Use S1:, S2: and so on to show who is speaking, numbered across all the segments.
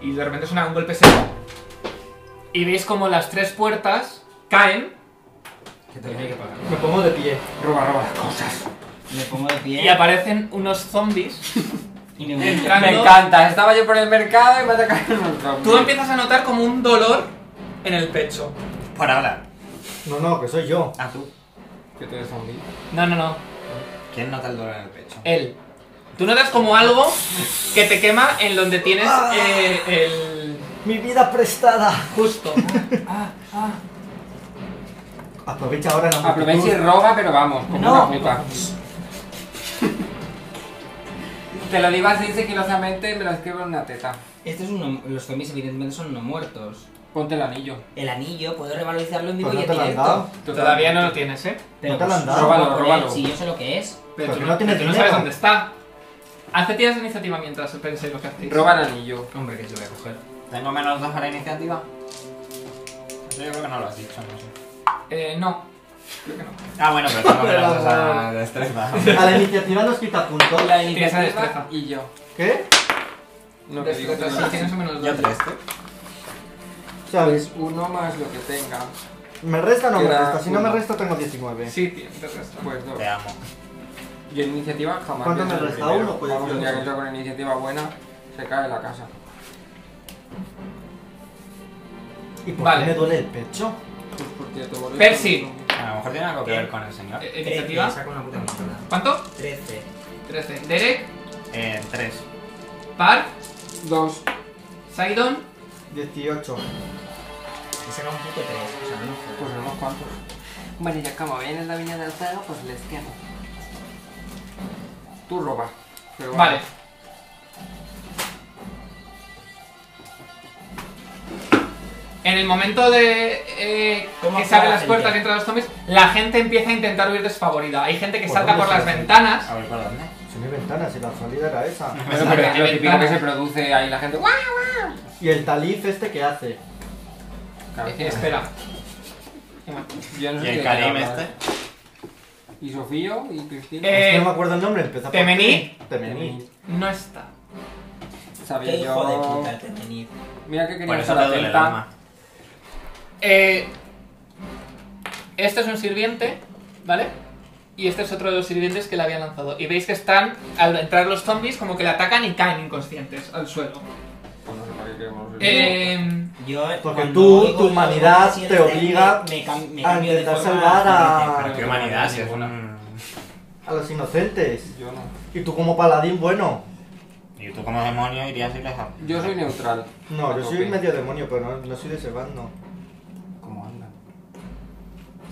S1: y de repente suena un golpe seco. Y veis como las tres puertas caen. Que te tiene que pagar.
S2: Me pongo de pie.
S1: Roba, roba las cosas.
S3: Me pongo de pie.
S1: Y aparecen unos zombies
S3: y me voy.
S1: entrando.
S2: Me encanta. Estaba yo por el mercado y me atacaron unos zombies.
S1: Tú empiezas a notar como un dolor en el pecho.
S3: Por ahora.
S4: No, no, que soy yo.
S3: Ah, tú.
S2: Que tienes zombie.
S1: No, no, no.
S3: ¿Quién nota el dolor en el pecho?
S1: Él. Tú notas como algo que te quema en donde tienes eh, el.
S4: Mi vida prestada.
S1: Justo.
S4: Aprovecha ahora la
S2: Aprovecha y
S4: multitud.
S2: roba, pero vamos, como
S4: No.
S2: una puta. Te lo digo así sigilosamente y me lo escribo en una teta.
S3: Estos son no- los zombies evidentemente son no muertos.
S2: Ponte el anillo.
S3: El anillo, puedo revalorizarlo en mi
S4: Pues no
S3: billete
S4: te lo han
S3: directo. pues,
S4: dado.
S1: Todavía no lo tienes, ¿eh?
S4: No te lo han dado.
S2: Róbalo,
S3: joder,
S2: róbalo.
S3: Si yo sé lo que es.
S4: Pero
S1: tú
S4: que no tienes
S1: tú sabes
S4: dinero.
S1: dónde está. Haced tiras de iniciativa mientras penséis lo que hacéis.
S2: Roba el anillo.
S3: Hombre, que yo voy a coger. Tengo menos dos a la iniciativa. Eso Yo creo que no lo has dicho, no sé.
S1: Eh, no. Creo que no.
S3: Ah, bueno, pero tengo
S4: Pero-
S3: menos dos a destreza.
S4: A la iniciativa nos quita puntos.
S1: Tienes
S2: La
S1: la
S2: iniciativa
S1: destreza.
S2: y yo.
S4: ¿Qué?
S2: No, que digo
S1: Destreza, sí, tienes un menos
S3: Yo
S1: dos.
S3: tres, ¿eh? tú.
S4: ¿Sabes?
S2: uno más lo que tenga.
S4: ¿Me resta o no me
S2: Queda
S4: resta? Si no me
S2: uno.
S4: resta, tengo 19.
S1: Sí, tienes te resta.
S2: Pues dos.
S3: Te amo.
S2: Yo iniciativa jamás. pienso
S4: ¿Cuánto me
S2: en el
S4: resta?
S2: primero.
S4: Uno, pues,
S2: Vamos,
S4: yo
S2: un día
S4: no
S2: que
S4: sé.
S2: yo con iniciativa buena, se cae la casa.
S4: ¿Y por
S1: Vale.
S4: qué me duele el pecho?
S2: Pues porque te borré
S1: Percy.
S2: todo.
S3: A lo mejor tiene algo que ver con el señor.
S1: Eh, iniciativa.
S5: Saco una puta mierda.
S1: ¿Cuánto?
S5: 13.
S1: 13. Derek,
S3: Eh, tres.
S1: Par,
S2: Dos.
S1: Sidon.
S4: 18.
S5: He sacado un puto 3. O sea, no nos jodas.
S2: Pues unos cuantos. Bueno, ya como viene la viña del fuego, pues les quemo. Tú robas. pero bueno.
S1: Vale. En el momento de eh,
S5: ¿Cómo
S1: que se
S5: actúa
S1: abren
S5: la
S1: las puertas
S5: gente?
S1: dentro de los zombies, la gente empieza a intentar huir desfavorida. Hay gente que
S4: ¿Por
S1: salta
S4: dónde
S1: por
S4: se
S1: las
S4: hace?
S1: ventanas.
S3: Pues A ver ah, por dónde.
S4: Si no hay ventana, si la salida era esa.
S2: Bueno, pero es lo típico que se produce ahí la gente. ¡guau!
S4: ¿Y el talif este qué hace?
S2: Claro,
S1: Eh, espera.
S2: yo no sé
S3: ¿Y
S2: qué
S3: el Karim
S2: hablar.
S3: este?
S2: Y Sofío y Cristina.
S1: Eh,
S4: Es que no me acuerdo el nombre, empezó por
S1: Temení.
S4: T. Temení.
S1: No está.
S2: Sabía
S5: Qué hijo de
S2: yo.
S5: puta, te venid.
S2: Mira que
S3: Por
S2: quería
S3: eso
S2: estar
S3: te duele el
S2: atenta.
S3: alma.
S1: Eh, este es un sirviente, ¿vale? Y este es otro de los sirvientes que le habían lanzado. Y veis que están, al entrar los zombies, como que le atacan y caen inconscientes al suelo.
S2: Pues no sé para qué queremos el
S1: Eh,
S5: Yo,
S4: Porque
S5: cuando
S4: tú,
S5: oigo
S4: tu
S5: los
S4: humanidad
S5: golpes y el
S4: te
S5: tren,
S4: obliga
S5: me- me cam- me
S4: a
S5: cambio de
S4: intentar
S5: forma
S4: salvar a-
S5: diferente, pero-
S3: Pero
S2: Ah,
S3: qué humanidad, si es
S2: Ninguna.
S3: un...
S4: A los inocentes.
S2: Yo no.
S4: ¿Y tú como paladín bueno?
S3: Y tú como demonio irías y les... a-
S2: Yo soy neutral.
S4: No,
S2: A
S4: yo soy
S2: tope.
S4: medio demonio, pero no, no soy de Seban, no.
S3: ¿Cómo anda?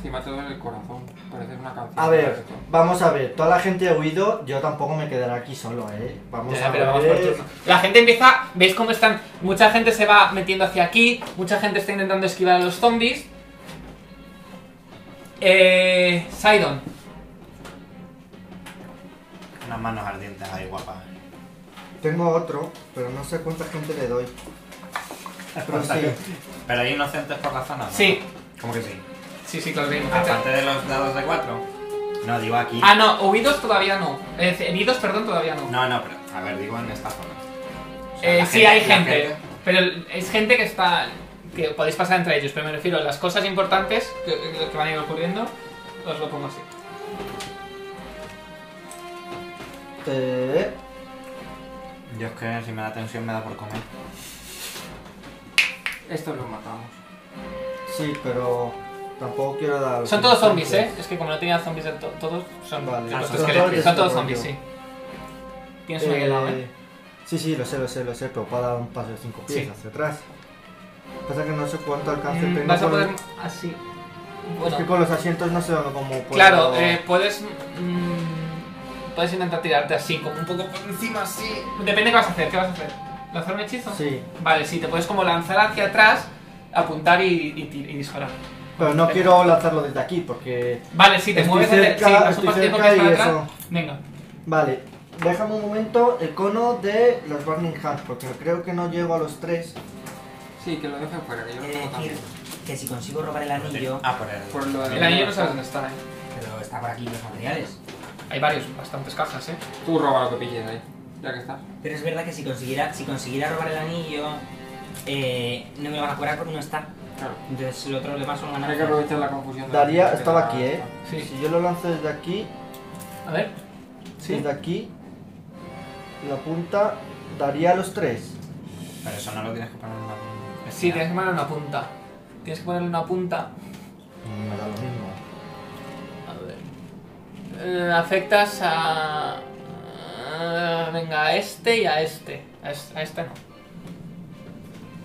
S2: Si me ha todo en el corazón. Parece una canción.
S4: A ver, vamos a ver, toda la gente ha huido, yo tampoco me quedaré aquí solo, ¿eh? Vamos
S1: Ya,
S4: a
S1: pero vamos por
S4: ver...
S1: turno. La gente empieza, veis cómo están, mucha gente se va metiendo hacia aquí, mucha gente está intentando esquivar a los zombies. Eh, Sidon,
S3: Unas manos ardientes ahí, guapa.
S4: Tengo otro, pero no sé cuánta gente le doy. Pero sí,
S3: Pero hay inocentes por la zona, ¿no?
S1: Sí.
S3: ¿Cómo que sí?
S1: sí, sí, claro,
S4: Ah,
S1: bien.
S3: Aparte de los dados de cuatro. No, digo aquí.
S1: Ah, no, huidos todavía no. Eh, heridos, perdón, todavía no.
S3: No, no, pero... A ver, digo en esta zona. O sea,
S1: Eh,
S3: la
S1: sí, hay
S3: la
S1: gente, Pero es gente que está. que podéis pasar entre ellos, pero me refiero a las cosas importantes que, que van a ir ocurriendo. Os lo pongo así.
S4: eh,
S3: Yo es que si me da tensión me da por comer.
S2: Estos los matamos.
S4: sí, pero tampoco quiero dar...
S1: Son todos zombies, ¿eh? Es que como no tenía zombies del to- todos, son
S4: Vale.
S1: de los
S3: Ah, son
S1: esqueletos.
S4: todos de
S1: Son todos
S4: ese
S1: zombies, sí.
S4: rollo.
S1: Tienes una guerra, ¿eh?
S4: Eh, Sí, sí, lo sé, lo sé, lo sé, pero puedo dar un paso de 5 pies
S1: Sí.
S4: hacia atrás. Pasa que no sé cuánto alcance
S1: Mm,
S4: tengo.
S1: Vas a
S4: con-
S1: poder así.
S4: Es que
S1: Bueno,
S4: con los asientos no sé cómo puedo.
S1: claro, eh, puedes. mm, puedes intentar tirarte así, como un poco por encima, así. Depende qué vas a hacer, ¿qué vas a hacer? ¿Lanzar un hechizo?
S4: Sí,
S1: Vale, sí, te puedes como lanzar hacia atrás, apuntar y, y ti- y disparar.
S4: pero
S1: eh.
S4: no quiero lanzarlo desde aquí porque.
S1: Vale, sí, te
S4: Estoy
S1: mueves hacia-
S4: cerca,
S1: sí, das un
S4: estoy
S1: pasito
S4: cerca
S1: que es
S4: y
S1: para
S4: eso.
S1: atrás. Venga.
S4: Vale, déjame un momento el cono de los Burning Hands porque creo que no llego a los tres.
S2: Sí, que lo dejen fuera, que yo lo
S5: Quiere
S2: tengo
S5: decir
S2: también.
S5: que si consigo robar el anillo,
S3: Ah, por el...
S2: Por lo de-
S1: El anillo no sabes dónde está, ¿eh?
S5: pero está por aquí los materiales.
S1: Hay varios, bastantes cajas, ¿eh?
S2: Tú roba lo que pilles ahí. Ya que estás.
S5: Pero es verdad que si consiguiera, si consiguiera robar el anillo, eh, no me lo van a curar porque no está.
S2: Claro.
S5: Entonces el otro le paso una
S2: Hay que
S5: naranja.
S2: aprovechar la confusión. de la
S4: Daría
S2: gente que
S4: estaba
S2: está-
S4: aquí, ¿eh?
S1: Sí.
S4: Si yo lo lanzo desde aquí,
S1: A ver. Sí.
S4: desde aquí, la punta daría a los tres.
S3: Pero eso no lo tienes que poner en la.
S1: Sí, tienes que ponerle una punta. Tienes que ponerle una punta.
S4: Mm, Me da lo mismo.
S1: A ver. Eh, afectas a. a- venga, a este y a este. A, es- a esta no.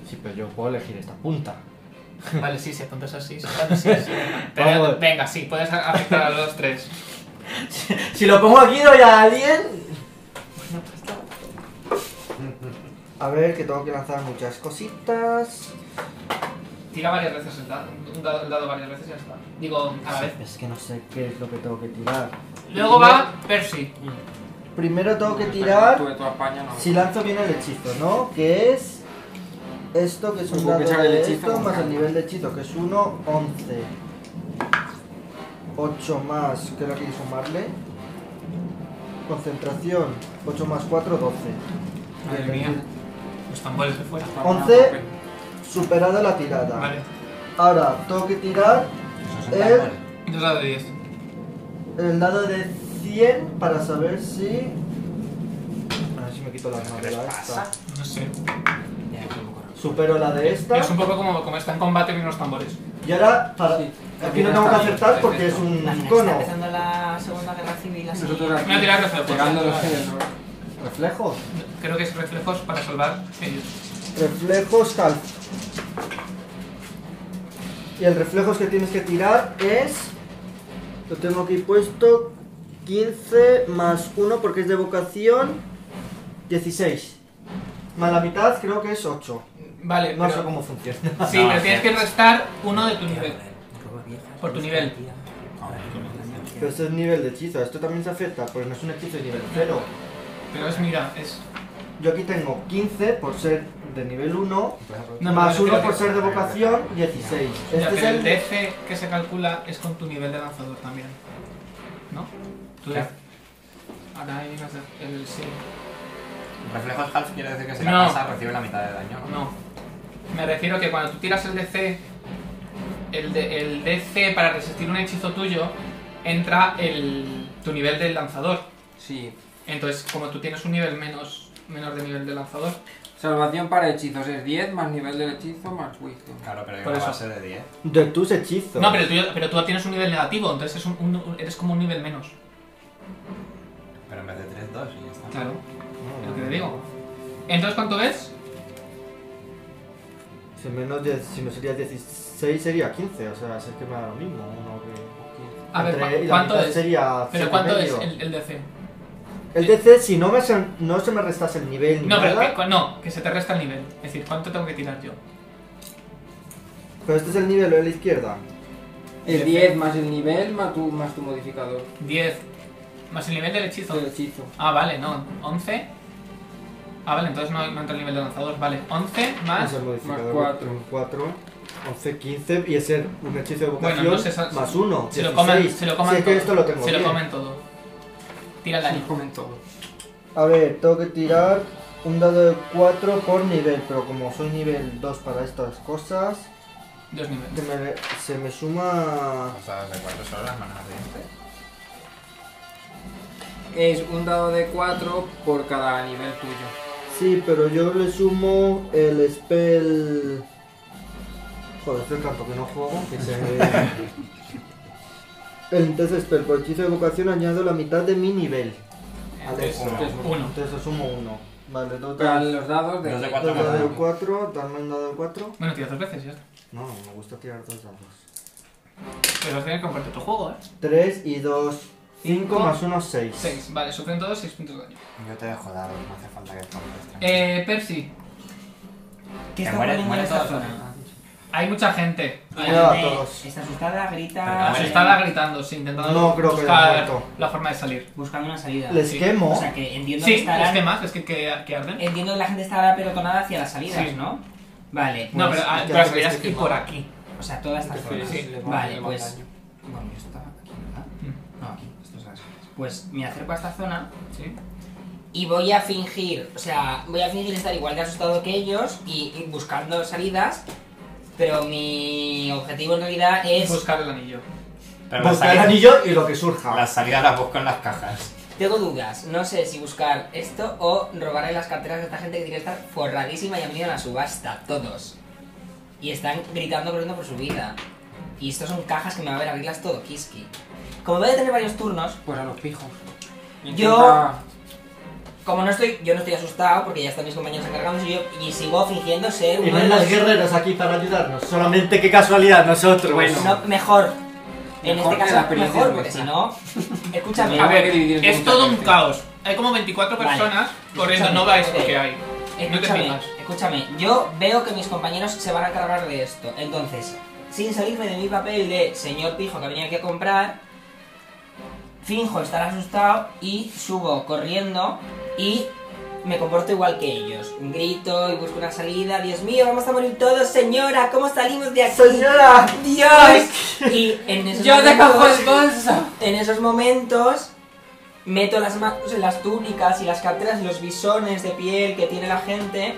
S4: Sí, pero yo puedo elegir esta punta.
S1: Vale, sí, si apuntas así. sí, vale, sí, sí. Pero-
S4: Vamos.
S1: venga, sí, puedes a- afectar a los tres.
S4: Si lo pongo aquí, doy a alguien. A ver, que tengo que lanzar muchas cositas.
S1: Tira varias veces el dado. Un dado, el dado varias veces y ya está. Digo, a la vez.
S4: Es que no sé qué es lo que tengo que tirar.
S1: Luego va Percy.
S4: Primero tengo que
S2: Pero
S4: tirar
S2: Tú de toda España no.
S4: si lanzo bien el hechizo, ¿no? Que es esto, que es un
S2: Supongo que
S4: dado
S2: sabe el
S4: de
S2: hechizo
S4: esto,
S2: como
S4: más el
S2: cambia.
S4: nivel de hechizo, que es 1, 11. 8 más, creo que hay que sumarle. Concentración, 8 más 4, 12.
S1: Madre mía. Los tambores de fuera.
S2: España,
S4: 11.
S2: pues,
S4: Superada la tirada.
S1: Vale.
S4: Ahora, tengo que tirar el,
S1: Dos dados de 10.
S4: el dado de 100 para saber si... A ver si me quito la armadura esta.
S1: No sé.
S5: Ya, pues, que me corro.
S4: Supero la de esta.
S1: Es un poco como, como está en combate con los tambores.
S4: Y ahora, para...
S2: Sí.
S4: aquí no tengo que acertar porque es
S2: Perfecto.
S4: un
S5: Imagina que está
S4: cono.
S5: empezando la Segunda Guerra Civil así.
S2: Nosotros aquí.
S1: Voy a tirar reflejos.
S2: Pegando los dedos.
S4: Reflejos.
S1: Creo que es reflejos para salvar ellos.
S4: Reflejos tal. Y el reflejos que tienes que tirar es... Lo tengo aquí puesto. 15 más 1 porque es de vocación. 16. Más la mitad creo que es 8.
S1: Vale,
S4: No sé
S1: pero-
S4: cómo funciona.
S1: Sí,
S3: No,
S1: pero tienes que restar uno de tu nivel.
S5: Roba viejas,
S1: Por tu
S5: busca
S1: nivel. Ah,
S5: tía.
S4: Pero esto es nivel de hechizo. Esto también se afecta porque no es un hechizo de nivel 0.
S1: Pero es, mira, es.
S4: Yo aquí tengo 15 por ser de nivel 1.
S1: No,
S4: más
S1: no, no,
S4: 1
S1: no,
S4: por
S1: no,
S4: ser de vocación, 16.
S1: ya,
S4: Este es
S1: pero el
S4: el...
S1: DC que se calcula es con tu nivel de lanzador también. ¿No? Tú
S3: Claro.
S1: Ahora ahí vas a hacer el sí.
S3: Reflejos half quiere decir que si
S1: No.
S3: la pasa recibe la mitad de daño, ¿no?
S1: No. Me refiero que cuando tú tiras el DC, el, de- el DC para resistir un hechizo tuyo, entra el, tu nivel del lanzador.
S2: Sí.
S1: Entonces, como tú tienes un nivel menos, menor de nivel de lanzador,
S2: Salvación para hechizos es 10 más nivel del hechizo más wisdom.
S3: Claro, pero hay
S1: Por
S3: una
S1: eso.
S3: base de 10.
S4: De tus hechizos.
S1: No, pero, el tuyo- pero tú tienes un nivel negativo, entonces es un- un- un- eres como un nivel menos.
S3: Pero en vez de 3, 2 y ya está.
S1: Claro, es lo que te digo. Entonces, ¿cuánto ves?
S4: Si, menos de- si no sería 16, sería 15. O sea, si es que me da lo mismo. uno que-
S1: A ver,
S4: entre-
S1: ¿cu-
S4: y la
S1: ¿cuánto
S4: mitad
S1: es?
S4: Sería
S1: ¿Pero
S4: cero
S1: cuánto es
S4: medio.
S1: el, el DC?
S4: El DC, si no, me, se- no se me restase el nivel ni
S1: No, pero
S4: nada,
S1: que, cu- no, que se te resta el nivel. Es decir, ¿cuánto tengo que tirar yo?
S4: pero este es el nivel, lo de la izquierda.
S2: El 10 más el nivel más tu, más tu modificador
S1: 10 más el nivel del hechizo.
S2: del hechizo.
S1: Ah, vale, no. 11. Ah, vale, entonces no, no entra el nivel de lanzador. Vale, 11
S4: Es
S1: más.
S4: el modificador.
S2: más cuatro.
S4: 4, 11, 15. Y es el, un hechizo de vocación
S1: Bueno, no sé, sa-
S4: más 1.
S1: Se lo comen, se lo comen
S4: Si es
S1: todo.
S4: que esto lo tengo
S1: se lo
S4: bien.
S1: comen todo. Tira el
S2: Sí,
S1: daño.
S2: comentó.
S4: A ver, tengo que tirar un dado de 4 por nivel, pero como soy nivel 2 para estas cosas,
S1: Dos
S4: se
S1: niveles.
S4: me, se me suma...
S3: O sea, ¿de cuánto son las manos de este?
S2: Es un dado de 4 por cada nivel tuyo.
S4: Sí, pero yo le sumo el spell... Joder, hace tanto que no juego que se El entonces spell por hechizo de vocación añado la mitad de mi nivel. Ah,
S1: Entonces,
S3: uno.
S1: uno.
S4: Entonces le sumo 1. Vale, dos
S2: Para
S4: dados.
S2: los dados de.
S3: Dos de
S4: Dos
S3: cuatro
S4: dados
S3: cada
S4: de
S3: uno.
S4: 4, dame un dado de 4.
S1: Bueno, tira dos veces, ya está.
S4: No, me gusta tirar dos dados.
S1: Pero tienes que comprarte otro juego, ¿eh?
S4: 3 y 2. 5
S1: Cinco.
S4: más 1, 6.
S1: 6, vale, sufren todos 6 puntos de daño.
S3: Yo te dejo dados, no hace falta que compres. tranquilo.
S1: Eh, Percy,
S5: ¿Qué
S3: Que
S5: está
S3: muere-
S5: ocurriendo en
S3: muere
S5: esta
S3: todo.
S5: zona?
S1: hay mucha gente.
S5: La
S4: Cuidado a
S5: gente
S4: todos.
S5: Está asustada, grita.
S3: Pero
S1: Se
S3: Vale.
S1: estaba gritando, sí, intentando
S4: No creo que haya
S1: buscar
S4: muerto.
S1: la forma de salir.
S5: Buscando una salida.
S4: Les
S1: Sí.
S4: quemo.
S5: O sea que entiendo
S1: Sí,
S5: que estarán.
S1: es que más, es que, que, que
S4: Eh,
S1: arden.
S5: Entiendo que la gente estará pelotonada hacia las salidas,
S1: Sí.
S5: ¿no? Vale.
S1: no,
S5: pues-
S1: pero ah,
S4: es que
S1: pero las
S4: hace
S1: veías
S4: este
S1: que
S4: tipo.
S1: por aquí.
S5: O sea, toda esta zona.
S1: sí.
S2: le vamos a
S5: Vale,
S2: hacer más
S5: pues.
S2: daño.
S5: Bueno, esto estaba aquí, ¿verdad?
S1: Mm,
S5: No, aquí. Esto es las- Pues me acerco a esta zona
S1: Sí.
S5: Y voy a fingir, o sea, voy a fingir estar igual de asustado que ellos y, y buscando salidas. Pero mi objetivo en realidad es.
S1: Buscar el anillo.
S3: Pero las
S4: Busca el
S3: salidas,
S4: anillo y lo que surja.
S3: las salidas las busco en las cajas.
S5: Tengo dudas. No sé si buscar esto o robarle las carteras a esta gente que tiene que estar forradísima y han venido a la subasta. Todos. Y están gritando corriendo por su vida. Y estos son cajas que me va a ver abrirlas todo, Kiski. Como voy a tener varios turnos,
S2: Pues a los pijos.
S5: Yo- como no estoy, yo no estoy asustado porque ya están mis compañeros encargados y yo y sigo fingiendo ser
S4: Y
S5: uno
S4: no
S5: de
S4: hay más
S5: los
S4: guerreros aquí para ayudarnos. Solamente qué casualidad nosotros.
S2: Bueno.
S5: No, mejor. En
S2: Mejor
S5: este
S2: que
S5: caso,
S2: la experiencia
S5: mejor,
S2: nuestra.
S5: porque si no. Escúchame.
S1: A
S2: que
S1: ver,
S2: dividir en
S1: es
S2: mucha
S1: todo un
S2: gente.
S1: caos. Hay como 24
S5: Vale.
S1: personas corriendo,
S5: Escúchame,
S1: no vais
S5: ok.
S1: lo que hay. No te
S5: Escúchame,
S1: fijas.
S5: escúchame, yo veo que mis compañeros se van a cargar de esto. Entonces, sin salirme de mi papel de señor pijo que venía aquí a comprar, finjo estar asustado y subo corriendo y me comporto igual que ellos. Grito y busco una salida. Dios mío, vamos a morir todos, señora, ¿cómo salimos de aquí?
S4: Señora,
S5: Dios. Y en esos
S2: Yo te
S5: momentos-
S2: cojo el bolso.
S5: en esos momentos meto las manos en las túnicas y las carteras y los bisones de piel que tiene la gente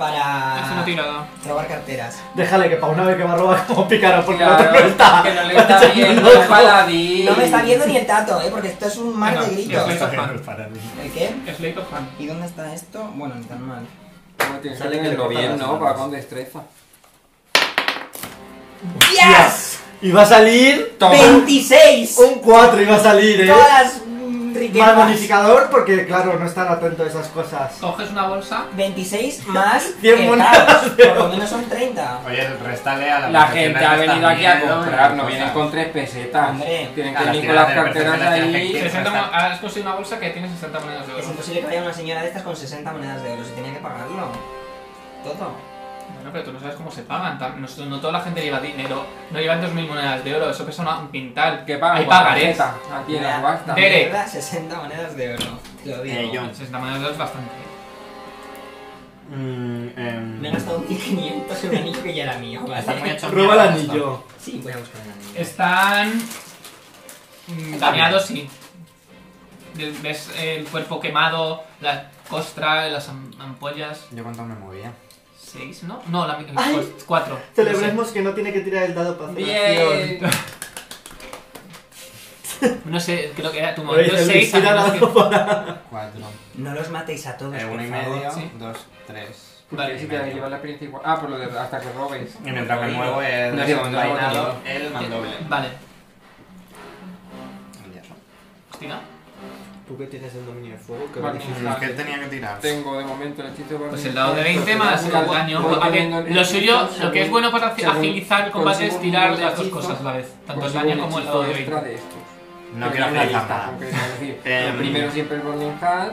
S1: Hace una
S5: para
S1: tirada.
S5: robar carteras.
S4: Déjale que para una vez que va a robar como pícaro porque el
S2: Claro,
S4: otro no está.
S2: que no le está
S4: Echando
S2: bien,
S4: un
S2: no es
S4: ojo.
S2: paladín.
S5: No me está viendo ni el tato, eh, porque esto es un mar de
S1: Venga,
S5: gritos.
S1: ya está.
S5: ¿El qué?
S1: Slate of Hand.
S5: ¿Y dónde está esto? Bueno, ni tan mal.
S2: Como tienes que
S4: Sale que le
S2: tenerlo
S4: cortan
S2: bien,
S4: las
S2: ¿no?
S4: manos.
S2: Para con destreza.
S5: ¡Yes!
S4: Y va a salir
S5: ¡26!
S4: un 4 y va a salir, eh.
S5: Todas las mm,
S4: Mal
S5: riquezas.
S4: bonificador porque, claro, no están atento a esas cosas.
S1: Coges una bolsa.
S5: 26 más
S4: Cien
S5: el
S4: monedas
S5: caos,
S4: de
S5: Por lo
S4: oro.
S5: menos son 30.
S3: Oye, restale a la
S2: La
S3: persona
S2: gente
S3: que
S2: ha
S3: está
S2: venido aquí a
S3: viendo
S2: comprar, no
S3: cosas.
S2: vienen con tres pesetas.
S5: Hombre.
S2: Tienen
S3: A
S2: que
S3: las
S2: venir con las
S3: tiradas de
S2: carteras
S3: personas que
S2: ahí.
S3: hacen
S1: sesenta
S3: está.
S1: mo- has conseguido una bolsa que tiene 60 monedas de oro.
S5: Es imposible que vaya una señora de estas con 60 monedas de oro, si tenía que pagarlo. Todo.
S1: Bueno, pero tú no sabes cómo se pagan. tam- No, no toda la gente lleva dinero. No llevan 2.000 monedas de oro. Eso pesa una- un pintal.
S2: Que pagan
S1: Hay
S2: con
S1: pagarés.
S2: tarjeta, Aquí en la
S5: Ya.
S2: subasta.
S1: Eh. Tere.
S5: Mierda, 60 monedas de oro. Te lo digo.
S3: Eh, yo.
S1: 60 monedas de oro es bastante.
S3: Mm, em,
S5: Me he gastado 1500 en un anillo que ya era mío, ¿vale?
S3: está muy hecho
S4: Roba el
S3: mierda esto.
S4: anillo.
S5: Sí, voy a buscar un anillo.
S1: Están. mm,
S3: Está
S1: dañados, sí. Ve- Ves el cuerpo quemado, la costra, las am- ampollas.
S3: Yo cuánto me movía.
S1: ¿Seis, no? No, la mi-
S4: Ay.
S1: pues, cuatro. No,
S4: Celebremos que no tiene que tirar el dado para hacer
S2: Bien.
S4: acción.
S1: sé. No sé, creo que era tu
S4: Oye,
S1: momento. Seis,
S4: tira
S1: a menos
S4: dado
S1: que-
S4: para-
S3: Cuatro.
S5: No los matéis a todos,
S3: Eh,
S5: por
S3: uno y
S5: favor.
S3: medio,
S1: sí.
S3: dos, tres.
S1: Vale,
S2: Vale,
S3: sí,
S2: si
S3: pero
S2: te
S3: lleva
S2: lleva la experiencia igual. Ah, por lo de hasta que robes.
S3: Y mientras me muevo he
S2: No, sí, cuando lo
S3: desenvainado
S2: hago
S3: el mandoble.
S1: Vale.
S3: El hierro.
S1: Cristina.
S4: Tú que tienes el dominio de fuego, que
S2: Vale.
S4: beneficio.
S3: Mm, ¿Qué tenía que tirar?
S2: Tengo de momento el hechizo.
S1: Pues el dado de 20 más el daño.
S2: Voy
S1: A ver,
S2: teniendo el
S1: lo suyo,
S2: hechizo
S1: lo que es bueno para hacer-
S2: según-
S1: agilizar el combate
S2: consigo
S1: es
S2: un
S1: tirar
S2: nivel de
S1: las dos
S2: hechizo,
S1: cosas a la vez. Tanto el
S2: consigo
S1: daño
S2: un
S1: como el
S2: hechizo
S1: dado de
S2: extra
S1: 20.
S2: de estos.
S3: No
S2: Que
S3: quiero
S2: es una
S3: aplazar
S2: lista,
S3: nada.
S2: concreta, es decir,
S3: Em,
S2: el primero siempre el Burning Hand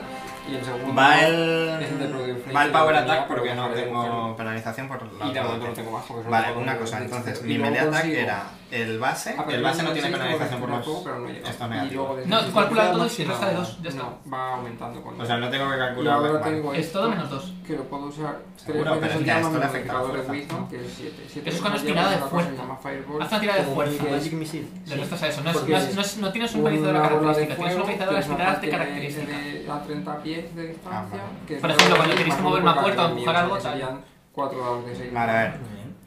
S2: y el segundo
S3: Va
S2: es el de Produce Flame,
S3: el, va el
S2: que
S3: power
S2: lo tenía,
S3: attack
S2: pero
S3: porque
S2: que
S3: no
S2: se
S3: tengo
S2: desbloqueó.
S3: penalización por la
S2: Y de momento lo
S3: otra.
S2: tengo bajo. que solo
S3: Vale,
S2: tengo
S3: una
S2: dos
S3: cosa,
S2: de
S3: entonces
S2: hechizo.
S3: mi
S2: Y luego
S3: melee attack
S2: consigo-
S3: era el base,
S2: Ah, pero
S3: el
S2: yo
S3: base no
S2: tengo
S3: tiene
S2: seis,
S3: penalización por
S2: tengo
S3: los...
S2: cuatro, pero no llega.
S3: Esto es
S2: Y luego
S3: negativo.
S2: de
S1: No,
S2: hechizo
S1: calcula
S2: extra,
S1: todo y resta de dos. Ya está.
S2: No, va aumentando con
S3: O sea, no tengo que
S2: Y
S3: calcular.
S2: ahora
S3: vale.
S2: tengo
S1: Es
S2: esto,
S1: todo menos dos.
S2: que lo puedo usar tres
S3: Seguro,
S2: veces
S3: pero
S2: el
S3: ya
S2: llama
S3: esto le
S2: más
S3: afecta a la
S2: modificador de
S3: fuerza,
S2: Wisdom,
S3: ¿no?
S2: que es 7.
S1: Eso es cuando es tirada de fuerza. Haz una tirada de
S4: Como
S1: fuerza. ¿vale?
S4: Magic Missile.
S1: Le restas a eso. No, es-
S2: Porque
S1: no es- no es- no tienes un palizador de la característica, tienes un palizador de las tiradas de característica.
S2: características a 30 pies de distancia.
S3: Ah, vale.
S2: que
S1: Por
S2: es
S1: ejemplo,
S2: más
S1: cuando queréis
S2: uno
S1: mover
S2: por
S1: una
S2: cada
S1: puerta o
S2: enemigo,
S1: empujar
S2: o sea,
S1: algo,
S2: que
S1: tal.
S2: serían 4 dados de 6.
S3: Vale, a ver.
S4: ¿Cuatro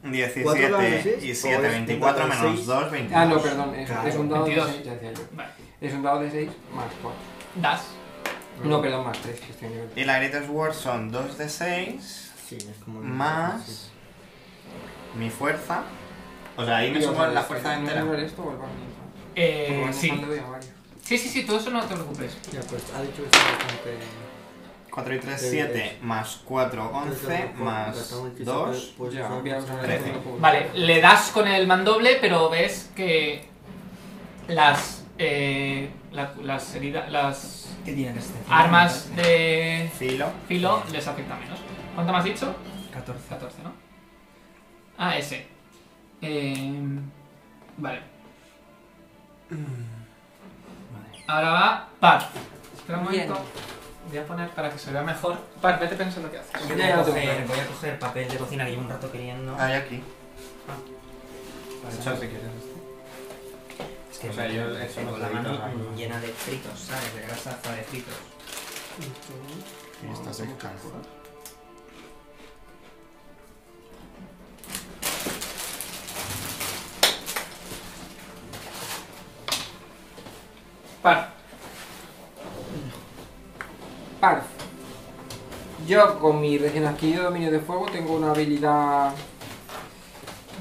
S4: dados de
S3: 17 y
S4: seis?
S3: 7,
S4: Pues,
S3: 24
S4: dados de
S3: menos
S4: seis.
S3: 2, 22.
S2: Ah, no, perdón, es,
S4: Claro.
S2: es un dado
S1: 22.
S2: de 6, ya decía yo.
S1: Vale.
S2: Es un dado de 6 más 4.
S1: Das.
S2: No, perdón, más 3, que estoy en nivel.
S3: Y la Greatest Sword son 2 de 6
S4: Sí, es como-
S3: más mi fuerza. O sea, ahí me
S2: Digo,
S3: sumo
S2: vale,
S3: la fuerza
S2: ¿no
S3: entera.
S2: voy a ver esto o el Burning Hand?
S1: Eh,
S2: Porque Burning Hand
S1: sí.
S2: le doy a varios.
S1: Sí, sí, sí, todo eso no te preocupes.
S4: Ya, pues ha dicho que está bastante.
S3: 4 y 3,
S4: Sí,
S3: 7 más 4, 11
S4: Entonces, lo
S3: más
S4: tengo que
S3: 2.
S4: sacar, pues,
S2: Ya,
S4: ¿no?
S2: enviamos a ver
S3: Trece.
S2: esto, no puedo
S1: Vale,
S2: usar.
S1: le das con el mandoble, pero ves que las eh, la- las heridas, las
S5: ¿Qué tiene este? resistencia?
S1: armas de
S3: Filo.
S1: filo les afecta menos. ¿Cuánto me has dicho?
S5: 14.
S1: 14, ¿no? Ah, ese. Eh, vale. Ahora va Pat. Espera un
S2: Bien.
S1: momento. Voy a poner para que se vea mejor. Pat, vete pensando qué haces.
S5: Yo voy a, coger, voy a coger papel de cocina que llevo un
S1: Ah,
S5: rato queriendo.
S3: Hay aquí.
S5: Ah.
S4: este.
S3: De hecho, si quieres.
S5: Es que
S3: O sea, yo eso
S5: tengo
S3: no
S5: la
S3: sé,
S5: mano
S3: no sé.
S5: llena de fritos, ¿sabes? De grasa hasta de fritos.
S6: Y está seca.
S1: Par.
S2: Parf. Yo con mi recién adquirido dominio de fuego tengo una habilidad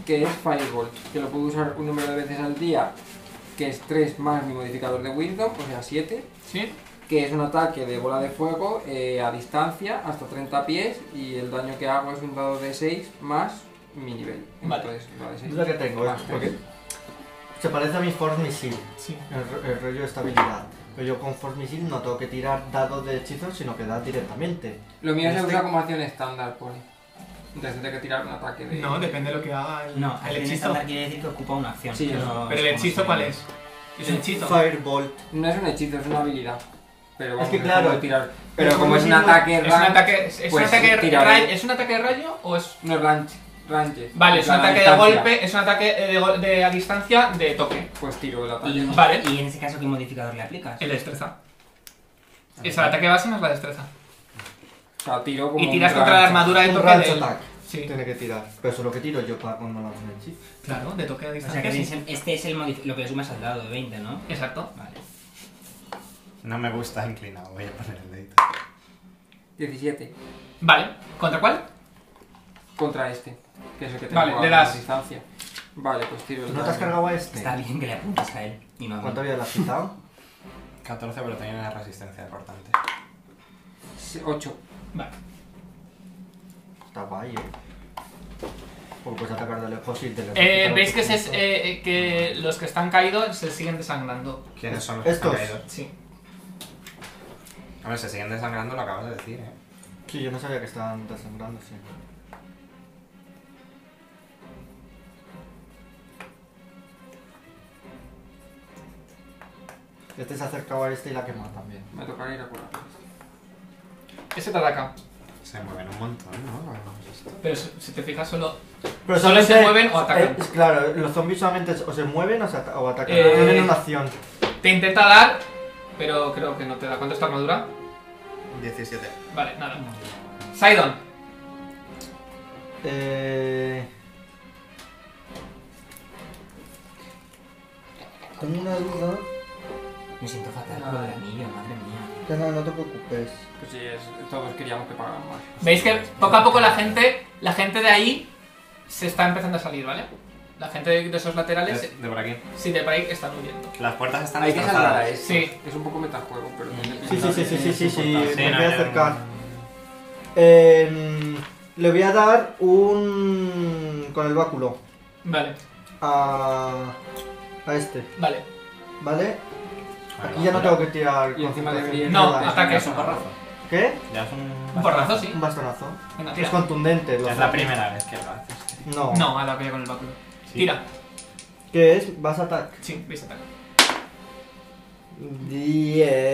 S2: que es Firebolt, que lo puedo usar un número de veces al día, que es 3 más mi modificador de Wisdom, o sea 7,
S1: ¿Sí?
S2: que es un ataque de bola de fuego eh, a distancia hasta 30 pies y el daño que hago es un dado de 6 más mi nivel.
S1: Vale.
S2: Entonces, dado de
S4: Es
S2: 6.
S4: lo que tengo, ¿eh? Porque se parece a mi Force Missile,
S1: Sí.
S4: el, ro- el rollo de estabilidad. Pero yo con Force Missile no tengo que tirar dados de hechizos, sino que da directamente.
S2: Lo mío se
S4: Este-
S2: usa como acción estándar, pone. Entonces tendré que tirar un ataque de...
S1: No, depende de lo que haga el,
S5: No,
S1: el
S5: acción
S1: hechizo.
S5: estándar quiere decir que ocupa una acción.
S2: Sí,
S5: no
S2: eso.
S1: Pero el
S5: como
S1: hechizo,
S5: si-
S1: ¿cuál es? Es un hechizo.
S4: Firebolt.
S2: No es un hechizo, es una habilidad. Pero vamos,
S4: que
S2: no
S4: claro,
S2: puedo tirar. Pero
S4: como
S2: como es un
S4: mismo-
S2: ataque
S1: Es un
S2: range,
S1: ataque, es, es
S2: pues
S1: un ataque de
S2: tiraré.
S1: rayo, ¿Es un ataque de rayo o es.?
S2: No es range. range
S1: Vale,
S2: en
S1: es un
S2: plan, a
S1: ataque de
S2: distancia.
S1: golpe, es un ataque eh, de, gol- de a distancia de toque.
S2: Pues tiro el ataque.
S5: Y,
S1: Vale.
S5: y en ese caso, ¿qué modificador le aplicas?
S1: El destreza. Es el ataque base más la destreza.
S2: O sea, tiro como
S1: Y
S2: un
S1: tiras contra la
S2: range.
S1: armadura de
S4: Un
S1: toque
S4: range
S1: del.
S4: attack.
S1: Sí.
S4: Tiene que tirar. Pero eso es lo que tiro yo para cuando lanzo un hechizo.
S1: Claro, de toque a
S5: O sea,
S1: distancia.
S5: que
S1: sí.
S5: ese- este es el modif- lo que le sumas al dado de 20, ¿no?
S1: Exacto.
S5: Vale.
S3: No me gusta inclinado, voy a poner el dedito.
S2: 17.
S1: Vale. ¿Contra cuál?
S2: Contra este. Que es el que tengo
S1: Vale,
S2: a
S1: le das.
S2: distancia. Vale, pues tiro el
S4: ¿No te has
S2: daño.
S4: cargado a este?
S5: Está bien que le apuntes a él. Y no a mí.
S4: ¿Cuánto vida le has quitado?
S3: 14, pero tenía una resistencia importante.
S2: 8.
S1: Vale.
S4: Está guay, eh. Porque puedes atacar de lejos y te le
S1: Eh, Veis que, se, es- eh, eh, que los que están caídos se siguen desangrando.
S3: ¿Quiénes son los que están
S4: Estos.
S3: caídos?
S1: Sí.
S3: Hombre, se siguen desangrando, lo acabas de decir, ¿eh?
S4: Sí, yo no sabía que estaban desangrando, sí. Este se ha acercado a este y la ha quemado también.
S2: Me tocará ir a curar.
S1: Ese te ataca.
S3: Se mueven un montón, ¿no?
S1: Pero si si te fijas solo...
S4: Pero
S1: Solo se
S4: solamente-
S1: mueven o atacan.
S4: eh, es claro, los zombies solamente o se mueven o, se ata- o atacan.
S1: Eh,
S4: Tienen una acción.
S1: Te intenta dar, pero creo que no te da. ¿Cuánto es tu armadura?
S6: 17.
S1: Vale, nada. Sidon.
S4: Eh... Tengo una duda.
S5: Me siento fatal por el anillo, madre mía.
S4: Ya no, no te preocupes.
S2: Pues sí, es- todos queríamos que pagaran más.
S1: Veis que poco a poco la gente, la gente de ahí se está empezando a salir, ¿vale? La gente de de esos laterales,
S3: De, de por aquí.
S1: si de por ahí, están huyendo.
S3: Las puertas están
S2: Hay que salvar a
S3: destrozadas.
S2: eso.
S1: Sí.
S2: Es un poco metajuego, pero... tiene
S4: Sí, sí, sí, sí, sí, sí, sí,
S3: Sí,
S4: me
S3: no,
S4: voy a
S3: no,
S4: acercar.
S3: no, no.
S4: Em, le voy a dar un... con el báculo
S1: Vale,
S4: a... a este,
S1: vale.
S4: ¿vale?
S3: Bueno,
S4: Aquí ya no
S3: pero-
S4: tengo que tirar
S2: Y encima de
S4: concentración.
S2: bien.
S1: No,
S4: Nada.
S1: ataque.
S3: Ya es un porrazo.
S4: ¿Qué?
S3: Ya es un...
S1: Un porrazo, sí.
S4: Un bastonazo.
S1: Venga,
S4: Es
S1: tira.
S4: contundente. lo
S3: Es
S4: saco.
S3: la primera vez que lo haces.
S4: No.
S1: No, a la que con el báculo.
S3: Sí.
S1: Tira.
S4: ¿Qué es? Vas a atacar.
S1: Sí, veis ataque.
S5: Eh.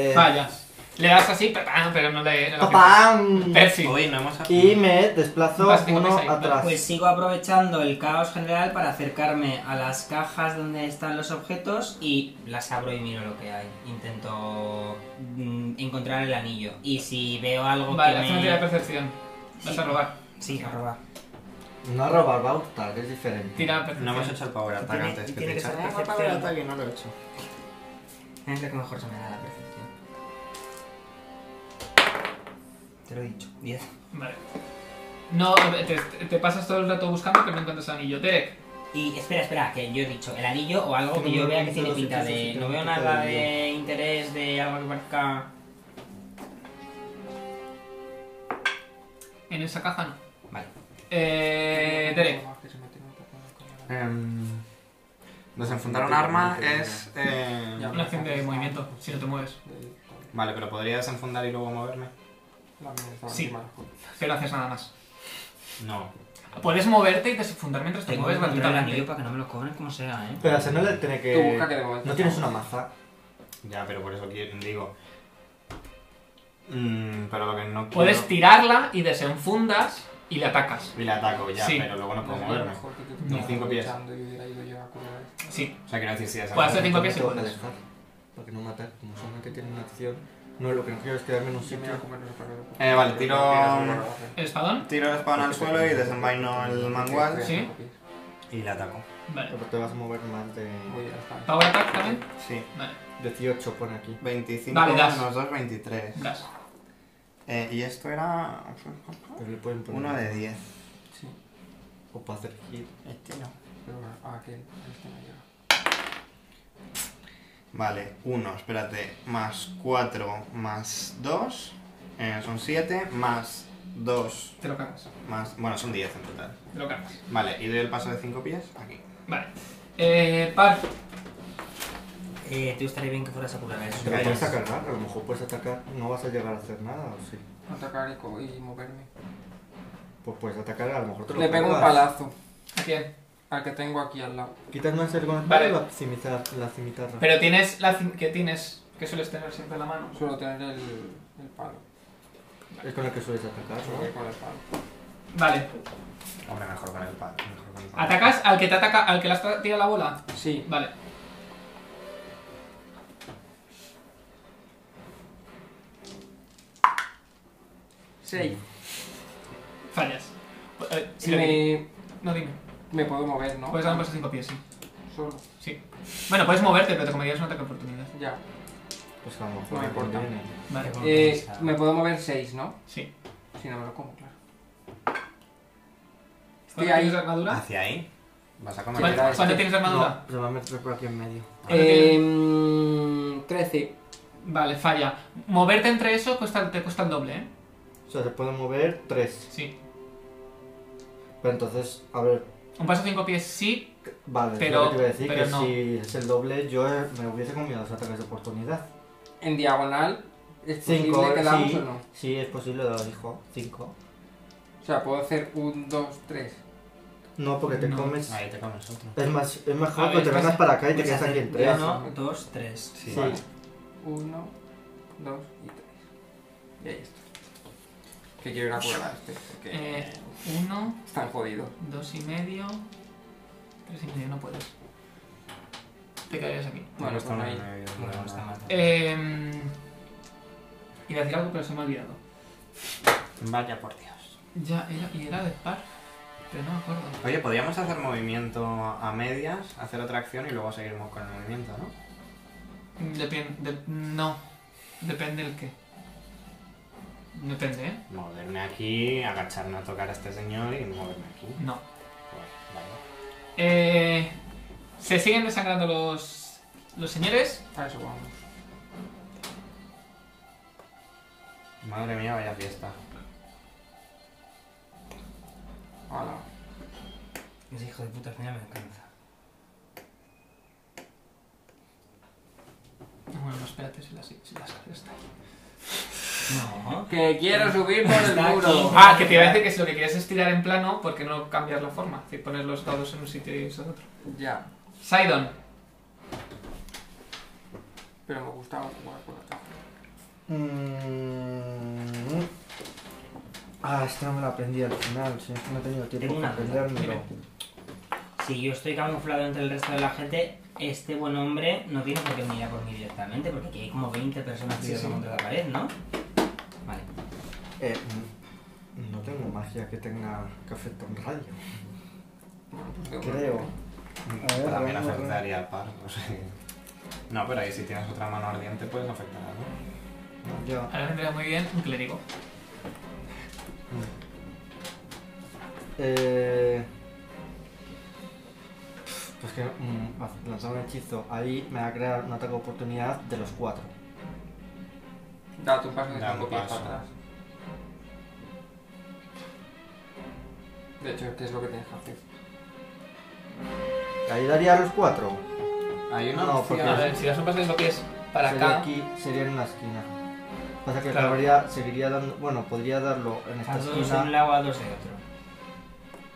S4: 10.
S2: Ah,
S1: Vaya. Ah, Le das así, pa- pam, pero no le... No le
S4: ¡Papam!
S1: Percy.
S3: Uy, no hemos...
S4: Y me desplazo
S1: Vas, tengo
S4: uno
S1: que salir.
S4: atrás.
S5: Pues sigo aprovechando el caos general para acercarme a las cajas donde están los objetos y las abro y miro lo que hay. Intento mm, encontrar el anillo. Y si veo algo
S1: Vale, haz
S5: que
S1: una
S5: me...
S1: tira de percepción. Vas
S5: Sí.
S1: a robar.
S5: Sí, a robar.
S4: No robar bauta, que es diferente.
S1: Tira de
S3: No hemos
S1: percepción.
S3: hecho el power attack
S5: Tiene-
S3: antes.
S5: tiene
S3: te
S5: que
S3: echaste.
S5: ser el power attack
S3: y no lo he hecho.
S5: Es Eh, lo que mejor se me da la percepción. Te lo he dicho. 10.
S1: Vale. No, te, te pasas todo el rato buscando, pero no encuentras anillo. Derek.
S5: Y espera, espera, que yo he dicho el anillo o algo que
S4: Tengo
S5: yo
S4: un
S5: vea que
S4: anillo
S5: tiene
S4: de
S5: pinta
S4: hechizos
S5: de.
S4: y
S5: No
S4: tengo
S5: veo
S4: pinta de
S5: nada
S4: anillo.
S5: de interés de algo que parezca.
S1: En esa caja no.
S5: Vale.
S1: Eh, Derek.
S6: Eh.
S1: Em,
S3: Desenfundar un arma es... eh,
S1: Una acción de movimiento, si no te mueves.
S3: Vale, pero podría desenfundar y luego moverme.
S1: Sí. Pero no haces nada más.
S3: No.
S1: Puedes moverte y desenfundar mientras te
S5: Tengo
S1: mueves
S5: que encontrar el anillo
S1: gratuitamente.
S5: para que no me lo cobren como sea, eh.
S4: Pero a ese no le tiene que...
S2: Tú busca que de momento
S4: No tienes una maza.
S3: Ya, pero por eso quiero, digo... Mm, pero lo que no quiero...
S1: Puedes tirarla y desenfundas y le atacas.
S3: Y le ataco ya,
S1: Sí.
S3: pero luego no puedo
S2: No,
S3: moverme.
S2: mejor que tú te
S1: No.
S2: estás
S3: Cinco pies.
S2: luchando y hubiera ido yo a curar.
S1: Sí.
S3: O sea, quiero decir, si es
S1: Puedes hacer
S3: algo-
S1: cinco pies
S4: te
S1: y
S4: van a
S1: vuelves.
S4: dejar. Porque no matar, como solamente tienen una acción. No, lo que no quiero es quedarme en un
S2: Sí, me
S4: sitio.
S2: voy a comer los perros.
S3: Eh, vale, tiro-
S1: ¿El espadón?
S6: Tiro el espadón al suelo y desenvaino el mangual.
S1: Sí.
S3: Y le ataco.
S1: Vale.
S4: Pero te vas a mover más de
S2: Voy a estar.
S1: ¿Power attack también?
S6: Sí.
S1: Vale.
S4: 18, pone aquí.
S6: 25
S1: Vale, das.
S6: menos 2, 23.
S1: Das.
S6: Eh, y esto era.
S4: Pero le pueden poner
S6: Uno de 10.
S2: Sí,
S4: O para hacer hit.
S6: Este no.
S2: pero bueno, ah, aquel. Este no llega.
S6: Vale, 1, espérate. Más 4, más 2. son 7. Más 2,
S1: Te lo cargas.
S6: más. Bueno, son 10 en total.
S1: Te lo cargas.
S6: Vale, y doy el paso de 5 pies aquí.
S1: Vale. Eh, par.
S5: Eh, te gustaría bien que fueras a curar eso. Pues,
S4: Te lo
S6: Callas.
S4: puedes atacar, a lo mejor puedes atacar. No vas a llegar a hacer nada, o sí.
S2: Atacar y, co- y moverme.
S4: Pues puedes atacar, a lo mejor te lo
S2: Le pego un
S4: cargas.
S2: palazo
S1: ¿A quién?
S2: al que tengo aquí al lado.
S4: Quitas una ser con
S1: Vale.
S4: vale. la cimitarra. La cimitarra.
S1: Pero tienes la cin- que tienes que sueles tener siempre en la mano.
S2: Suelo tener el, el palo.
S4: Es con la que sueles atacar,
S2: Suelo ir
S4: ¿no?
S2: con el palo.
S1: Vale.
S6: Hombre, mejor con el palo. mejor con el palo.
S1: ¿Atacas al que te ataca, al que le has tra- tirado la bola?
S2: Sí,
S1: Vale.
S2: sí.
S1: Fallas. Eh,
S2: Y
S1: lo di-
S2: me,
S1: No dime.
S2: me puedo mover, ¿no?
S1: Puedes dar un paso de 5 pies, sí.
S2: Solo.
S1: Sí. Bueno, puedes moverte, pero te comerías un ataque de oportunidad.
S2: Ya.
S4: Pues a lo mejor
S2: No me
S4: me
S2: importa.
S4: conviene.
S1: Vale.
S2: Eh, me puedo mover 6, ¿no?
S1: Sí.
S2: Si no me lo como, claro. Estoy
S1: ¿Cuánto
S2: ahí. Ah,
S1: tienes de armadura?
S6: Hacia ahí. Vas a comer.
S1: ¿Cuánto,
S2: era este.
S1: cuánto tienes de armadura?
S4: No, se va a meter por aquí en medio.
S2: Eh, 13.
S1: Vale, falla. Moverte entre eso cuesta, te cuesta el doble, ¿eh?
S4: O sea, se pueden mover 3.
S1: Sí.
S4: Pero entonces, a ver,
S1: Un paso 5 pies sí.
S4: Vale,
S1: Pero-
S4: pero, lo que te iba a decir
S1: pero
S4: que
S1: no.
S4: si es el doble, yo eh, me hubiese comido los ataques de oportunidad.
S2: En diagonal. ¿Es posible
S4: Cinco,
S2: que damos
S4: sí,
S2: o no?
S4: sí, es posible, lo dijo. 5.
S2: O sea, puedo hacer 1, 2, 3.
S4: No, porque te
S1: No.
S4: comes.
S6: Ahí te comes otro.
S4: Es, más, es mejor
S1: A
S4: que
S1: ver,
S4: te
S1: pues,
S4: vengas para acá y te
S5: Puedes
S4: quedas aquí
S5: hacer
S4: en 3.
S5: Uno, dos, tres.
S6: Sí.
S4: Sí.
S2: 1, 2 y 3. Y ahí está. Que quiero ir a curar a este. Que
S1: Eh, uno,
S2: están jodidos.
S1: dos y medio. Tres y medio, no puedes. Te quedarías aquí.
S2: Bueno,
S6: está
S2: están ahí.
S5: Bueno, está mal.
S1: Eh, iba a decir algo, pero se me ha olvidado.
S6: Vaya por Dios.
S1: Ya, era, y era de par, pero no me acuerdo.
S6: Oye, podríamos hacer movimiento a medias, hacer otra acción y luego seguimos con el movimiento, ¿no?
S1: Depende. no. Depende el qué. Depende, ¿eh?
S6: Moverme aquí, agacharme a tocar a este señor y moverme aquí.
S1: No.
S6: Pues, vale.
S1: Eh, se siguen desangrando los, los señores.
S2: A eso vamos.
S6: Madre mía, vaya fiesta.
S2: Hola.
S5: Ese hijo de puta al final me alcanza.
S1: Bueno, no, espérate si las, si las está ahí.
S5: No.
S2: Que quiero subir por el
S5: Está
S2: muro.
S5: aquí.
S1: Ah, que te iba a decir que si lo que quieres es tirar en plano, ¿por qué no cambiar la forma? Es decir, poner los dados en un sitio y eso en otro.
S2: Ya.
S1: Sidon,
S2: Pero me gustaba jugar por acá.
S4: Mm. Ah, esta no me la aprendí al final. Si es que no he tenido tiempo
S5: Tengo
S4: para
S5: una duda,
S4: aprendérmelo.
S1: mira.
S5: Si yo estoy camuflado entre el resto de la gente, este buen hombre no tiene por qué mirar por mí directamente, porque aquí hay como 20 personas que
S1: sí.
S5: contra la pared, ¿no? Vale.
S4: Eh, mm, no tengo magia que tenga que afecte a un rayo.
S2: Bueno, pues de
S4: Creo. A ver,
S6: También
S4: vamos a ver.
S6: afectaría al par, no sé. No, pero ahí si tienes otra mano ardiente pues puedes afectar algo.
S4: Ya.
S1: ahora vendría muy bien un clérigo.
S4: Eh, pues que mm, haz- lanzar un hechizo ahí me va a crear un ataque de oportunidad de los cuatro.
S2: Date un paso de
S6: Da un
S2: 5 pies
S6: paso.
S2: para atrás. De hecho, ¿qué es lo que tienes que hacer?
S4: Ahí daría a los cuatro.
S6: Hay una
S4: No,
S6: opción.
S1: A
S4: porque-
S1: ver, si das un paso de cinco pies para
S4: sería
S1: acá.
S4: aquí, sería en una esquina. Pasa que
S1: Claro.
S4: acabaría- seguiría dando, bueno, podría darlo en esta
S5: A dos de un
S4: esquina.
S5: lado, a dos de otro.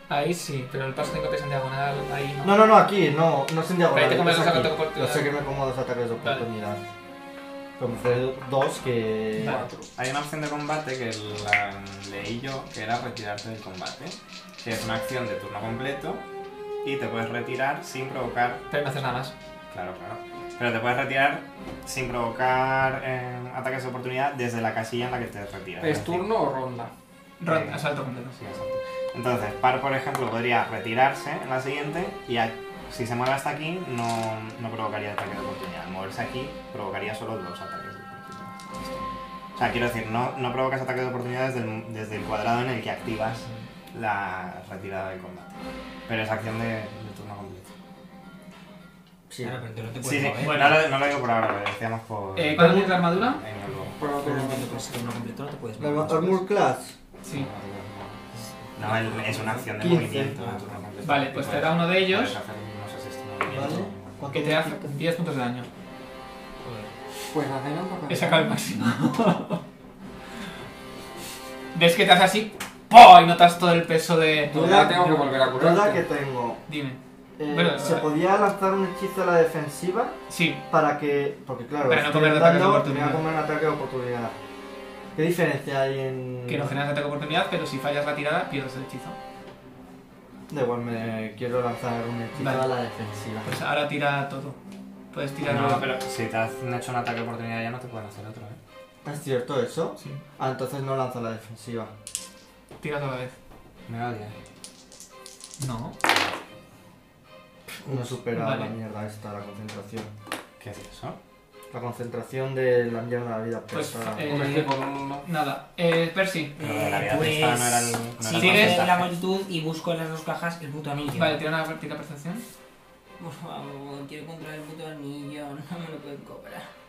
S1: Ahí sí, pero el paso de cinco pies en diagonal, ahí no.
S4: No, no, no, aquí, no, no es en diagonal.
S1: Ahí te comes
S4: es
S1: dos
S4: aquí.
S1: ataques de oportunidad.
S4: Yo sé que me como dos ataques de
S1: Vale.
S4: oportunidad. Pero me ofrece dos que.
S1: Vale.
S2: Cuatro.
S6: Hay una opción de combate que la leí yo, que era retirarte del combate. Que es una acción de turno completo y te puedes retirar sin provocar.
S1: Pero no haces nada más.
S6: Claro, claro. Pero te puedes retirar sin provocar eh, ataques de oportunidad desde la casilla en la que te retiras.
S2: ¿Es
S6: Es decir,
S2: turno o ronda?
S1: Ronda, asalto completo.
S6: Sí, exacto. Entonces, par, por ejemplo, podría retirarse en la siguiente y a- si se mueve hasta aquí, no, no provocaría ataque de oportunidad. Al moverse aquí, provocaría solo dos ataques de oportunidad. O sea, quiero decir, no, no provocas ataques de oportunidad desde el, desde el cuadrado en el que activas la retirada del combate. Pero es acción de, de turno completo.
S4: Sí.
S5: Claro, pero tú no te
S6: Sí,
S5: puedes
S6: sí,
S5: mover.
S1: Bueno.
S6: no, lo, no lo digo por ahora, lo decíamos por.
S1: Eh, ¿Cuánto tienes de armadura?
S6: en el blog.
S2: Por otro
S5: Pero no
S2: lado.
S5: te puedes hacer uno completo, no te puedes
S4: La
S5: mover.
S4: Armor Class.
S1: Sí.
S6: No, el- es una acción de
S4: 15.
S6: movimiento. de turno completo.
S1: Vale, pues te da uno de ellos.
S6: Puedes hacer, no sé si es tu movimiento.
S4: ¿Vale?
S1: Que te hace 10 puntos de daño.
S5: Joder.
S2: Pues hacer un poco de-
S1: He sacado el máximo. Ves que te hace así ¡po! y notas todo el peso de.
S2: Tú ya tengo que volver a curarte.
S4: Duda que tengo.
S1: Dime.
S4: Eh,
S1: Bueno,
S4: ¿Se
S1: eh,
S4: podía lanzar un hechizo a la defensiva
S1: Sí,
S4: para que. Porque claro,
S1: Para no
S4: estoy
S1: comer ataques de
S4: andando,
S1: oportunidad.
S4: me voy a comer un ataque de oportunidad. ¿Qué diferencia hay en.?
S1: que no generas ataque de oportunidad, pero si fallas la tirada, pierdes el hechizo.
S4: Da igual, me quiero lanzar un hechizo
S1: Vale.
S4: a la defensiva.
S1: Pues ahora tira todo. Puedes tirar.
S6: No, pero si te han hecho un ataque de oportunidad ya no te pueden hacer otro, ¿eh?
S4: ¿Es cierto eso?
S1: Sí,
S4: Ah, entonces no lanza la defensiva.
S1: tira toda la vez.
S6: Me odia.
S1: No.
S4: No supera la
S1: Vale.
S4: mierda esta, la concentración.
S6: ¿Qué es eso?
S4: La concentración de la mierda de la vida.
S1: Pues,
S4: prestada.
S1: eh,
S2: Hombre, es que por uno.
S1: Nada. Eh, Percy.
S6: Pero de la vida prestada no era el- no era el
S5: sigo
S1: porcentaje.
S5: en pues, la multitud y busco en las dos cajas el puto anillo.
S1: Vale, tira una tira percepción.
S5: Por favor, quiero encontrar el puto anillo, no me lo pueden cobrar.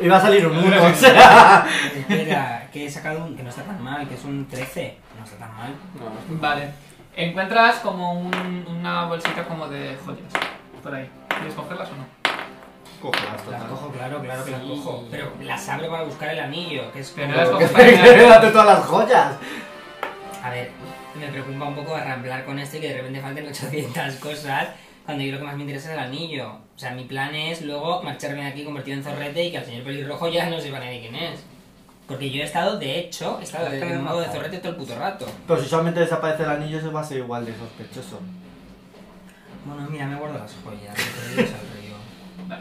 S4: Iba a salir un uno,
S1: Hombre,
S4: o sea.
S5: Espera, que he sacado un que no está tan mal, que es un 13. No está tan mal.
S2: No, no.
S1: Vale. Encuentras como un- una bolsita como de joyas. Por ahí. ¿Quieres cogerlas o no?
S4: Cógelas,
S5: Las
S4: total.
S5: cojo, claro, claro que las
S1: Sí.
S5: cojo. Pero las abro para buscar el anillo, que es
S1: Pero
S5: como-
S1: las cojo.
S4: Quédate todas las joyas.
S5: A ver, me preocupa un poco arramplar con esto y que de repente falten 800 cosas. Cuando yo lo que más me interesa es el anillo. O sea, mi plan es luego marcharme de aquí convertido en zorrete y que al señor pelirrojo ya no sepa nadie quién es. Porque yo he estado, de hecho, he estado de
S2: Está bien,
S5: modo de
S2: majo.
S5: zorrete todo el puto rato.
S4: Pero si solamente desaparece el anillo, eso va a ser igual de sospechoso.
S5: Bueno, mira, me guardo las joyas. que te digo, salgo yo.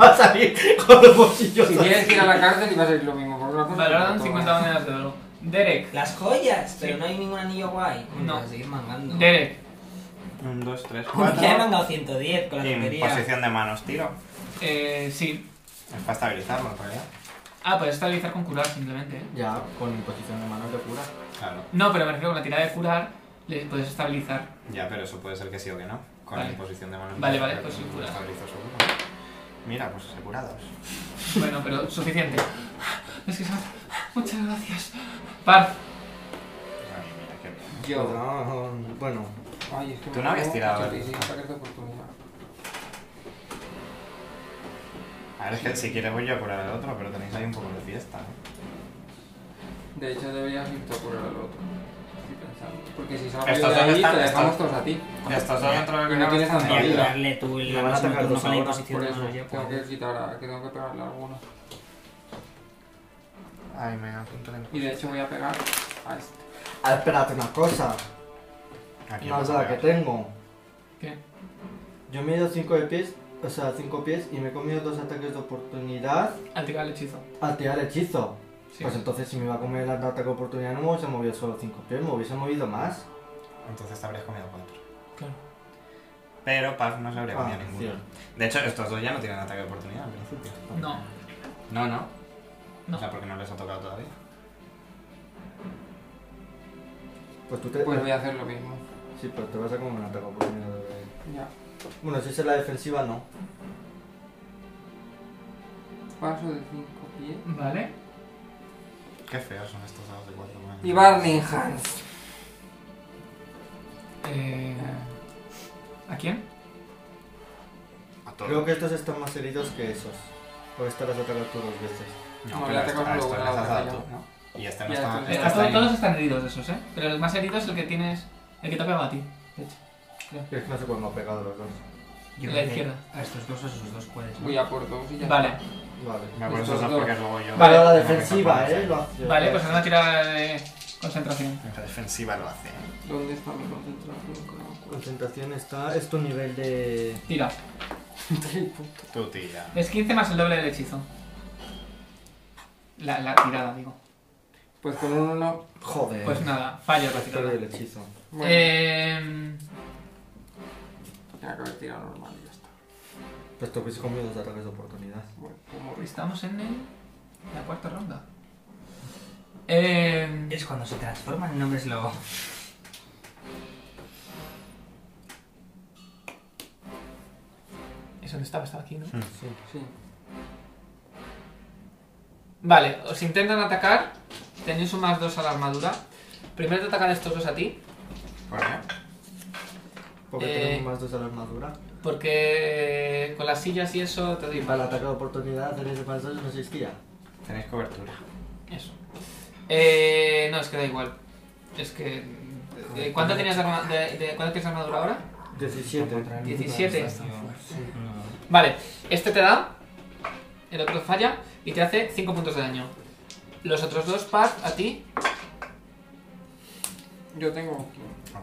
S4: Va a salir con los bolsillos.
S2: Si quieres ir a la cárcel iba a ser lo mismo. Por una cosa
S1: Valoran
S2: por
S1: 50
S2: otra.
S1: monedas de oro. Derek.
S5: Las joyas, pero
S1: Sí.
S5: no hay ningún anillo guay.
S1: No.
S5: Voy a seguir mangando.
S1: Derek.
S6: Un, dos, tres,
S5: Ya he
S6: cuatro.
S5: mangado 110 con la
S6: En
S5: tontería.
S6: posición de manos, tiro.
S1: Eh, sí.
S6: Es para estabilizarlo, en realidad.
S1: Ah, puedes estabilizar con curar simplemente. ¿eh?
S4: Ya, con imposición de manos de cura.
S6: Claro.
S1: No, pero me refiero con la tirada de curar. Le puedes estabilizar.
S6: Ya, pero eso puede ser que sí o que no. Con
S1: Vale.
S6: la imposición de manos.
S1: Vale, vale,
S6: pero
S1: pues sí, cura.
S6: estabilizo seguro. Mira, pues asegurados.
S1: Bueno, pero suficiente. Es que se me hace- Muchas gracias. Par.
S6: Ay, mira, qué bien.
S2: Yo.
S4: Perdón, Bueno,
S2: Ay, es que
S6: Tú no habías tirado, ¿verdad?
S2: 86 ataques de oportunidad.
S6: A ver, es que si quieres voy yo a curar al otro, pero tenéis ahí un poco de fiesta. ¿eh?
S2: De hecho, deberías irte a curar al otro. Estoy pensando. Porque si salgo yo
S6: Estos
S2: de
S6: dos
S2: ahí,
S6: están-
S2: te dejamos
S6: estos-
S2: todos a ti.
S6: Estos dos dentro del
S2: Y no tienes tanta
S5: Voy a
S2: vida.
S5: darle tú el
S4: Me van a
S5: máximo
S4: atacar
S5: turno
S4: dos
S5: con la
S4: ahora,
S5: imposición
S2: Por
S5: de
S2: eso,
S5: manos. ya
S2: tengo
S5: puedo.
S2: que quitar a, que tengo que pegarle a alguno.
S6: Ay, me apunto en
S2: Y de hecho voy a pegar a este.
S4: ah, espérate una cosa.
S6: Aquí
S4: Una
S6: vamos a
S4: duda que
S6: pegar.
S4: tengo.
S1: ¿Qué?
S4: Yo me he ido 5 de pies, o sea, 5 pies, y me he comido dos ataques de oportunidad
S1: Al tirar el hechizo.
S4: al tirar el hechizo.
S1: Sí.
S4: Pues entonces, si me iba a comer el ataque de oportunidad, no me hubiese movido solo 5 pies, me hubiese movido más.
S6: Entonces te habrías comido cuatro.
S1: Claro.
S6: Pero Paz no se habría comido
S4: Ah,
S6: ninguno.
S4: cierto.
S6: De hecho, estos dos ya no tienen ataque de oportunidad al principio.
S1: No.
S6: No, no.
S1: No.
S6: O sea, porque no les ha tocado todavía.
S4: Pues tú te.
S2: Pues voy a hacer lo mismo.
S4: Sí, pero te vas a comer un ataque de oportunidad. de-
S2: Ya.
S4: Bueno, si es en la defensiva, no.
S2: Paso de 5 pies.
S1: Vale.
S6: Qué feos son estos dados de cuatro. bueno.
S2: Y Barney Hans.
S1: Eh, ¿A quién?
S7: A todos.
S4: Creo que estos están más heridos que esos. Por estar has atacado tú dos veces.
S6: No,
S2: No,
S6: pero
S2: le
S6: esto-
S2: atacamos
S6: a ah, esto
S2: luego,
S6: les
S2: la
S6: has
S2: otra
S6: dado
S2: ya.
S6: tú, ¿no? Y este no
S2: Ya,
S6: está.
S2: entonces-
S6: este
S1: Eh,
S6: está
S1: todos,
S6: ahí.
S1: todos están heridos de esos, ¿eh? Pero el más herido es el que tienes. El que te ha pegado a ti, de hecho.
S4: Es que no sé cuándo ha pegado los dos.
S5: Yo
S1: La
S5: creo que
S1: izquierda.
S5: A estos dos, a esos dos puedes. ¿no?
S2: Voy a por dos y ya
S1: Vale,
S2: está.
S4: Vale.
S3: Me acuerdo
S2: Estos
S3: esos dos
S2: dos.
S3: porque luego yo.
S4: Vale, la
S3: no me
S4: defensiva,
S3: conformo,
S4: eh.
S3: ¿sabes?
S4: lo hace.
S1: vale, pues es una tirada de concentración.
S6: La defensiva lo hace.
S2: ¿Dónde está mi concentración? Que no me acuerdo.
S4: Concentración está. Es tu nivel de.
S1: Tira.
S6: Tú tira.
S1: Es 15 más el doble del hechizo. La, la tirada, digo.
S2: Pues con uno no.
S4: Joder.
S1: Pues nada, fallo la
S4: Pero
S1: tirada.
S4: del hechizo.
S2: Bueno,
S1: Eh,
S2: tenía que haber tirado normal y ya está.
S4: Pues te hubiese comido dos ataques de oportunidad.
S2: Bueno, como ves.
S1: pues estamos en el- la cuarta ronda. Eh,
S5: Es cuando se transforman en hombres lobo.
S1: ¿Es donde estaba? Estaba aquí, ¿no?
S4: Sí.
S2: Sí.
S1: Vale, os intentan atacar. Tenéis un más 2 a la armadura. Primero te atacan estos dos a ti.
S6: ¿Por qué?
S4: Porque
S1: Eh.
S4: tenemos más dos de la armadura.
S1: Porque con las sillas y eso te doy
S4: Y
S1: mal.
S4: para el ataque de oportunidad tenéis más dos y no seis tía.
S6: Tenéis cobertura.
S1: Eso. Eh, no, es que da igual. Es que. eh, ¿Cuánto tenías de, arma- de- de- ¿cuánto tienes de armadura ahora?
S4: 17.
S1: 17. Vale, este te da. El otro falla. Y te hace 5 puntos de daño. Los otros dos, Paz, a ti.
S2: Yo tengo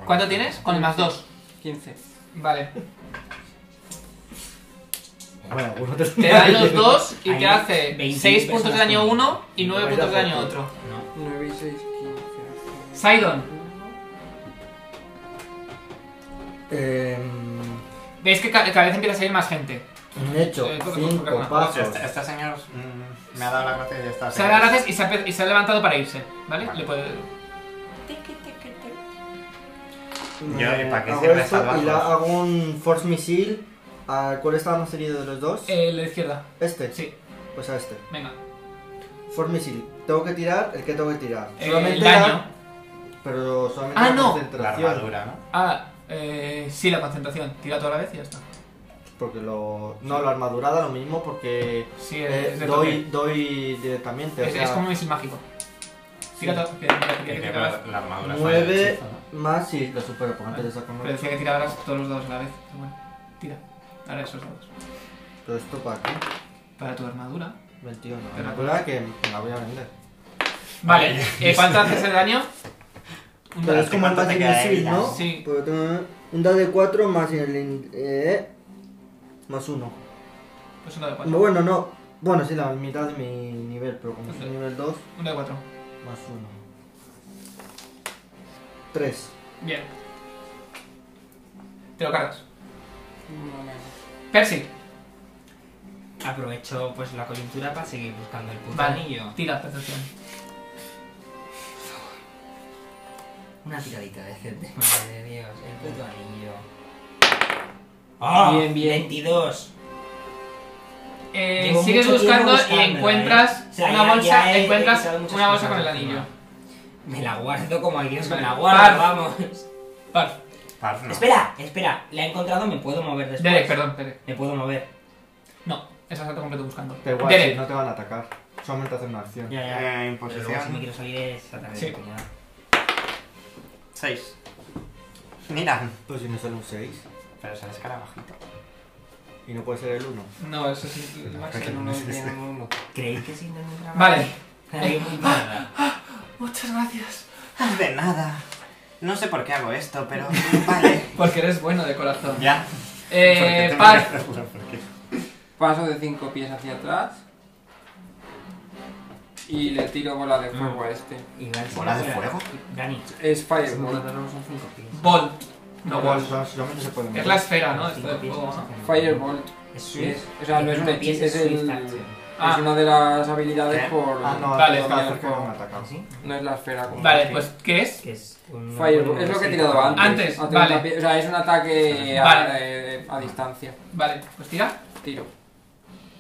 S1: ¿Cuánto tienes? Con el más 2.
S2: 15.
S1: Vale.
S4: Bueno, uno te
S1: Te dan los dos y
S5: Ahí,
S1: te hace
S5: 20
S1: 6 puntos de
S5: personas
S1: daño
S5: con-
S1: uno y 9
S4: Vaya
S1: puntos de daño
S4: poco.
S1: otro.
S2: 9 y 6, 15.
S1: Sidon.
S4: Eh,
S1: Veis que ca- cada vez empieza a ir más gente.
S4: un hecho,
S1: Eh, todo con programa.
S4: 5 pasos.
S6: Este, este señor mm, me ha dado las gracias y está.
S1: Se ha dado gracias y se ha, pe- y se ha levantado para irse. ¿Vale?
S6: Vale.
S1: Le puede...
S6: Yo, ¿y para qué
S4: hago
S6: sirve
S4: esto
S6: salvarlos?
S4: y le hago un Force Missile. ¿A cuál estaba más herido de los dos?
S1: Eh, la izquierda.
S4: este.
S1: Sí,
S4: Pues a este.
S1: venga.
S4: Force Missile. Tengo que tirar el que tengo que tirar.
S1: Eh, el daño.
S4: la- pero solamente
S1: Ah,
S4: la
S1: no.
S6: La
S4: concentración.
S6: armadura, ¿no?
S1: Ah, eh, sí, la concentración. Tira toda la vez y ya está.
S4: Porque lo. No, la armadurada lo mismo porque.
S1: Sí,
S4: eh,
S1: es de
S4: doy,
S1: toque.
S4: doy directamente. o
S1: Es,
S4: sea,
S1: es como un misil mágico. Tira todo. que- que- que-
S6: Y
S1: que
S6: que
S1: tirabas-
S6: la armadura falla el
S4: 9
S6: hechizo, ¿no?
S4: más y lo supero. Porque antes de sacar
S1: Pero decía que tiraras todos los dados a la vez. Pero Bueno, tira. Ahora esos dados.
S4: Pero esto para aquí.
S1: Para tu armadura.
S4: 21.
S1: Pero-
S4: La verdad que me la voy a vender.
S1: Vale, eh, ¿cuánto haces de daño? Un
S4: Pero
S1: dado.
S4: es como el
S6: ¿Cuánto
S4: Magic
S6: te queda de
S4: Missile,
S6: vida?
S4: ¿no?
S1: Sí.
S4: Pero tengo un dado de 4 más el. in- Eh, más 1.
S1: Pues un dado de 4.
S4: Bueno, no. Bueno, sí, la mitad de mi nivel, pero como soy
S1: Ok.
S4: nivel 2,
S1: Un dado de 4.
S4: más 1. 3.
S1: Bien. Te lo cargas.
S2: No, no.
S1: Percy,
S5: Aprovecho pues la coyuntura para seguir buscando el puto
S1: Vale.
S5: anillo.
S1: tira percepción.
S5: Una tiradita decente. Madre de Dios, el puto anillo.
S1: Ah.
S2: Bien, bien.
S5: 22.
S1: Eh,
S5: Llevo
S1: sigues
S5: mucho tiempo
S1: buscando y
S5: buscándola,
S1: encuentras
S5: ¿eh? O sea,
S1: una
S5: ya- ya
S1: bolsa,
S5: he- he
S1: encuentras
S5: echado muchas
S1: una bolsa
S5: cosas
S1: con el
S5: encima.
S1: anillo.
S5: Me la guardo como hay Dios que me la
S1: Vale.
S5: guardo,
S1: Par.
S5: vamos.
S1: Vale,
S6: Parf no.
S5: Espera, espera. La he encontrado, me puedo mover después.
S1: Derek, perdón, Derek.
S5: Me puedo mover.
S1: No, es asalto completo buscando.
S4: Da igual,
S1: Derek,
S4: si no te van a atacar. Solamente hacen una acción.
S5: Ya, ya.
S6: Eh,
S5: Pero luego si me
S6: imposición.
S5: quiero salir es atacar
S1: Sí.
S5: de oportunidad.
S6: 6. Mira.
S4: Pues si me sale un 6.
S6: Pero se escarabajito.
S4: Y no puede ser el 1.
S1: No, eso es el máximo.
S2: No, no, no, no, no.
S5: ¿Creéis que sí? No, no, no.
S1: Vale, Ah.
S5: Ahí muy mala.
S1: muchas gracias.
S6: De nada. No sé por qué hago esto, pero vale.
S1: Porque eres bueno de corazón.
S6: Ya.
S1: Eh,
S6: ¿Por qué
S1: Parf,
S6: tengo que hacerlo? ¿Por qué?
S2: Paso de 5 pies hacia atrás. Y le tiro bola de fuego a este.
S5: Igual si
S6: ¿Bola
S5: no
S6: de
S5: fuera-
S6: fuego?
S5: Dani.
S2: Es Fireball.
S5: son cinco pies.
S1: Bolt. No, Bolt.
S4: solamente se pueden
S1: Es la esfera, ¿no? Esto
S5: Cinco
S1: de
S5: pies,
S1: fuego,
S5: no sé
S1: ¿no?
S5: cómo.
S2: Fireball.
S5: Es Swift.
S2: Es, o sea, no es un
S5: Cinco pies
S2: hechizo, es,
S5: Swift
S2: el-
S5: action.
S1: Ah.
S2: es una de las habilidades
S6: ¿Qué?
S2: por.
S4: Ah, no,
S1: Vale,
S4: vale, está
S2: todavía
S4: cerca
S2: no.
S4: de un ataque.
S5: ¿Así?
S2: No es la esfera como.
S1: Vale, pues, ¿qué es?
S5: Que es un...
S2: Fireball. Es lo que he tirado antes.
S1: Antes,
S2: a 30
S1: vale.
S2: pies. O sea, es un ataque a,
S1: Vale.
S2: eh, a distancia.
S1: Vale, pues tira.
S2: Tiro.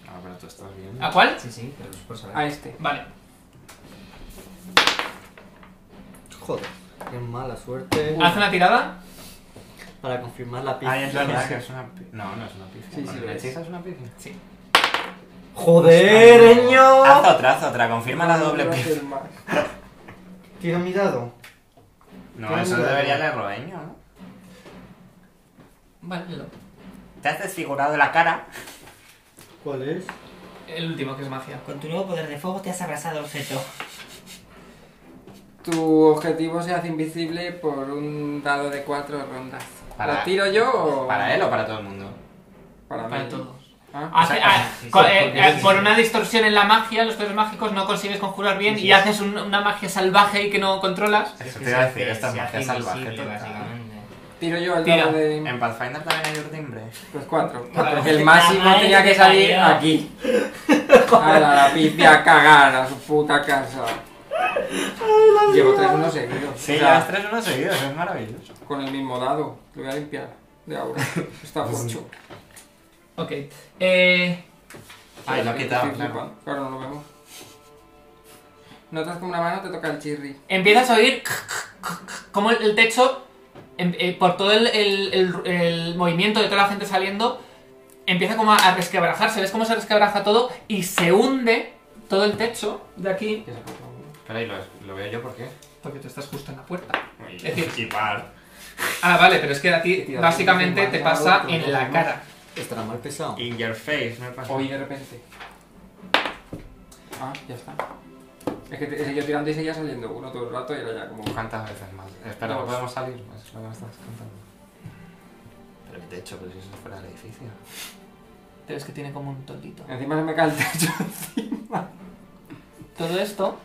S6: Ah, pero tú estás bien.
S1: ¿A cuál?
S5: Sí, sí, pero es por saber.
S2: A este.
S1: Vale.
S4: Joder, qué mala suerte.
S1: Haz una tirada.
S4: Para confirmar la
S6: Ah, ya es verdad que
S4: pizza.
S6: es una pi- No, no es una pifia.
S2: Sí, sí,
S6: ¿El
S2: lo
S6: hechizo
S2: es.
S6: es una pifia?
S1: Sí.
S4: Joder,
S6: Haz
S4: Eño.
S6: otra, haz otra, confirma la doble
S2: Ah, No va a
S6: pifia.
S2: hacer más.
S4: Tira mi dado.
S6: No, eso debería leer roeño, ¿no?
S1: Vale, léelo.
S8: Te has desfigurado la cara.
S4: ¿Cuál es?
S1: El último, que es magia.
S5: Con tu nuevo poder de fuego te has abrazado el feto.
S2: Tu objetivo se hace invisible por un dado de cuatro rondas.
S6: Para-
S2: ¿Lo tiro yo o...?
S6: ¿Para él o para todo el mundo?
S2: Para,
S1: Para
S2: mí.
S1: todos.
S2: Ah,
S1: Hace-
S6: sea,
S1: ah,
S6: sí, sí,
S1: con-
S6: sí,
S1: eh,
S6: porque
S1: eh,
S6: sí,
S1: por
S6: sí.
S1: una distorsión en la magia, los poderes mágicos no consigues conjurar bien
S6: Sí,
S1: y
S6: sí.
S1: haces un- una magia salvaje y que no controlas.
S8: que
S6: Eso te
S8: se
S6: iba a
S8: hace-
S6: decir, esta es
S8: se hace
S6: magia salvaje.
S8: invisible,
S6: total.
S8: básicamente.
S2: Tiro yo el
S1: Tira.
S2: dado de...
S6: En Pathfinder también hay un timbre.
S2: Pues cuatro.
S5: Claro.
S2: Porque el máximo
S5: La madre
S2: tenía que
S5: que
S2: salir
S5: parió.
S2: aquí. A la, la pipi a cagar a su puta casa. Llevo tres unos seguidos.
S6: Sí,
S2: O sea,
S6: las tres unos seguidos, es maravilloso.
S2: con el mismo dado. Lo voy a limpiar de ahora. Está mucho.
S1: Ok. Eh,
S6: Ay, lo ha quitado,
S2: Estoy
S6: claro.
S2: flipando. Claro, no lo vemos. Notas como una mano te toca el chirri.
S1: empiezas a oír como el, el techo, em- eh, por todo el, el- el- el movimiento de toda la gente saliendo, empieza como a, a resquebrajarse. Ves cómo se resquebraja todo y se hunde todo el techo de aquí.
S2: Que se corta uno.
S6: Espera, ¿y lo, lo veo yo por qué?
S1: Porque tú estás justo en la puerta.
S6: Uy,
S1: decir-
S6: chipar.
S1: Ah, vale, pero es que a ti
S2: Tío,
S1: básicamente
S2: tío,
S1: te
S2: tío,
S1: pasa
S2: tío, tío,
S1: en la
S2: tío.
S1: cara.
S8: Estará mal pesado.
S6: In your face, me pasa.
S2: Oí de repente. Ah, ya está. Es que te- seguía tirando y seguía saliendo uno todo el rato y era ya como.
S6: ¿Cuántas veces más? Espera, ¿no
S2: Dos.
S6: podemos salir? Eso es lo que me estás contando. Pero el techo, pero si eso fuera del edificio.
S1: Pero es que tiene como un tontito.
S2: Encima se me cae el techo.
S1: Todo esto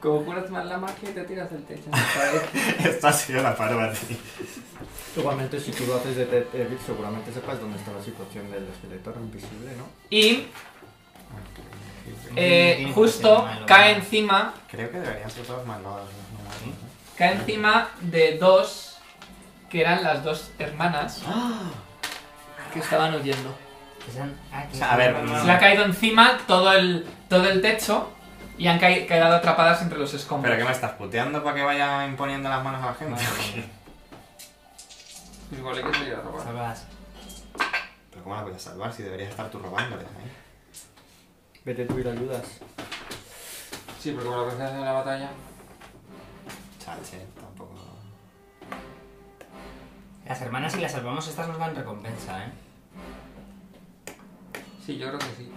S2: Como curas más la magia y te tiras del techo. ¿sabes?
S6: Esto ha sido la parva, tío.
S4: Igualmente, si tú lo haces de Dead Evil, seguramente sepas dónde está la situación del esqueleto invisible, ¿no?
S1: y
S8: Tiene
S1: eh,
S8: que ser
S1: justo
S8: malo,
S1: cae
S8: ¿no?
S1: encima
S6: Creo que deberían ser todos malvados. ¿no? No, no, no.
S1: cae encima de dos que eran las dos hermanas que estaban huyendo.
S5: Que se han- ah, que
S6: O sea,
S5: se
S6: a ver,
S5: han-
S6: no.
S1: Se le ha caído encima todo el todo el techo y han caí- quedado atrapadas entre los
S6: ¿Pero
S1: escombros.
S6: qué me estás puteando para que vaya imponiendo las manos a la gente?
S2: Pues igual hay que salir a robar.
S5: Salvas.
S6: ¿Pero cómo la voy a salvar si deberías estar tú eh? robándoles ahí?
S4: Vete tú y lo ayudas.
S2: Sí, porque cuando veces en la batalla.
S6: Chache, tampoco.
S5: Las hermanas, si las salvamos, estas nos dan recompensa, ¿eh?
S2: Sí, yo creo que sí.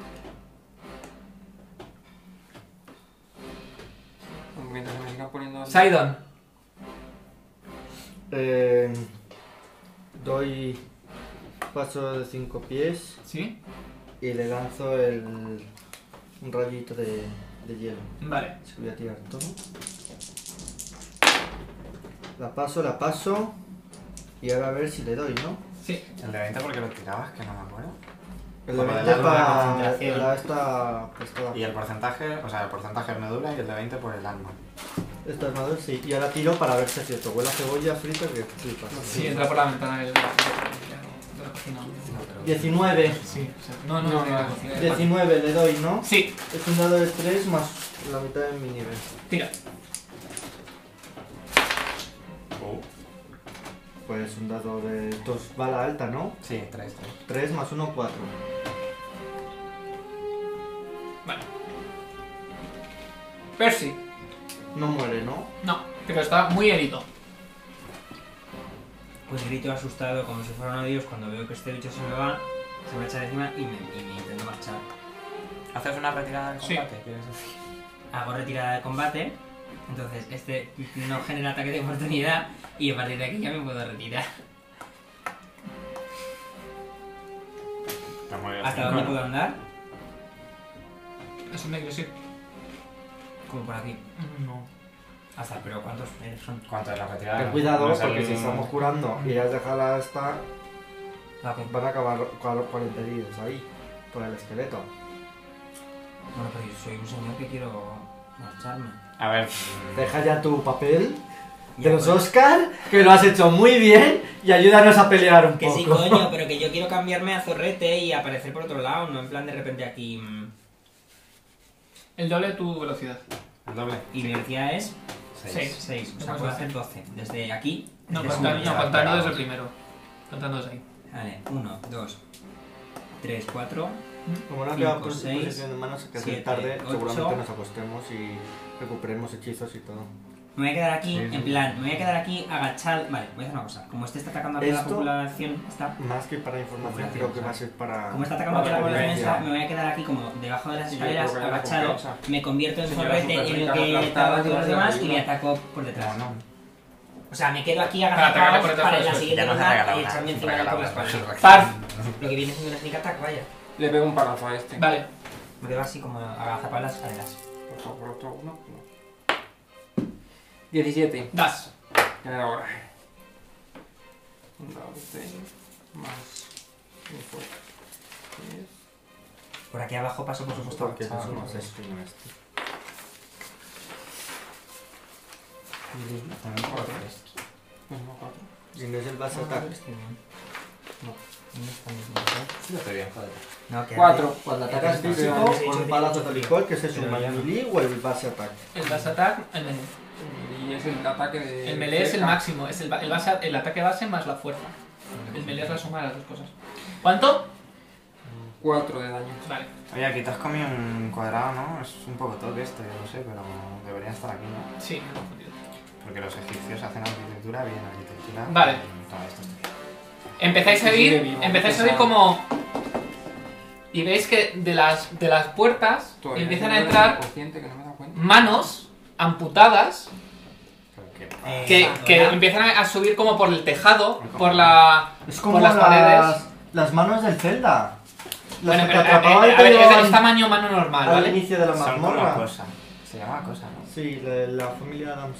S2: Mientras me sigan poniendo.
S1: Sidon,
S4: Eh, doy paso de cinco pies
S1: ¿sí?
S4: y le lanzo el, un rayito de, de hielo.
S1: Vale.
S4: Así que voy a tirar todo. La paso, la paso. Y ahora a ver si le doy, ¿no?
S1: Sí.
S6: ¿El de 20 porque lo tirabas? Que no me acuerdo.
S4: El
S6: Como
S4: de
S6: le
S4: 20
S6: das una
S4: para
S5: concentración.
S4: la esta, esta,
S6: Y el porcentaje, o sea, el porcentaje de armadura y el de 20 por el alma.
S4: esta armadura, sí. Y ahora tiro para ver si acierto. Huele a cebolla frita que flipas.
S1: Sí, entra por la ventana del- de la- de la cocina.
S4: 19.
S1: Sí, o sea, no, no,
S2: No,
S1: de
S2: no,
S1: la cocina.
S4: 19 le doy, ¿no?
S1: Sí,
S4: Es un dado de 3 más la mitad de mi nivel.
S1: tira.
S6: Uh,
S4: Pues un dado de 2 bala alta, ¿no?
S6: Sí, 3, 3.
S4: 3 más 1, 4.
S1: Vale. Percy.
S4: No muere, ¿no?
S1: No, pero está muy herido.
S5: Pues grito asustado como si fuera un dios cuando veo que este bicho se me va, se me echa de encima y me, y me intento marchar.
S6: ¿Haces una retirada de
S1: Sí.
S6: combate? ¿Quieres decir?
S5: Hago retirada de combate, entonces este no genera ataque de oportunidad y a partir de aquí ya me puedo retirar.
S6: Te has movido
S5: ¿Hasta
S6: cinco,
S5: dónde
S6: ¿no?
S5: puedo andar?
S1: ¿Es un negro, sí?
S5: Como por aquí.
S1: No.
S5: Hasta, pero ¿cuántos eh, son?
S6: ¿Cuánto es la retirada?
S4: Ten
S6: No-
S4: cuidado,
S6: no es el-
S4: porque si estamos curando y has dejado la esta,
S5: Ah, ok.
S4: van a acabar cua- 40 heridos ahí, por el esqueleto.
S5: Bueno, pero yo soy un señor que quiero marcharme.
S6: A ver.
S4: Deja ya tu papel de
S5: Ya,
S4: los
S5: pues.
S4: Oscar, que lo has hecho muy bien, y ayúdanos a pelear un
S5: Que sí,
S4: poco.
S5: coño, pero que yo quiero cambiarme a zorrete y aparecer por otro lado, no en plan de repente aquí. mm.
S1: El doble de tu velocidad.
S6: El doble.
S5: Y mi velocidad es
S1: Seis.
S5: 6, o
S1: No
S5: sea,
S1: puedes
S5: puedo
S1: hacer.
S5: hacer 12. Desde aquí.
S1: No,
S5: desde
S1: contan-
S5: aquí.
S1: no, contando desde el primero. Contando desde ahí.
S5: Vale, 1, 2, 3, 4.
S4: Como no queda
S5: Cinco,
S4: pos-
S5: seis,
S4: posición de manos, que
S5: siete,
S4: tarde,
S5: ocho.
S4: seguramente nos acostemos y recuperemos hechizos y todo.
S5: Me voy a quedar aquí,
S6: Sí, sí.
S5: en plan, me voy a quedar aquí agachado. Vale, voy a hacer una cosa. Como este está atacando a toda la
S4: Esto-
S5: población, está.
S8: Más que para información,
S5: Información,
S8: creo que
S5: ¿sabes?
S8: más es para.
S5: Como está atacando a toda
S2: Vale,
S5: la población,
S2: conveniencia.
S5: está, me voy a quedar aquí como debajo de las
S2: Sí,
S5: escaleras,
S2: creo que la
S5: agachado.
S2: recompensa.
S5: Me convierto en
S2: Señora
S5: zorrete en lo que
S2: superrica,
S5: atacaba
S2: aplastada,
S5: a todos los
S2: demasiado
S5: demás y le
S2: ayuda.
S5: ataco por
S6: No,
S5: detrás.
S6: no.
S5: O sea, me quedo aquí
S1: atacarle por
S5: agachado
S1: detrás
S5: para en la
S1: después.
S5: siguiente
S6: Ya nos ha
S5: ronda
S6: regalado
S5: y
S6: una,
S5: echarme
S6: nos
S5: encima
S6: ha
S5: de
S6: regalado
S5: por la
S6: una.
S5: espalda.
S1: Parf.
S5: Lo que viene siendo una sneak attack, vaya.
S2: Le pego un palazo a este.
S1: Vale.
S5: Me quedo así como agazapado en las escaleras.
S2: Por favor, otro uno. no. 17.
S1: Das.
S2: Ganar ahora. Un dado de seis, más. Un fuerte. Diez.
S5: Por aquí abajo paso, por supuesto,
S8: Porque
S5: agachado.
S8: no
S5: no
S8: sé.
S5: sé.
S4: este.
S2: Pues no, cuatro.
S8: Si no es el base
S5: Ah,
S8: ataque.
S5: este no.
S2: No.
S5: No está bien, no.
S8: Sí, bien, joder.
S5: No, que-
S2: Cuatro.
S8: Cuando atacas
S5: Pero
S8: físico,
S5: antes he
S8: con
S5: dicho
S8: un palazo
S5: que-
S8: tal y cual, que se suma
S5: Pero
S8: el melee o el base ataque.
S1: El dash attack. El, melee.
S2: Y es el ataque de.
S1: El melee es el
S2: cerca.
S1: máximo. Es el, ba- el base, el ataque base más la fuerza. El melee es la suma de las dos cosas. ¿Cuánto?
S2: Cuatro de daño.
S1: Vale.
S6: Oye, aquí te has comido un cuadrado, ¿no? Es un poco toque esto, yo lo sé, pero debería estar aquí, ¿no?
S1: Sí, me he confundido.
S6: Porque los egipcios hacen arquitectura, bien arquitectura.
S1: Vale.
S6: No, esto está bien.
S1: Empezáis a
S2: Sí, sigue
S1: oír,
S2: vivo,
S1: empezáis a oír
S2: pesado.
S1: como... Y veis que de las, de las puertas
S2: Todavía
S1: empiezan
S2: no
S1: a
S2: era
S1: entrar
S2: consciente que no me he dado cuenta.
S1: manos amputadas
S6: Pero que-
S5: Eh,
S1: que,
S5: exacto,
S1: que
S5: ¿verdad?
S1: empiezan a subir como por el tejado, por la...
S4: Es
S1: Por
S4: como
S1: las
S4: las,
S1: paredes.
S4: las manos del Zelda. Las
S1: Bueno,
S4: que
S1: pero,
S4: te atrapaban
S1: eh,
S4: y
S1: eh, a
S4: te
S1: ver, es del
S4: llevaban
S1: tamaño mano normal,
S4: al
S1: ¿vale?
S4: inicio de la
S6: Son pues. como
S4: mazmorra.
S6: cosa. Se llama cosa, ¿no?
S4: Sí, la, la familia Adams.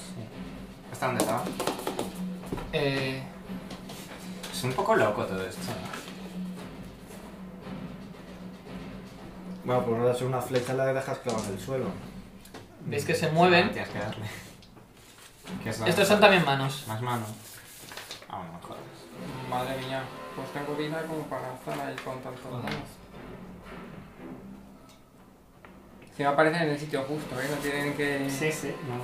S6: ¿Hasta dónde estaba?
S1: Eh,
S6: Es un poco loco todo esto.
S4: Bueno, por no darse una flecha la dejas clavada en el suelo.
S1: veis que se mueven.
S6: Tienes que Ah, darle. ¿Qué es la-
S1: Estos son también manos.
S6: Más mano. Ah, bueno, joder.
S1: Mm.
S2: Madre mía, pues tengo vida como para estar ahí con tantos daños. Si me aparecen en el sitio justo, ¿eh? No tienen que,
S6: sí.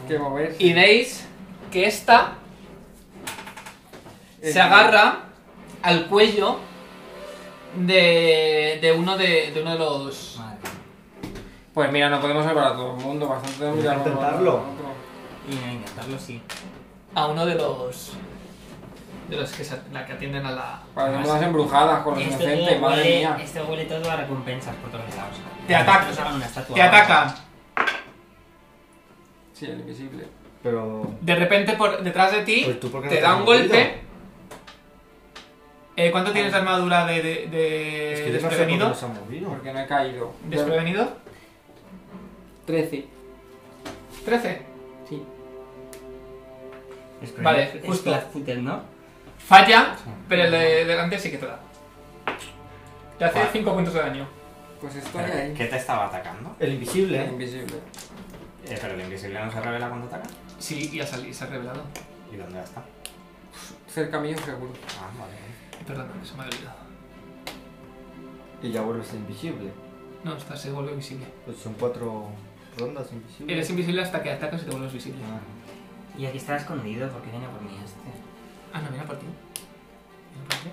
S2: que moverse.
S1: Y veis que esta
S2: Eh,
S1: se agarra al cuello de, de uno de, de uno de los...
S5: Madre.
S2: Pues mira, no podemos salvar a todo el mundo, bastante de mirar uno al
S4: intentarlo.
S2: otro.
S5: Y no, intentarlo sí.
S1: a uno de los de los que, se- la que atienden a la
S2: Parecemos las embrujadas con los
S5: Este
S2: inocentes,
S5: huele,
S2: madre mía.
S5: este huele todo a recompensas por todos lados.
S1: Te ataca.
S5: Nos hagan una estatua.
S1: te ataca
S2: Sí, el invisible.
S4: Pero.
S1: de repente por detrás de ti
S4: Pues tú, ¿por qué no
S1: te
S4: te
S1: da
S4: has
S1: un
S4: movido?
S1: golpe Eh, ¿cuánto tienes de armadura de, de, de-
S4: Es que yo
S1: Eh,
S4: no sé por qué
S1: desprevenido
S4: no se ha movido.
S2: Porque no he caído.
S1: desprevenido
S2: 13.
S1: 13
S2: Sí.
S5: Es que-
S1: Vale,
S5: es
S1: justo.
S5: Flatfooted, ¿no?
S1: falla pero el de delante sí que te da te hace
S6: Vale.
S1: 5 puntos de daño
S2: Pues estoy
S6: Pero,
S2: ahí.
S6: Eh, ¿Qué te estaba atacando?
S4: El invisible.
S2: Invisible.
S6: Eh, pero el invisible no se revela cuando ataca.
S1: sí y ha salido se ha revelado
S6: ¿Y dónde está?
S2: Cerca mío seguro.
S6: Ah, vale.
S1: perdón se me ha olvidado
S4: Y ya vuelves invisible.
S1: no está se vuelve visible
S4: Pues son cuatro rondas invisibles.
S1: eres invisible hasta que atacas y te vuelves visible
S4: Ah,
S5: Y aquí está escondido porque viene por mí este.
S1: Ah, no, mira por ti. Mira por ti.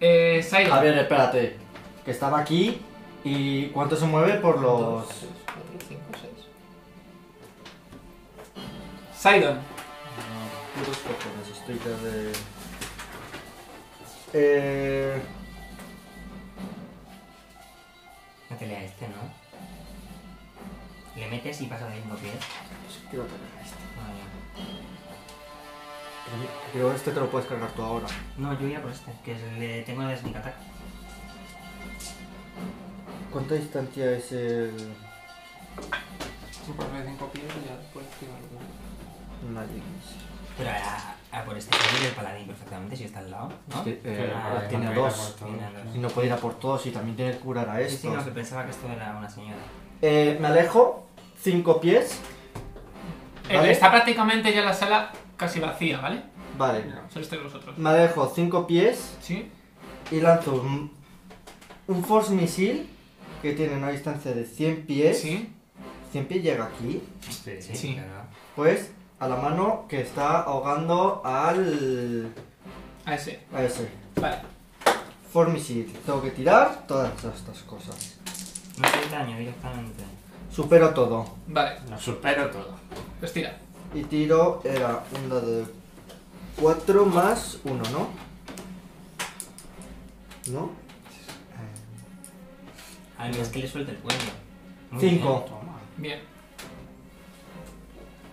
S1: Eh, Sairo.
S4: Ah. A ver, espérate. Que estaba aquí. ¿Y cuánto se mueve por los.?
S1: 4, 5, 6. Sidon.
S4: Ah, puros cojones, estoy ya de. Eh.
S5: Métele a este, ¿no? Le metes y pasa de mismo pie.
S4: Creo que era este.
S5: Madre mía.
S4: Creo que este te lo puedes cargar tú ahora.
S5: No, yo iría por este, que es el de- tengo de sneak attack.
S4: ¿Cuánta distancia es el.
S2: Un par de 5 pies y ya después activarlo.
S4: Magic?
S5: Pero a, a por este puede ir el paladín perfectamente si está al lado, ¿no?
S4: Que, eh,
S5: Claro,
S4: tiene
S6: no
S4: dos.
S6: puede ir a por
S5: Tiene a
S4: Y no puede ir a por todos y también tiene que curar a
S5: dos. Sí, sí, no,
S4: estos.
S5: que pensaba que esto era una señora.
S4: Eh, me alejo. Cinco pies.
S1: Eh,
S4: ¿Vale?
S1: Está prácticamente ya la sala casi vacía, ¿vale?
S4: Vale.
S1: Solo estáis vosotros.
S4: Me alejo cinco pies.
S1: ¿Sí?
S4: Y lanzo un, un Force Missile que tiene una distancia de 100 pies.
S1: Sí.
S4: 100 pies llega aquí.
S6: Sí.
S1: Sí.
S5: claro.
S4: Pues a la mano que está ahogando al.
S1: A ese.
S4: a ese.
S1: Vale.
S4: Force Missile. Tengo que tirar todas estas cosas.
S5: No hace daño directamente.
S4: Supero todo.
S1: Vale.
S6: Lo supero todo.
S1: Pues tira.
S9: Y tiro era un dado de 4 más 1, ¿no? ¿No?
S5: A mí es que le suelta el cuello. Muy
S9: Cinco.
S5: bien.
S6: Toma.
S1: Bien.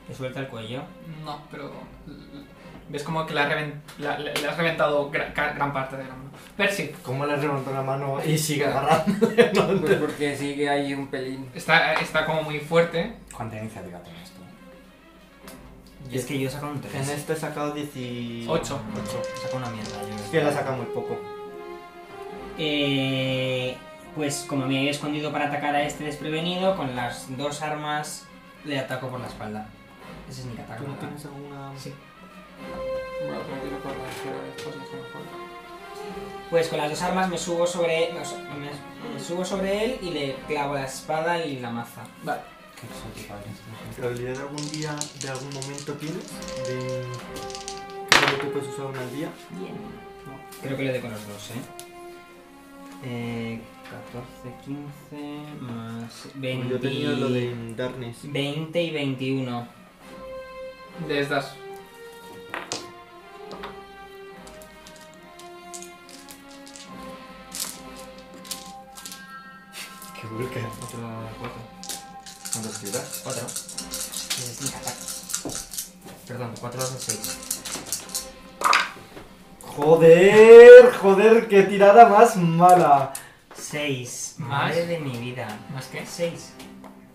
S5: Le suelta el cuello.
S1: No, pero. Ves como que le, ha reven- la- le- le has reventado gra- ca- gran parte de la mano. Percy,
S4: ¿Cómo le levantó la mano y sigue agarrando?
S2: Pues porque sigue ahí un pelín.
S1: está, está como muy fuerte.
S6: ¿Cuánta iniciativa tienes tú?
S5: Y es que yo he sacado un
S4: En
S5: 3.
S4: este he sacado 18.
S1: Ocho.
S5: He sacado una mierda. Yo
S4: Es que la saca muy poco.
S5: Eh, pues como me he escondido para atacar a este desprevenido, con las dos armas le ataco por la espalda. Ese es mi ataque.
S4: ¿Tú no tienes alguna.?
S1: Sí.
S2: Bueno, tranquilo con la esfera de estos, que no fue.
S5: Pues con las dos armas me subo sobre me, su- me- me subo sobre él y le clavo la espada y la maza.
S2: Vale.
S6: ¿Qué exótico eres tú?
S4: ¿Probabilidad de algún día, de algún momento tienes? De... ¿Qué es lo que puedes usar una al día?
S5: Creo que le doy con los dos, ¿eh? Eh, 14, 15 más 20,
S4: Pues Yo tenía lo de Darkness.
S5: 20 y 21.
S1: Les das.
S4: Qué vulgar.
S5: Otro 4.
S4: ¿Cuántas tiras?
S5: 4. Sneak attack. Perdón, 4 de 6.
S4: Joder, joder, qué tirada más mala.
S5: 6.
S1: Más.
S5: Madre de mi vida.
S1: ¿Más qué?
S5: 6.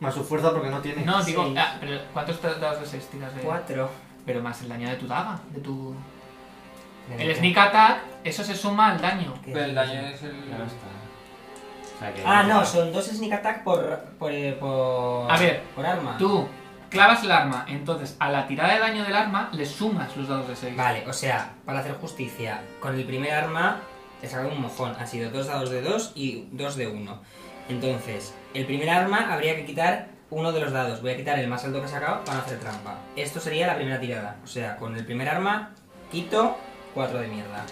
S4: Más su fuerza porque no tiene.
S1: No, digo.
S5: Seis.
S1: ah, pero ¿Cuántos dados de 6 tiras de.?
S5: 4.
S1: Pero más el daño de tu daga, de tu. El sneak attack, eso se suma al daño.
S2: Pero el daño es el.
S6: Ya está. O sea que-
S5: Ah, no, son dos sneak attack por, por, eh, por.
S1: A ver,
S5: por arma.
S1: Tú clavas el arma, entonces a la tirada de daño del arma le sumas los dados de 6.
S5: Vale, o sea, para hacer justicia, con el primer arma te he sacado un mojón. Han sido dos dados de 2 y dos de 1. Entonces, el primer arma habría que quitar uno de los dados. Voy a quitar el más alto que he sacado para no hacer trampa. Esto sería la primera tirada. O sea, con el primer arma quito 4 de mierda.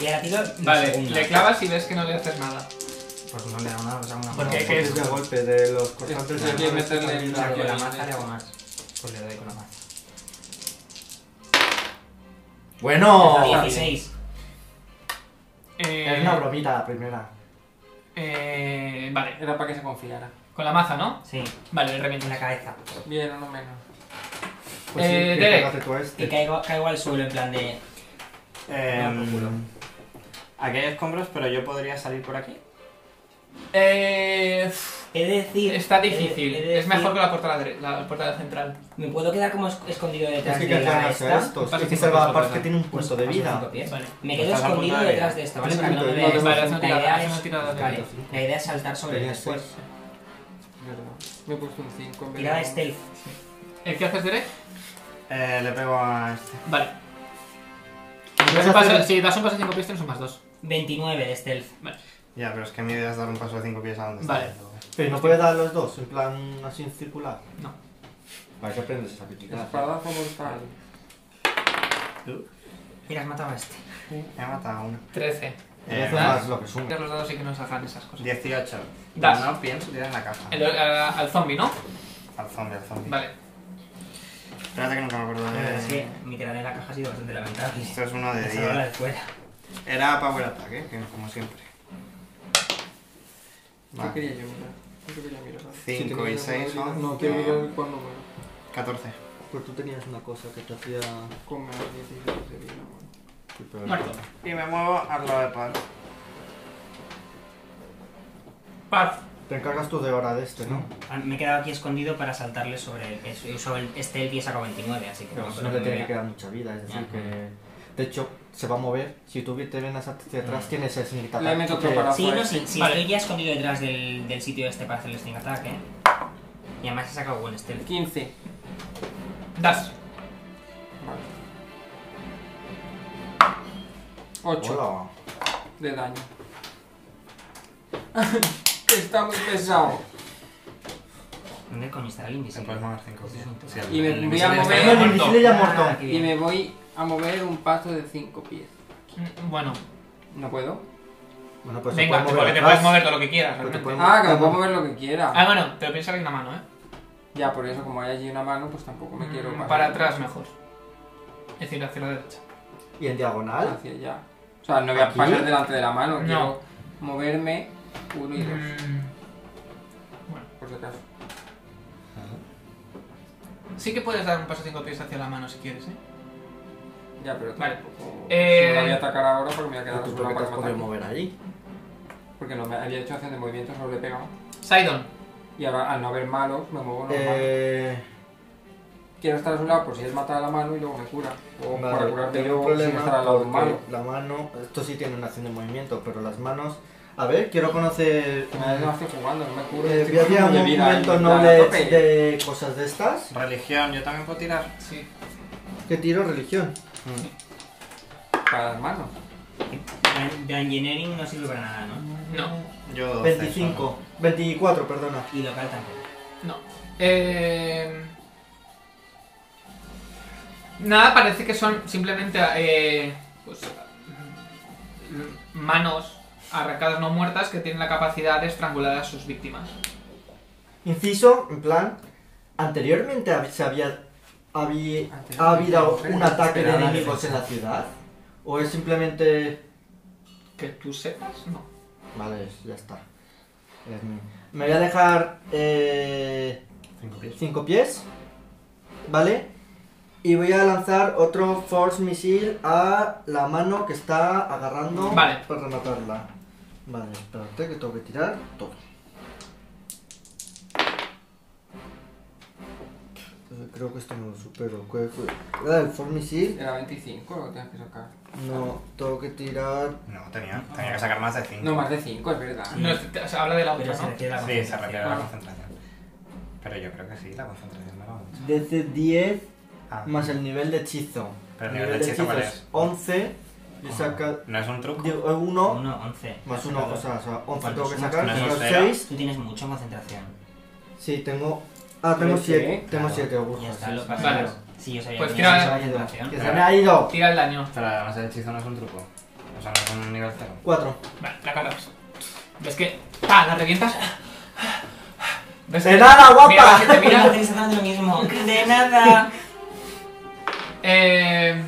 S5: Y ahora tiro la
S1: Vale,
S5: segunda.
S1: le clavas y ves que no le haces nada.
S5: Pues no le hago nada, le hago una
S1: Porque
S5: mano.
S1: hay que-
S4: Porque es de golpe de los cortantes
S2: Hay que
S4: de
S2: meterle el
S5: Claro, con la
S2: Porque-
S5: maza le hago más. Pues le doy con la maza.
S4: Bueno,
S5: 16.
S1: Eh,
S4: es una bromita la primera.
S1: eh, vale,
S2: Era para que se confiara.
S1: con la maza, ¿no?
S5: Sí,
S1: Vale, le
S5: en
S1: revientas.
S5: la cabeza.
S2: Bien, uno menos.
S4: Pues sí,
S1: Eh,
S4: que
S1: Derek.
S4: pégate tú a este.
S5: Y caigo, caigo al suelo en plan de...
S6: Eh,
S5: por culo.
S6: aquí hay escombros, pero yo podría salir por aquí.
S1: Eh, pf,
S5: He de decir...
S1: está
S5: he de-
S1: difícil.
S5: he de
S1: Es mejor
S5: decir-
S1: que la puerta, de la, dre- la puerta central.
S5: Me puedo quedar como esc- escondido detrás
S4: Es que
S5: de
S4: que
S5: la
S4: hacer a
S5: esta.
S4: estos.
S1: Pasa
S4: Es que
S1: cinco
S4: se va
S1: pasos,
S4: aparte
S1: ¿verdad?
S4: tiene un punto de
S5: Paso cinco
S4: vida. Pues
S5: pies.
S1: Vale.
S5: Me quedo
S6: Estás a punto
S5: escondido
S6: de-
S5: detrás de esta, ¿vale? Para
S4: Tienes
S5: que no me
S4: punto de
S5: vean.
S1: vida. Vale, haz una
S5: La
S1: tirada, haz
S5: idea
S1: una
S5: es-
S1: tirada de
S5: Vale,
S4: cinco.
S5: la idea es saltar sobre él
S4: Tenías
S5: después.
S4: seis.
S2: Es verdad. Me he puesto un 5 en vez
S5: Tirada
S2: de un-
S5: stealth.
S1: ¿El que haces Derek?
S6: Eh, le pego a este.
S1: Vale.
S4: vas
S1: Un
S4: a
S1: paso-
S4: hacer-
S1: Si das un paso de 5 pies, tienes un más 2.
S5: 29 de stealth.
S6: Ya, pero es que mi idea es dar un paso de 5 pies a donde
S1: Vale.
S6: está.
S4: Pero no puede dar los dos, en plan así en circular.
S1: No.
S4: Para que aprendes esa habilidad.
S2: Espadazo mortal.
S5: Mira, has matado a este.
S6: He matado a uno.
S1: 13.
S4: Y
S6: Eh,
S4: hace
S1: nada.
S4: más lo que suma.
S1: Los dados sí que nos sacan esas cosas.
S6: 18.
S1: Das.
S6: No pienso tirar en la caja.
S1: El- a- al zombie, ¿no?
S6: Al zombie, al zombie.
S1: Vale.
S6: Espérate que nunca me acuerdo de.
S5: Es que
S4: Ah.
S5: mi tirada de la caja ha sido bastante lamentable.
S6: Esto es uno de
S5: Esa bola
S6: 10.
S5: de fuera.
S6: Era power attack, ¿eh? Que como siempre.
S2: ¿Qué quería yo mirar? ¿Qué quería mirar?
S6: 5 y 6 son.
S2: No, quiero mirar cuál número.
S6: 14.
S4: Pues tú tenías una cosa que te hacía.
S2: Con menos 16 de vida. bueno.
S1: Muerto.
S6: Y me muevo al lado de par.
S1: Paz.
S4: Te encargas tú de ahora de este, ¿no?
S5: Ah, Me he quedado aquí escondido para saltarle sobre él. He usado el stealth y he sacado 29, así que
S4: Pero
S5: no,
S4: eso
S5: no
S4: no le
S5: me
S4: tiene que
S5: vea.
S4: quedar mucha vida, es decir,
S5: Ajá.
S4: que. De hecho, se va a mover. Si tú te vienes hacia atrás,
S5: Mm.
S4: tienes el sneak attack.
S2: Le meto otro
S4: que-
S2: para
S5: Sí, no,
S2: afuera.
S5: sí, sí,
S1: Vale.
S5: estoy ya escondido detrás del, del sitio este para hacer el sneak attack, ¿eh? Y además he sacado buen stealth.
S2: 15.
S1: Das.
S2: Vale. 8
S4: Hola.
S2: de daño. Que Está muy pesado.
S5: ¿Dónde coño estará el
S6: Se
S5: invisible?
S6: puedes mover 5 pies. Sí, al-
S2: Y me
S6: al
S2: voy
S6: invisible
S2: a
S6: está-
S2: mover.
S4: El invisible ya muerto.
S5: Ah, qué
S2: Y
S5: bien.
S2: me voy a mover un paso de 5 pies.
S1: Mm, Bueno,
S2: ¿No puedo?
S4: Bueno, pues se
S1: venga,
S4: puede
S1: porque te
S4: atrás,
S1: puedes mover todo lo que quieras,
S4: pero te
S1: realmente.
S4: puede mover-
S2: Ah, que me puedo mover lo que quiera.
S1: Ah, bueno, pero piensa que hay una mano, ¿eh?
S2: Ya, por eso, como hay allí una mano, pues tampoco me quiero
S1: Mm,
S2: pasar
S1: Para atrás mejor. Es decir, hacia la derecha.
S4: Y en diagonal.
S2: hacia allá. O sea, no voy a
S4: ¿Aquí?
S2: pasar delante de la mano,
S1: No.
S2: quiero moverme uno y dos,
S1: Mm,
S2: por si acaso.
S1: Sí que puedes dar un paso cinco pies hacia la mano si quieres, ¿eh?
S2: Ya, pero
S1: Vale.
S2: tampoco-
S1: Eh,
S2: si no la voy a atacar ahora porque me voy a quedar
S4: Tú
S2: solo
S4: creo que
S2: para
S4: te puedes
S2: matar.
S4: mover allí.
S2: Porque no me había hecho acción de movimiento, solo le he pegado.
S1: Sidon.
S2: Y ahora, al no haber malos, me muevo normal.
S4: Eh,
S2: Quiero estar a su lado por si él mata a la mano y luego me cura. O para
S4: vale,
S2: curarme
S4: tengo un
S2: luego sin estar
S4: problema
S2: al lado de un
S4: porque
S2: malo.
S4: la mano, esto sí tiene una acción de movimiento, pero las manos... A ver, quiero conocer...
S2: Que Me no estoy jugando, no me curo.
S4: Eh,
S2: estoy
S4: voy a
S2: con
S4: tirar
S2: un
S4: un
S2: de vida ahí,
S4: momento
S2: en plan, a
S4: noble
S2: tope.
S4: de cosas de estas.
S6: Religión, yo también puedo tirar.
S1: Sí.
S4: ¿Qué tiro? Religión.
S2: Para las manos.
S5: De engineering no sirve para nada, ¿no?
S1: No,
S6: Yo 12 solo.
S4: 25. 24, perdona.
S5: Y local tampoco.
S1: no. Eh... Nada, parece que son simplemente eh, pues, mm, manos arrancadas no muertas que tienen la capacidad de estrangular a sus víctimas.
S4: Inciso, en plan, anteriormente hab- se había, había- ha habido un ataque de enemigos en la ciudad. ¿O es simplemente...
S1: Que tú sepas, no.
S4: Vale, ya está. Es mi- Me voy a dejar... Eh...
S6: 5 pies.
S4: Cinco pies. ¿Vale? Y voy a lanzar otro Force Missile a la mano que está agarrando
S1: Vale.
S4: para rematarla. Vale, espérate que tengo que tirar todo. Eh, Creo que esto no lo supero. ¿Qué fue? Ah, el Force Missile.
S2: Era 25, lo tienes que sacar.
S4: No, tengo que tirar.
S6: No, tenía, tenía que sacar más de 5.
S2: No, más de 5, es verdad.
S1: no es- o sea, habla de la
S5: Pero
S1: otra,
S5: se
S1: ¿no?
S5: requiere la
S6: Sí, se
S5: concentración.
S6: requiere la concentración. Pero yo creo que sí, la concentración me la va a
S4: DC10
S6: Ah,
S4: más el nivel de hechizo.
S6: Pero el nivel de hechizo, ¿cuál es?
S4: 11. Y saca.
S6: ¿No es un truco?
S4: Digo, 1
S5: Uno, once.
S4: Más uno, o sea, o sea, 11 tengo que
S5: ¿Cuántos?
S4: sacar,
S6: Más
S4: sacar
S6: uno, cero.
S4: 6.
S5: Tú tienes mucho concentración.
S4: Sí, tengo. Ah, tengo
S2: Trece,
S4: 7. Tengo
S6: claro.
S4: 7
S5: Ya
S4: agujas.
S5: está, lo
S4: sí.
S5: pasas.
S1: Vale.
S5: Sí, yo sabía
S1: Pues
S5: que tenías
S1: tira-
S5: esa
S4: Que
S5: concentración.
S4: se me ha ido.
S1: Tira el daño.
S6: Pero además el hechizo no es un truco. O sea, no es un nivel 0.
S4: 4.
S1: Vale, la cargas. ¿Ves que? ¡Pa! ¿La revientas? ¿Ves
S4: ¡De nada, guapa!
S1: Mira, que te
S5: Mira,
S1: mira.
S5: estáis hablando lo mismo. De nada.
S1: Eh...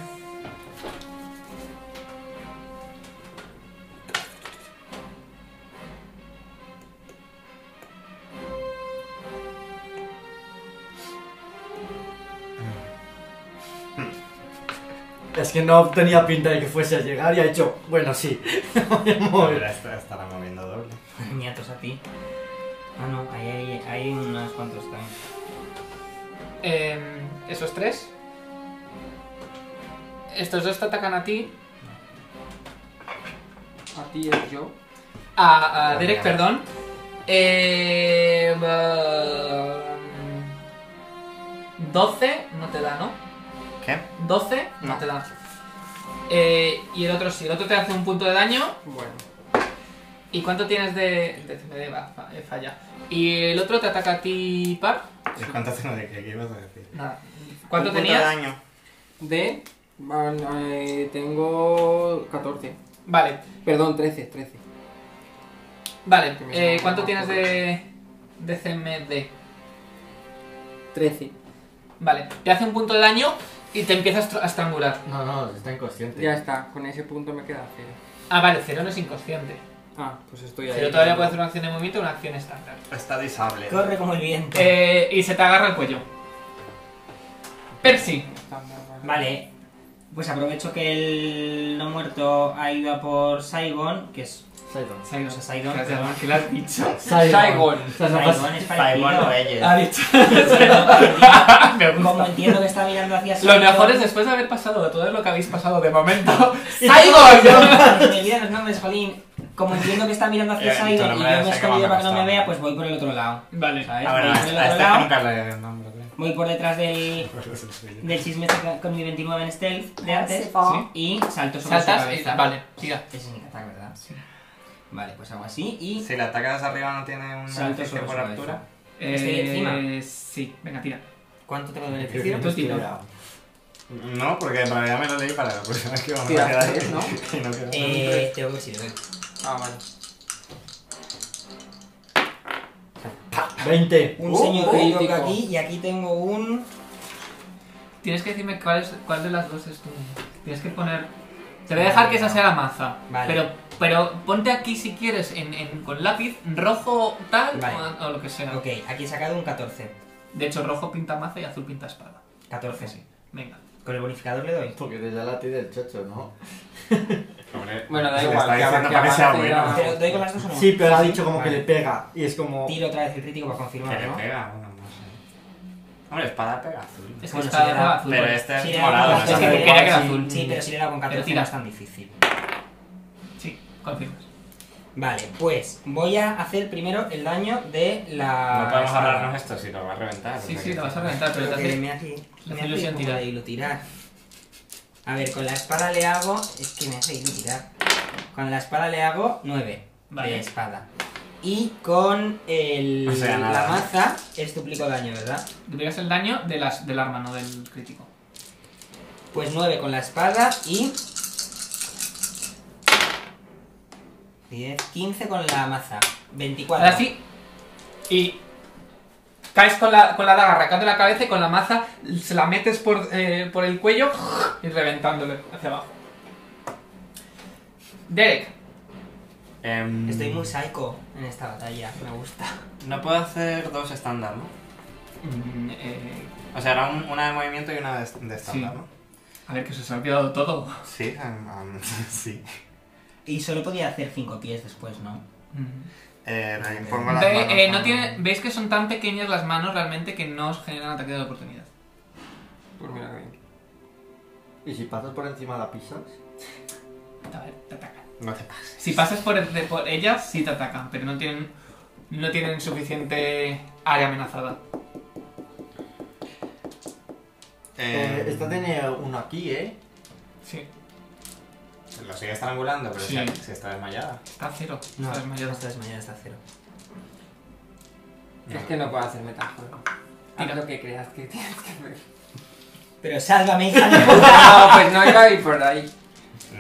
S4: Es que no tenía pinta de que fuese a llegar y ha hecho. Bueno, sí. Voy a mover.
S6: Ahora esta- estará moviendo doble.
S5: Niatos a ti. Ah, no, ahí hay, hay unos cuantos también.
S1: Eh, esos tres. Estos dos te atacan a ti.
S2: A ti es yo.
S1: A, a Ah, Derek, perdón. Eh, mm, 12 no te da, ¿no?
S6: ¿Qué?
S1: 12 no,
S6: No.
S1: te da. Eh, y el otro sí, el otro te hace un punto de daño.
S2: Bueno,
S1: ¿Y cuánto tienes de.? de- me da- fa- eh, falla. Y el otro te ataca a ti, par.
S6: ¿Y cuánto tengo de qué? ¿Qué ibas a decir?
S1: Nada. ¿Cuánto
S6: Un punto
S1: tenías?
S6: de daño.
S2: de. van, eh, tengo 14.
S1: Vale,
S2: Perdón, 13, 13.
S1: vale.
S2: Que me
S1: Eh,
S2: salga
S1: ¿Cuánto
S2: más
S1: tienes
S2: por
S1: de. de CMD?
S2: 13.
S1: Vale, te hace un punto de daño y te empiezas a estrangular.
S4: No, no, está inconsciente.
S2: Ya está, con ese punto me queda cero.
S1: Ah, vale, Cero no es inconsciente.
S2: Ah, pues estoy ahí.
S1: Cero todavía puede hacer una acción de movimiento y una acción estándar.
S6: Está disable.
S5: Corre como el viento.
S1: Eh, y se te agarra el cuello. Percy.
S5: Vale, pues aprovecho que el no muerto ha ido a por Saigon, que es.
S4: Sidon.
S5: O sea, Saigon,
S1: Gracias,
S5: perdón.
S1: Mar, que lo has dicho?
S2: Saigon.
S4: O sea, no pasa-
S5: Saigon es
S6: Fireball
S5: parecido.
S6: o Elles.
S1: Ha dicho. Me
S5: Como
S1: gusta.
S5: entiendo que está mirando hacia
S1: Lo
S5: Saigon.
S1: mejor es después de haber pasado todo lo que habéis pasado de momento.
S4: Y
S1: ¡Saigon!
S5: Se Me olvidan los nombres, Jolín. Como entiendo que está mirando hacia
S6: Eh, tu
S5: Saigon y yo
S6: nombre
S5: me he
S6: de Saigon
S5: escondido
S6: me
S5: para que no me
S6: costaba.
S5: vea, pues voy por el otro lado.
S1: Vale.
S5: ¿Sabes?
S6: Ah, bueno,
S5: voy por el
S6: a
S5: otro
S6: este que
S5: lado.
S6: nunca le dio nombre, creo.
S5: Voy por detrás del,
S6: Pues Sí.
S5: del chisme este con mi 29 en stealth de antes
S1: Ah, Sí.
S5: y salto sobre su
S1: Saltas y.
S5: cabeza.
S1: Vale, siga.
S5: Ese es mi ataque, ¿verdad? Vale, pues hago así y
S6: Si le atacas arriba no tiene un
S5: salto sobre
S6: beneficio
S5: su
S6: por
S5: cabeza.
S6: altura.
S5: Estoy
S1: Eh,
S5: encima.
S1: sí, venga, tira.
S5: ¿Cuánto tengo de
S4: Creo que
S5: beneficio?
S4: no
S1: Tú
S4: estoy
S1: tira.
S4: ya.
S6: No, porque en realidad me lo leí para la próxima vez que vamos
S2: Tira
S6: a quedar.
S2: tres, ¿no?
S6: Y no queda.
S5: Eh, tengo que ver si le doy.
S2: Ah, vale.
S10: 20.
S5: Un
S2: Uh,
S5: señor que
S2: crítico.
S5: Oh, toca aquí y aquí tengo un.
S1: Tienes que decirme cuál, es- cuál de las dos es tu. Tienes que poner. Te voy a dejar que esa sea la maza.
S5: Vale.
S1: Pero, pero ponte aquí si quieres en, en- con lápiz rojo tal
S5: Vale.
S1: o, o lo que sea.
S5: Ok, aquí he sacado un 14.
S1: De hecho, rojo pinta maza y azul pinta espada.
S5: 14, sí.
S1: Venga.
S5: Con el bonificador le doy.
S4: Porque desde la tira el chocho, ¿no?
S6: Hombre,
S2: Bueno, da
S6: se te
S2: igual,
S6: Está
S2: que
S6: diciendo
S2: avance,
S6: que sea
S2: avance,
S6: Ah, bueno.
S2: ya.
S5: ¿Te lo doy con las dos o no?
S10: Sí, pero ha dicho como
S6: Vale.
S10: que le pega. Y es como.
S5: Tiro otra vez el crítico para
S6: Que
S5: confirmar,
S6: le
S5: ¿no?
S6: pega, bueno, no sé. Hombre, espada pega azul.
S1: Es que
S5: Bueno,
S1: espada
S5: sí,
S1: era
S5: era-
S1: azul.
S6: Pero
S1: vale.
S6: este es
S5: Sí, era
S6: morado,
S5: con
S6: no
S1: Es que
S5: catorce.
S1: quería que era
S5: Sí,
S1: azul.
S5: Sí, pero si le da con 14
S1: tira.
S5: no es tan difícil.
S1: Sí, confirmas.
S5: Vale, pues voy a hacer primero el daño de la.
S6: No podemos
S5: espada.
S6: hablarnos esto si lo va a reventar.
S1: Sí,
S6: o sea
S1: sí,
S6: que-
S1: lo vas a reventar, pero
S5: Pero
S1: te
S5: que
S1: hace.
S5: me hace,
S1: hace
S5: me hace
S1: ilusión
S5: como
S1: tirar.
S5: de ilutirar. A ver, con la espada le hago. Es que me hace ilutirar. Con la espada le hago 9
S1: Vale.
S5: de espada. Y con el,
S6: O sea,
S5: la
S6: nada.
S5: maza es duplico daño, ¿verdad?
S1: Duplicas el daño de las, del arma, no del crítico.
S5: Pues 9 con la espada y. 10, 15 con la maza. 24.
S1: Ahora sí. Y caes con la, con la daga arrancando la cabeza y con la maza se la metes por, eh, por el cuello y reventándole hacia abajo. Derek,
S6: Em,
S5: Estoy muy psycho en esta batalla, me gusta.
S6: No puedo hacer dos estándar, ¿no?
S1: mm, eh,
S6: O sea, era un- una de movimiento y una de, de estándar,
S1: Sí.
S6: ¿no?
S1: a ver que se os ha olvidado todo.
S6: Sí, em, em, sí.
S5: Y solo podía hacer 5 pies después, ¿no?
S1: Mm.
S6: Eh, le impongo las
S1: Ve-
S6: manos
S1: eh, no
S6: con-
S1: tiene, Veis que son tan pequeñas las manos realmente que no os generan ataque de oportunidad.
S2: Pues mira que bien.
S4: Y si pasas por encima la pisas.
S1: A ver, te atacan.
S6: No te pases.
S1: Si pasas por, el- de- por ellas, sí te atacan, pero no tienen, no tienen suficiente área amenazada.
S4: Eh,
S6: Eh,
S4: esta tenía uno aquí, ¿eh?
S1: Sí,
S6: Lo sigue estrangulando, pero
S1: Sí.
S6: si, si está desmayada.
S1: está a cero.
S5: No,
S1: está desmayado.
S5: está desmayada, está a cero.
S2: Es que no puedo hacer metáfora. Haz
S1: Tira.
S2: lo que creas que tienes que hacer.
S5: Pero sálvame, hija de puta.
S2: No, pues no iba a ir por ahí.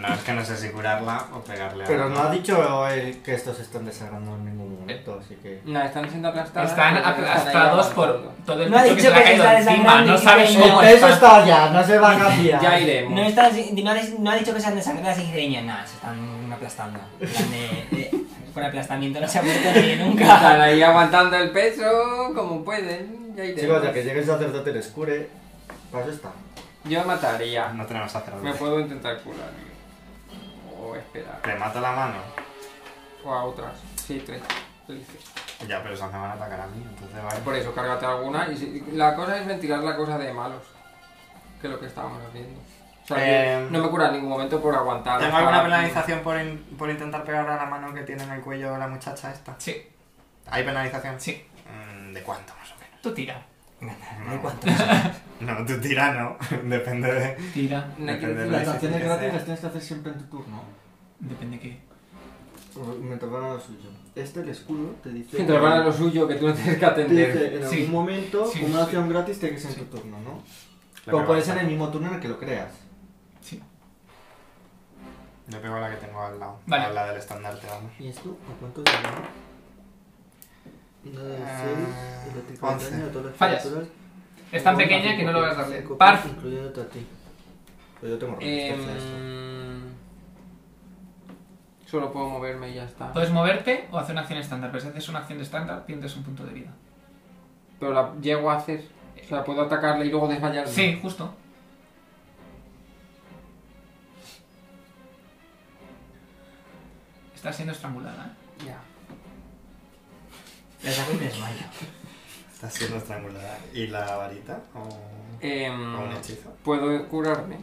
S6: No, es que no sé si curarla o pegarle a
S10: Pero no ha dicho él que estos se están desagrando en ningún momento, así que.
S2: No, están siendo aplastados.
S1: Están aplastados por todo el
S5: No ha
S1: mundo que
S5: dicho
S1: se le ha
S5: que
S1: caído
S5: está
S1: encima.
S5: desangrando
S1: No
S5: ni
S1: sabes
S5: que
S1: cómo
S5: no.
S1: está.
S10: está ya, no se va a cambiar.
S2: Ya
S5: No,
S2: iremos.
S5: está- no, ha, no ha dicho que sean desangradas y cireñas, nada, se están aplastando. En plan de- de- por aplastamiento no se ha muerto nadie
S2: Están
S5: nunca.
S2: ahí aguantando el peso como pueden. Ya
S4: Chicos, ya
S2: iremos.
S4: que llegue el sacerdote el escure, para eso está.
S2: Yo mataría.
S6: No tenemos sacerdote.
S2: Me puedo intentar curar. O esperar.
S6: Te mato la mano.
S2: O a otras. Sí, tres. Felices.
S6: Ya, pero esas me van a atacar a mí, entonces vale.
S2: Por eso, cárgate alguna. Y si- la cosa es ventilar la cosa de malos. Que es lo que estábamos haciendo. O sea,
S6: Eh,
S2: yo no me cura en ningún momento por aguantar.
S6: ¿Tengo alguna
S2: Ah,
S6: penalización por, in- por intentar pegar a la mano que tiene en el cuello la muchacha esta?
S1: Sí,
S6: ¿Hay penalización?
S1: sí.
S6: Mm, ¿De cuánto más o menos?
S1: Tú tira.
S5: No hay cuánto.
S6: No, tú tira, no. Depende de.
S1: Tira.
S2: no quiero
S6: Depende
S2: decir
S6: de la
S4: Las
S2: nada.
S6: decisión
S4: acciones
S6: que
S4: gratis las
S6: sea.
S4: tienes que hacer siempre en tu turno.
S1: Depende qué.
S4: Me tocaron lo suyo. Este, el escudo, te dice.
S2: Que te van a lo suyo, que tú no tienes que
S4: Te dice,
S2: atender.
S4: en
S1: Sí.
S4: algún momento,
S1: Sí,
S4: una
S1: sí.
S4: acción gratis tiene que ser en
S1: Sí.
S4: tu turno, ¿no?
S6: Le
S4: Pero
S6: pego, a
S4: puede
S6: esta.
S4: ser en el mismo turno en el que lo creas.
S1: Sí.
S6: Le pego a la que tengo al lado.
S1: Vale.
S6: A la del estandarte, vamos.
S4: ¿Y esto? ¿A cuánto daño? Una de
S6: Eh,
S4: seis, el tipo de
S6: once.
S4: daño de todas las
S1: Fallas.
S4: criaturas.
S1: Es tan
S4: Con
S1: pequeña que no
S4: cinco
S1: logras
S4: pies,
S1: darle.
S4: cinco
S1: Parf.
S4: pies, Incluyéndote a ti. Pues yo tengo
S1: Em,
S4: resistencia a esto.
S2: Em, solo puedo moverme y ya está.
S1: Puedes moverte o hacer una acción estándar, pero si haces una acción de estándar pierdes un punto de vida.
S2: Pero la llego a hacer. O sea, puedo atacarle y luego desmayarme.
S1: Sí, justo. Está siendo estrangulada, ¿eh?
S2: Ya.
S5: Las hago y me desmayo.
S6: Está siendo estrangulada. ¿Y la varita? ¿O, o
S2: Em,
S6: un hechizo?
S2: puedo curarme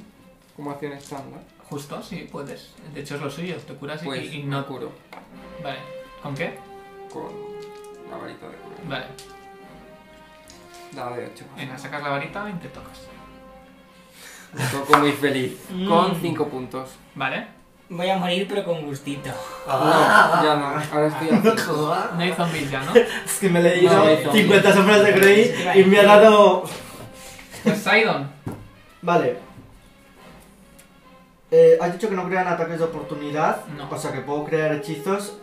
S2: como acción estándar.
S1: Justo, sí, puedes. De hecho es lo suyo, te curas y-
S2: Pues
S1: y,
S2: no
S1: no...
S2: curo
S1: Vale. ¿Con qué?
S2: con la varita de curar.
S1: Vale.
S2: Dada de 8.
S1: Venga, sacas la varita y te tocas.
S2: Toco muy feliz.
S1: Mm.
S2: Con 5 puntos.
S1: Vale.
S5: Voy a morir, pero con gustito.
S4: Ah.
S2: no, ya no. Ahora estoy a cinco.
S1: No hay zombies ya, ¿no?
S10: Es que me he leído
S2: No, no, no.
S10: 50 sombras de Grey y me ha dado.
S1: Pues Sidon.
S10: Vale. Eh, has dicho que no crean ataques de oportunidad.
S1: No.
S10: O sea que puedo crear hechizos.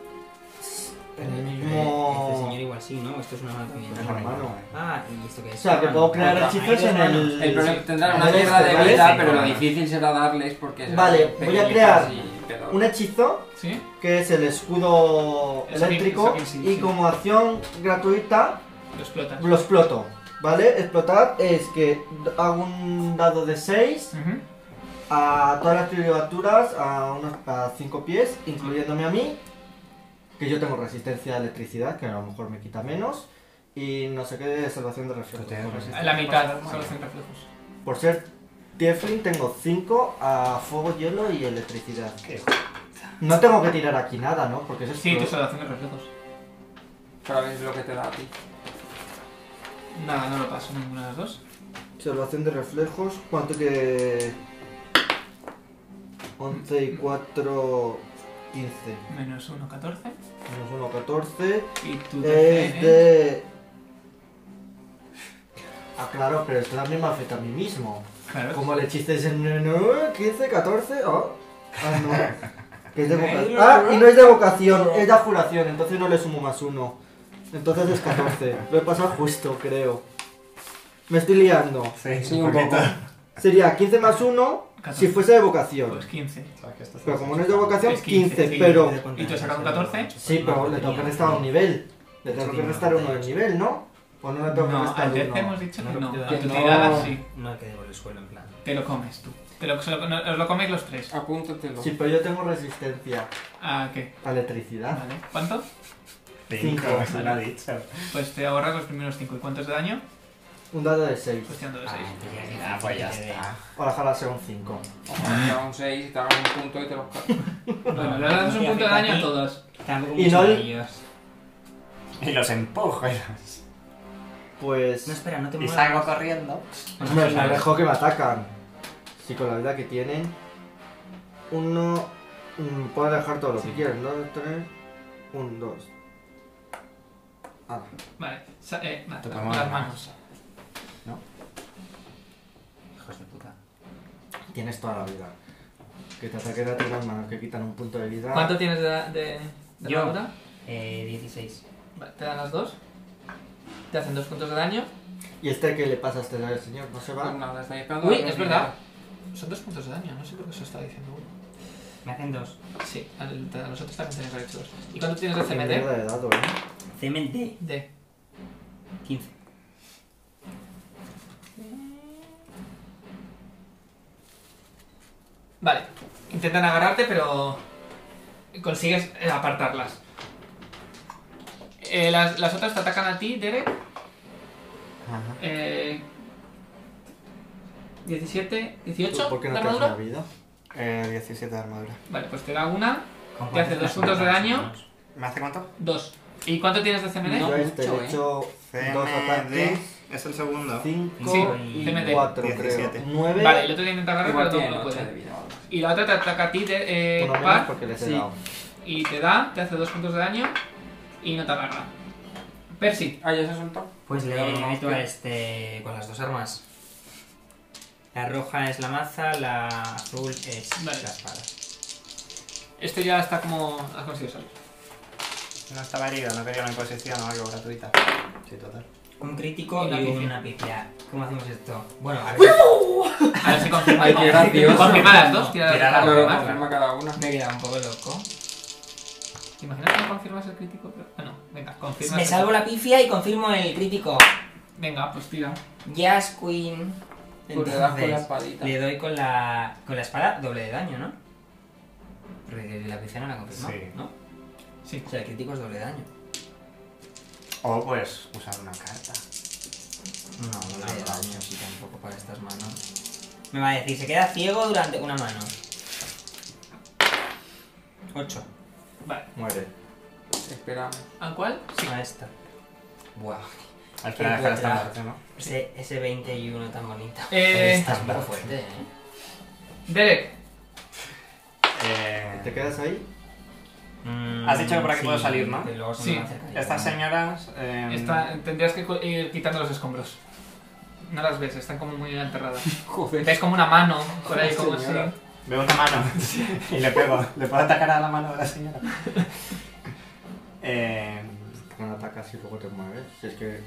S10: En el
S5: Este
S10: mismo.
S5: mayor igual sí, ¿no? Esto es una mano también.
S11: Es la mano.
S5: Ah, ¿y esto qué es?
S4: eh. O sea, que
S10: este
S5: Ah,
S4: puedo
S5: no.
S4: crear
S5: Ah,
S4: hechizos
S5: hay
S4: en
S5: dos manos.
S4: el...
S2: El problema tendrán una
S4: Vale,
S2: guerra de
S4: vale,
S2: vida,
S4: sí,
S2: pero lo
S3: bueno.
S2: difícil será darles porque serán
S4: Vale, voy a crear
S2: pequeñitas y peor.
S4: Un hechizo
S1: ¿Sí?
S4: que es el escudo
S1: Eso
S4: eléctrico
S1: que- eso que sí,
S4: y
S1: sí.
S4: como acción gratuita
S1: Lo explotas.
S4: lo exploto. ¿Vale? Explotar es que hago un dado de 6
S1: Ujú.
S4: a todas las criaturas a unos a 5 pies, incluyéndome a mí, que yo tengo resistencia a electricidad, que a lo mejor me quita menos, y no sé qué de salvación de reflejos.
S3: tienes
S4: por
S3: resistencia.
S1: A La mitad, solo sin reflejos.
S4: así- Por ser Tiefling tengo 5 a fuego, hielo y electricidad. No tengo que tirar aquí nada, ¿no? Porque eso es
S1: Sí,
S4: pro-
S1: tu salvación de reflejos.
S2: Pero es lo que te da a ti.
S1: Nada, no lo paso ninguna de las dos.
S4: Observación de reflejos, ¿cuánto que...? 11 y 4, 15.
S1: Menos 1, 14.
S4: Menos 1, 14.
S1: Y
S4: Este
S1: tu ¿eh?
S4: Es
S1: DC es...
S4: de... Ah, claro, pero esto también me afecta a mí mismo.
S1: Claro.
S4: Como le chistes en... no, 15, 14... Oh. Ah, no. Que es de vocación. Ah, y no es de vocación, es de juración, entonces no le sumo más uno. Entonces es 14. Lo he pasado justo, creo. Me estoy liando.
S3: Sí,
S2: Sí, un poco.
S4: Sería 15 más 1 si
S1: 14.
S4: fuese de vocación.
S1: Pues 15.
S4: Pero como no es de vocación,
S1: Es
S4: 15,
S1: 15, sí.
S4: pero...
S1: ¿Y tú has sacado un 14?
S4: Sí,
S1: Ah,
S4: pero le este tengo que restar un nivel. Le tengo que restar uno del nivel, ¿no? O no le tengo que
S1: No,
S4: restar
S1: al DC
S4: uno.
S1: hemos dicho
S5: No,
S1: que no.
S5: no,
S1: A tu
S2: no.
S1: tirada sí.
S5: No hay que devolver el suelo, en plan.
S1: Te lo comes tú. Te lo, se lo- no- os lo coméis los tres.
S2: Apúntatelo.
S4: Sí, pero yo tengo resistencia
S1: Ah, ¿qué?
S4: a electricidad.
S1: Vale. ¿Cuánto?
S3: Cinco, se lo ha dicho.
S1: Pues te ahorras los primeros 5. ¿Y cuántos de daño?
S4: Un dado de 6.
S1: Pues tirando de 6.
S3: Ah, pues ya está.
S4: Ahora ojalá sea un 5.
S2: Ojalá te haga un 6 y te hagan un punto y te los ca-
S1: Bueno, le das un punto de daño a todos.
S5: Tampoco
S4: Y
S5: mucho
S4: no el-
S5: de ellos.
S3: Y los empujo. y los-
S4: Pues...
S5: No, espera, no te
S3: Y
S5: muevas.
S3: salgo corriendo.
S4: Hombre, me dejo que me atacan. Sí, con la vida que tienen. Uno. mm, Puedo dejar todo lo que quieras. Dos, tres. Un, dos. Ah,
S1: Vale. Sa- eh, nada,
S3: Te
S1: con
S3: ponemos
S1: las
S3: las
S1: manos.
S5: Hijos de puta.
S4: tienes toda la vida. Que te ataquen a ti las manos, que quitan un punto de vida.
S1: ¿Cuánto tienes de, da- de, de
S5: Yo.
S1: armadura?
S5: Eh, 16.
S1: Vale, te dan las dos. Te hacen dos puntos de daño.
S4: Y este que le pasa a este señor, no se
S2: Pues
S4: va.
S2: nada, estáis esperando.
S1: Uy,
S2: a ver
S1: es
S2: si-
S1: verdad. Son dos puntos de daño. No sé por qué eso está diciendo uno.
S5: Me hacen dos.
S1: Sí, al- te- a nosotros también tenemos que haber hecho dos. ¿Y cuánto tienes de
S4: Qué mierda
S1: CMD?
S4: de dado, eh.
S5: Cemente,
S1: De.
S5: 15.
S1: Vale. Intentan agarrarte, pero consigues eh, apartarlas. Eh, las, las otras te atacan a ti, Derek. Eh, 17, 18
S4: Pues, ¿Por qué
S1: de
S4: no te hace
S1: armadura.
S4: la vida?
S6: Eh, 17 de armadura.
S1: Vale, pues te da una,
S5: ¿Con
S1: Te hace
S5: cuántos
S1: dos puntos
S5: personajes
S1: de daño.
S5: más?
S6: ¿Me hace cuánto?
S1: dos. ¿Y cuánto tienes de CMD?
S4: Yo
S2: No,
S4: a este
S2: mucho,
S4: le he
S2: eh.
S4: hecho dos
S6: CMD
S4: ataques.
S6: es el segundo.
S4: 5
S1: Sí,
S4: y
S1: CMD.
S4: 4,
S6: 17.
S4: creo. 9.
S1: Vale, el otro te intenta agarrar,
S2: Igual
S1: pero
S2: tiene
S1: no, no
S2: 8 de
S1: puede.
S2: vida. ahora.
S1: Y la otra te ataca a ti, de, eh,
S4: Uno menos
S1: par,
S4: porque les he
S2: sí.
S4: dado.
S1: y te da, te hace dos puntos de daño y no te agarra. Percy,
S2: Ah, ya se ha soltado.
S5: Pues le
S2: Cuidado, no,
S5: meto
S2: tío.
S5: a este con las dos armas. La roja es la maza, la azul es
S1: Vale.
S5: la espada.
S1: este ya está como. has conseguido salir.
S6: No estaba herido, no quería una imposición o algo gratuita. Sí, total.
S5: Un crítico
S1: Una
S5: y
S1: pifia.
S5: una pifia. ¿Cómo hacemos esto? Bueno, a ver.
S1: A ver si confirma.
S2: Ay, qué gracioso.
S1: Confirma las dos, tira
S5: Tira la
S1: las dos.
S2: Claro,
S5: Claro,
S2: lo
S5: claro.
S2: confirma cada una.
S5: Me he quedado un poco loco.
S1: Imagina que no confirmas el crítico, pero. Ah, no, venga, confirma.
S5: Me
S1: el-
S5: salvo la pifia y confirmo el crítico.
S1: Venga, pues tira.
S5: Jazz Queen.
S2: Pues le das con la
S5: Entonces,
S2: espadita.
S5: le doy con la, con la espada doble de daño, ¿no? Porque la pifia no la confirma,
S3: Sí.
S5: ¿no?
S1: Sí.
S5: O sea, el crítico es doble daño.
S6: O pues usar una carta.
S5: No, no le da daños y tampoco para estas manos. Me va a decir, se queda ciego durante una mano. 8.
S1: Vale.
S4: Muere.
S2: Esperamos.
S1: ¿A cuál?
S5: A esta. Buah.
S6: Al final
S5: Qué
S6: dejar esta
S5: buena.
S6: muerte, ¿no?
S5: Ese, ese 21 tan bonito.
S1: Eh,
S5: Esta es muy fuerte, eh.
S1: Derek,
S6: Eh,
S4: ¿Te quedas ahí?
S6: Has dicho que por aquí puedo salir, ¿no?
S5: y Mm, luego se
S1: Sí.
S5: me va a acercar.
S6: Estas señoras. eh,
S1: está- tendrías que cu- ir quitando los escombros. No las ves, están como muy enterradas.
S2: Joder.
S1: Ves como una mano por ahí, como así.
S2: Señora.
S6: Veo una mano y le pego. ¿Le puedo atacar a la mano de la señora? Eh,
S4: cuando atacas y luego te mueves. Si es que.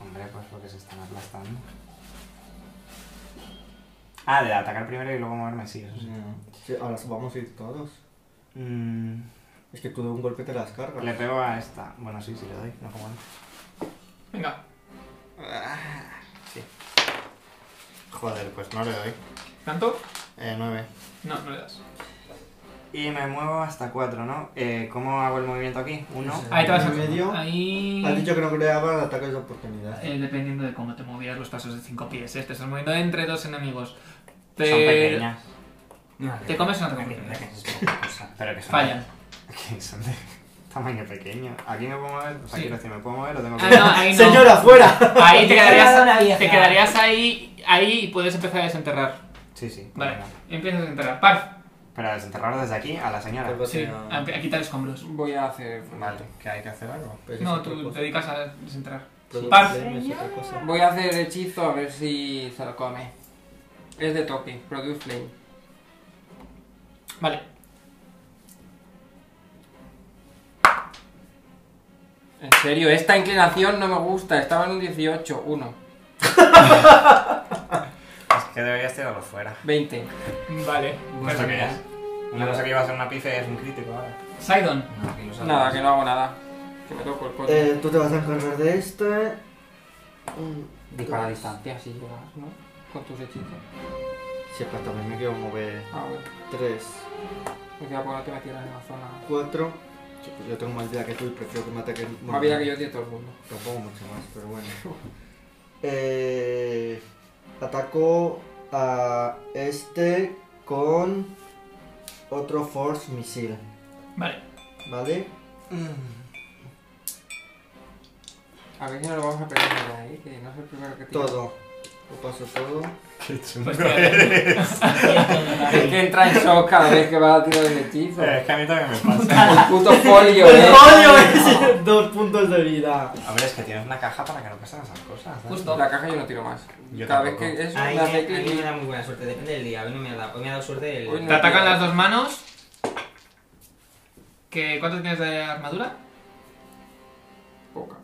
S6: Hombre, pues porque se están aplastando. Ah, de atacar primero y luego moverme, sí, eso sí.
S4: no. Sí, ahora vamos a ir todos.
S6: Mm,
S4: Es que tú de un golpe te las cargas.
S6: le pego a esta. Bueno, sí, sí le doy, no como antes.
S1: Venga,
S12: Joder, pues no le doy.
S1: ¿tanto?
S12: Eh, 9.
S1: No, no le das.
S6: Y me muevo hasta 4, ¿no? Eh, ¿Cómo hago el movimiento aquí? ¿Uno?
S4: Sí.
S1: Ahí te vas a
S4: En medio.
S1: Ahí.
S4: Has dicho que no creaban ataques de oportunidad.
S1: Eh, dependiendo de cómo te movieras los pasos de 5 pies. ¿eh? Te estás moviendo entre dos enemigos.
S6: Son
S1: Te-
S6: pequeñas.
S1: Te comes una oportunidad.
S6: Pero que son...
S1: Fallan.
S6: Que son de tamaño pequeño. Aquí me puedo mover, o sea,
S1: Sí.
S6: quiero decir, me puedo mover o tengo que...
S1: Ah, no, ahí no.
S13: Señora, fuera.
S1: Ahí te
S5: Fuera una
S1: quedarías,
S5: vieja.
S1: te quedarías ahí, ahí y puedes empezar a desenterrar.
S6: Sí, sí.
S1: Vale,
S6: venga.
S1: empiezas a desenterrar. Par.
S6: Pero desenterrar desde aquí a la señora.
S1: Sí, a, a quitar escombros.
S6: Pues
S2: Voy a hacer.
S6: Vale, que hay que hacer algo.
S4: Pues
S1: No, tú te dedicas a desenterrar.
S4: Product
S1: Par.
S4: placement es otra cosa.
S2: Voy a hacer hechizo a ver si se lo come. Es de Topi, Produce Flame.
S1: Vale,
S2: En serio, esta inclinación no me gusta. Estaba en un 18, 1,
S6: Es que deberías tirarlo fuera.
S2: 20.
S1: vale.
S6: ¿Esto qué es? Una cosa que iba a ser una pizza y es un crítico ahora.
S1: Sidon.
S6: No, aquí lo sabes.
S2: Nada, que no hago nada. Que me toco el coche.
S13: Eh, tú te vas a encargar de este. Mm,
S2: Dispara a
S4: pues.
S13: dos.
S2: distancia, si llegas, ¿no? Con tus hechizos.
S4: Sepa, también me quiero mover.
S2: Ah, bueno. Pues
S4: 3,
S2: Me queda por no te metieras en la zona.
S4: 4. pues, Yo tengo más vida que tú y prefiero que me ataquen. bueno,
S2: Más vida que yo tiene todo el mundo.
S4: Tampoco mucho más, pero bueno. Eh, ataco a este con otro Force Misil,
S1: Vale,
S4: ¿vale?
S2: A ver si no lo vamos a perder de ahí, que no es el primero que tira.
S4: Todo. Lo paso todo.
S1: pues tira.
S2: Es que entra en shock cada vez que va a tirar el hechizo.
S6: Eh, es que a mí también me pasa.
S2: El puto folio, eh.
S13: ¡Odio ese! Dos puntos de vida.
S6: A ver, es que tienes una caja para que no pasen esas cosas. ¿sabes?
S1: Justo.
S2: La caja yo no tiro más.
S6: Yo
S2: Cada
S6: tampoco.
S2: vez que eso
S5: Ahí me,
S2: me hace
S5: ahí me
S2: clic.
S5: da muy buena suerte, depende del día. Hoy no me ha dado, hoy me ha dado suerte
S2: Hoy
S6: Eh,
S5: el.
S1: Te atacan las dos manos. ¿Qué, ¿Cuánto tienes de armadura?
S2: Poca.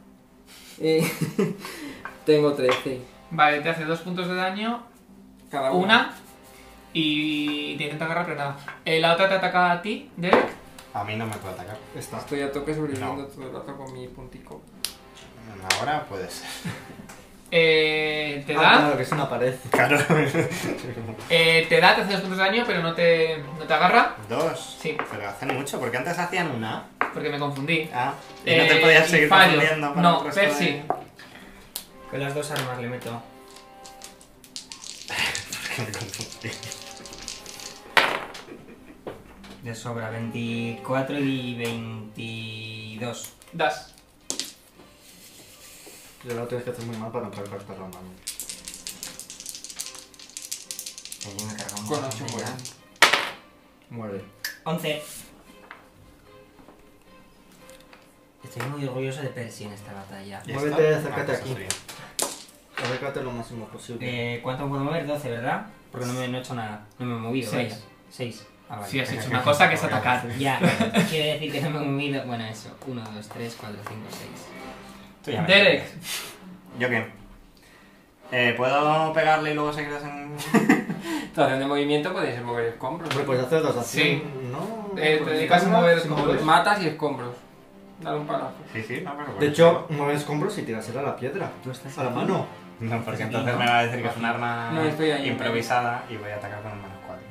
S2: Eh, tengo 13.
S1: Vale, te hace dos puntos de daño.
S6: Ah,
S2: Cada uno.
S1: Una. Y te intenta agarrar, pero nada. Eh, la otra te ataca a ti, Derek.
S6: A mí no me puede atacar.
S4: Está.
S2: Estoy a tope sobreviviendo
S6: No.
S2: todo el rato con mi puntico.
S6: Ahora puede ser.
S1: Eh, te
S4: Ah,
S1: da.
S4: claro, que es una pared.
S6: Claro.
S1: Eh, te da, te hace dos puntos de daño, pero no te, no te agarra.
S6: Dos.
S1: Sí.
S6: Pero hacen mucho, porque antes hacían una.
S1: Porque me confundí.
S6: Ah. Y
S1: Eh,
S6: no te podías seguir
S1: y fallo.
S6: confundiendo para
S1: No,
S6: el resto
S1: Percy.
S6: de-
S5: Con las dos armas le meto.
S6: Que me confundí.
S5: De sobra, 24 y 22.
S1: Das.
S4: Yo lo tienes que hacer muy mal para no poder cortar la mano.
S5: Ahí me carga un
S2: Con
S5: montón
S2: 8
S5: de vida.
S2: buenas.
S4: Muere.
S5: 11. Estoy muy orgulloso de Percy en esta batalla.
S6: ¿Y
S4: Muévete,
S6: esto?
S4: acércate
S6: Ah, pues eso
S4: aquí.
S6: sería.
S4: Acércate lo máximo posible.
S5: Eh, ¿Cuánto puedo mover? 12, ¿verdad? Porque no, me, no he hecho nada. No me he movido,
S1: Seis.
S5: vaya. 6. Ah, vale.
S1: Si has hecho una cosa que es atacar.
S5: Ya, quiere decir que no me he movido. Bueno, eso. 1, 2, 3, 4, 5, 6.
S6: Tú ya me
S1: Derek.
S6: ¿Yo qué? Eh, ¿Puedo pegarle y luego seguir haciendo...?
S2: Estación de movimiento podéis mover escombros.
S4: Hombre, pues hacer dos así.
S1: Sí.
S4: No.
S1: Eh, te
S4: pues,
S1: dedicas a
S4: nada,
S1: mover
S4: sin
S1: escombros.
S4: mover.
S2: Matas y escombros. Dale un palazo.
S6: Sí, sí, no, pero bueno.
S4: De hecho, mueve escombros y tirasela a la piedra.
S5: Tú estás
S4: A la
S5: aquí.
S4: mano.
S6: No, porque entonces me va a decir que es un arma
S2: No, estoy ahí.
S6: improvisada y voy a atacar con un menos 4.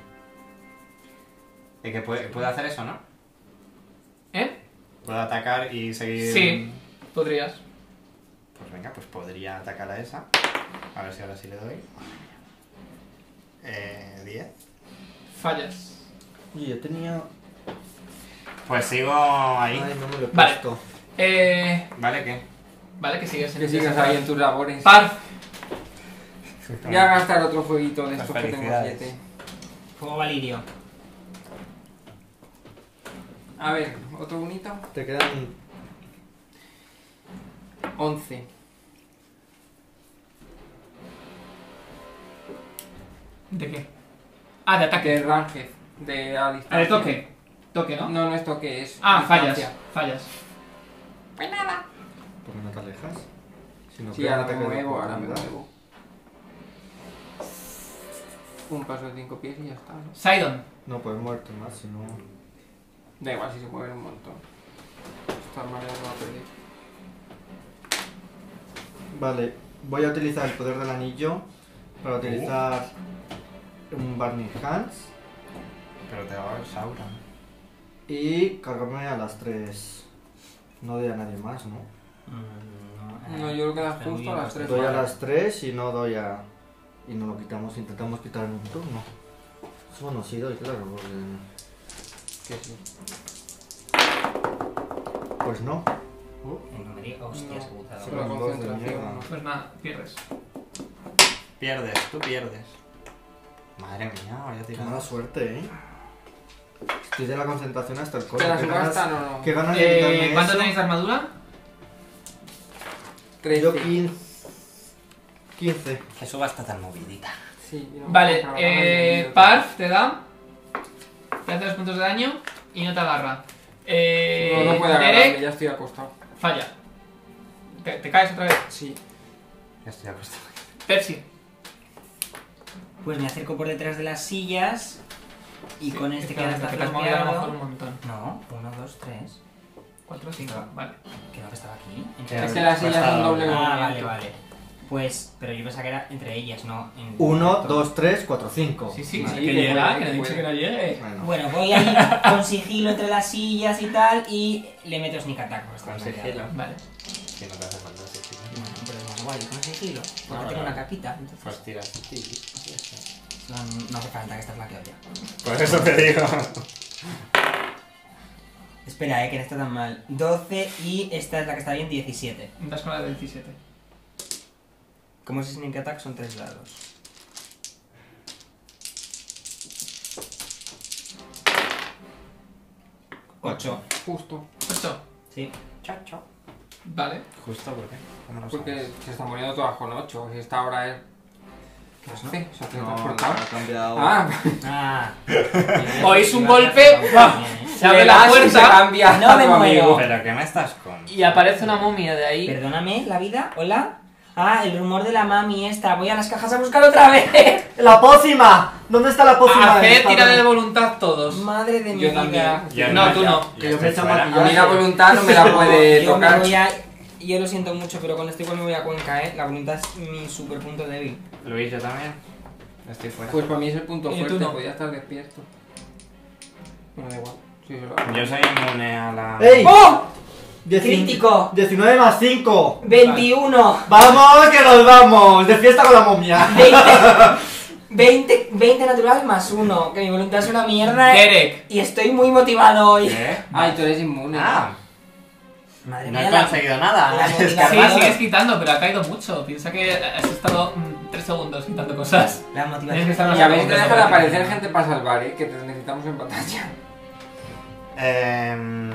S6: ¿Y que puede, puede hacer eso, no?
S1: ¿Eh?
S6: Puedo atacar y seguir...
S1: Sí. Podrías.
S6: Pues venga, pues podría atacar a esa. A ver si ahora sí le doy. Eh, 10.
S1: Fallas.
S4: Y yo tenía.
S6: Pues sigo ahí.
S4: Ay, no me lo he
S1: Vale.
S4: puesto.
S1: Eh,
S6: ¿Vale qué?
S1: vale, que sigues en
S2: Que sigas ahí en tus labores.
S1: Par.
S2: Voy a gastar otro fueguito de
S6: Las
S2: estos que tengo
S6: felicidades.
S2: 7.
S5: Fuego Valirio.
S2: A ver, otro bonito.
S4: Te quedan
S2: 11.
S1: ¿De qué? Ah, de ataque.
S2: De range. De a distancia.
S1: Ah, de toque. Toque, ¿no?
S2: No, no es toque, es.
S1: Ah,
S2: distancia.
S1: fallas. Fallas.
S14: Pues nada.
S4: Porque no te alejas. Si no
S2: Sí,
S4: pega,
S2: ahora
S4: te
S2: me
S4: queda
S2: muevo, ahora me
S4: oportunidad.
S2: muevo. Un paso de cinco pies y ya está, ¿no?
S1: Sidon.
S4: No puedes muerte más, si no.
S2: Da igual si se mueven un montón. Esta marea no va a perder.
S4: Vale, voy a utilizar el poder del anillo para utilizar un Burning Hands
S6: Pero te va a ver Saura.
S4: y cargarme a las tres. No doy a nadie más, ¿no?
S5: Mm,
S2: No, yo creo que las
S5: Está muy
S2: justo a
S5: bien,
S2: las tres.
S5: pues,
S4: Doy a
S2: ¿vale?
S4: las tres y no doy a. Y no lo quitamos, intentamos quitar en un turno. Bueno, sí doy, claro, porque.
S2: Que sí.
S4: Pues no.
S1: Uh.
S5: el numerillo- Hostias,
S2: No.
S5: qué putada.
S2: Solo
S4: Son Ah, dos de
S2: concentración.
S4: mierda.
S2: ¿no?
S1: Pues nada, pierdes.
S6: Pierdes, tú pierdes. Madre mía, voy a
S4: Qué
S6: tirar.
S4: mala suerte, eh. Estoy de la concentración hasta el
S2: ¿Te
S4: coche.
S2: la
S4: Qué ganas,
S2: subasta no?
S4: qué
S2: no?
S4: ganas de
S1: Eh,
S4: quitarme
S1: ¿Cuánto
S4: eso.
S1: tenéis de armadura?
S4: Yo
S2: 13.
S4: 15. 15.
S5: Que suba hasta tan movidita.
S2: Sí, y no me
S1: Vale,
S2: compraba
S1: eh,
S2: nada.
S1: Parf te da. Te hace dos puntos de daño y no te agarra. Eh,
S2: No, no puede agarrarme,
S1: Derek
S2: ya estoy acostado.
S1: falla. Te, te caes otra vez.
S2: Sí.
S6: Ya estoy acostado.
S1: Percy.
S5: Pues me acerco por detrás de las sillas y con este que
S1: Espera,
S5: ahora está
S1: que te has movido a lo mejor un
S5: flanqueado.
S1: montón.
S5: No, uno, dos, tres.
S1: 4 5, vale.
S5: Creo que estaba aquí.
S2: Es
S5: Entre
S2: que las sillas son
S6: Acostado.
S2: doble
S5: Ah, vale,
S2: movimiento.
S5: vale. Pues, pero yo pensaba que era entre ellas, no. en-
S4: 1, 2, 3, 4, 5.
S1: Sí, sí,
S2: Vale.
S1: que llega,
S2: Bueno,
S1: que no he dicho que no llegue.
S4: Bueno,
S5: Bueno, voy ahí con sigilo entre las sillas y tal y le meto sneak attack. porque está
S6: Con
S5: flanqueado.
S6: sigilo.
S1: Vale.
S6: Que no te hace falta ese sigilo.
S5: Bueno, pero es más guay, con sigilo. Porque
S6: Ahora.
S5: tengo una capita, entonces
S6: Pues tira tu sigilo, y ya está.
S5: no, no hace falta que esté flanqueado ya.
S6: Por eso te digo.
S5: Espera, eh, que no está tan mal. 12 y esta es la que está bien, 17.
S1: Das con la del 17.
S5: Como es sneak attack, son 3 dados. Ocho.
S2: Justo.
S1: 8.
S5: Sí.
S1: Vale.
S6: Justo, ¿por qué? ¿Cómo lo
S2: Porque
S6: sabes?
S2: se está muriendo todas con 8. Si esta hora es. ¿Qué hace? ¿Se ha
S4: no,
S2: teletransportado?
S4: ha cambiado.
S2: Ah,
S5: Ah.
S1: Oís un golpe, ¡guau! Se abre
S2: le
S1: la
S2: das y se
S1: puerta
S2: cambia
S5: No
S2: a
S5: me
S2: tu
S5: muevo.
S2: amigo.
S6: ¿Pero qué me estás con?
S1: y aparece una momia de ahí.
S5: Perdóname, la vida, hola. Ah, el rumor de la mami esta. Voy a las cajas a buscar otra vez.
S15: ¡La pócima! ¿Dónde está la pócima?
S1: Haced
S15: Esta,
S1: tirada de
S15: ¿no?
S1: voluntad todos.
S5: Madre de mi
S2: Yo
S5: vida.
S2: también.
S6: Ya
S1: No, tú
S6: ya-
S1: no.
S6: ya
S15: Que yo
S6: estoy
S15: me echa
S6: fuera.
S2: A mí
S15: maquillaje.
S2: la voluntad no me la puede
S5: yo me
S2: tocar.
S5: voy a- Yo lo siento mucho, pero con esto igual me voy a Cuenca, ¿eh? La voluntad es mi super punto débil.
S6: Luis, yo también. Estoy fuera.
S2: Pues para mí es el punto
S1: Y tú
S2: fuerte,
S1: no.
S2: podía estar despierto. Bueno, da igual. Sí, solo...
S6: Yo soy inmune a la.
S4: ¡Ey!
S5: ¡Oh!
S4: Diecin-
S5: ¡Crítico!
S4: 19 más 5.
S5: 21.
S4: ¡Vamos, que nos vamos! De fiesta con la momia.
S5: 20, 20, 20 natural más 1. Que mi voluntad es una mierda. ¿eh?
S1: Derek.
S5: Y estoy muy motivado hoy.
S6: ¿Qué?
S2: Ay, tú eres inmune.
S6: Ah,
S5: Madre
S6: no
S5: mía,
S6: he
S5: la-
S6: conseguido nada.
S5: la
S6: Es
S5: movilidad-
S1: Sí,
S6: Carmelo.
S1: sigues quitando, pero ha caído mucho. Piensa que has estado 3 segundos quitando cosas.
S5: la
S1: Tienes que estar
S5: motivación.
S1: más
S2: Y a veces te
S1: atento.
S2: dejan aparecer gente para salvar, ¿eh? Que te necesitamos en batalla.
S16: Em,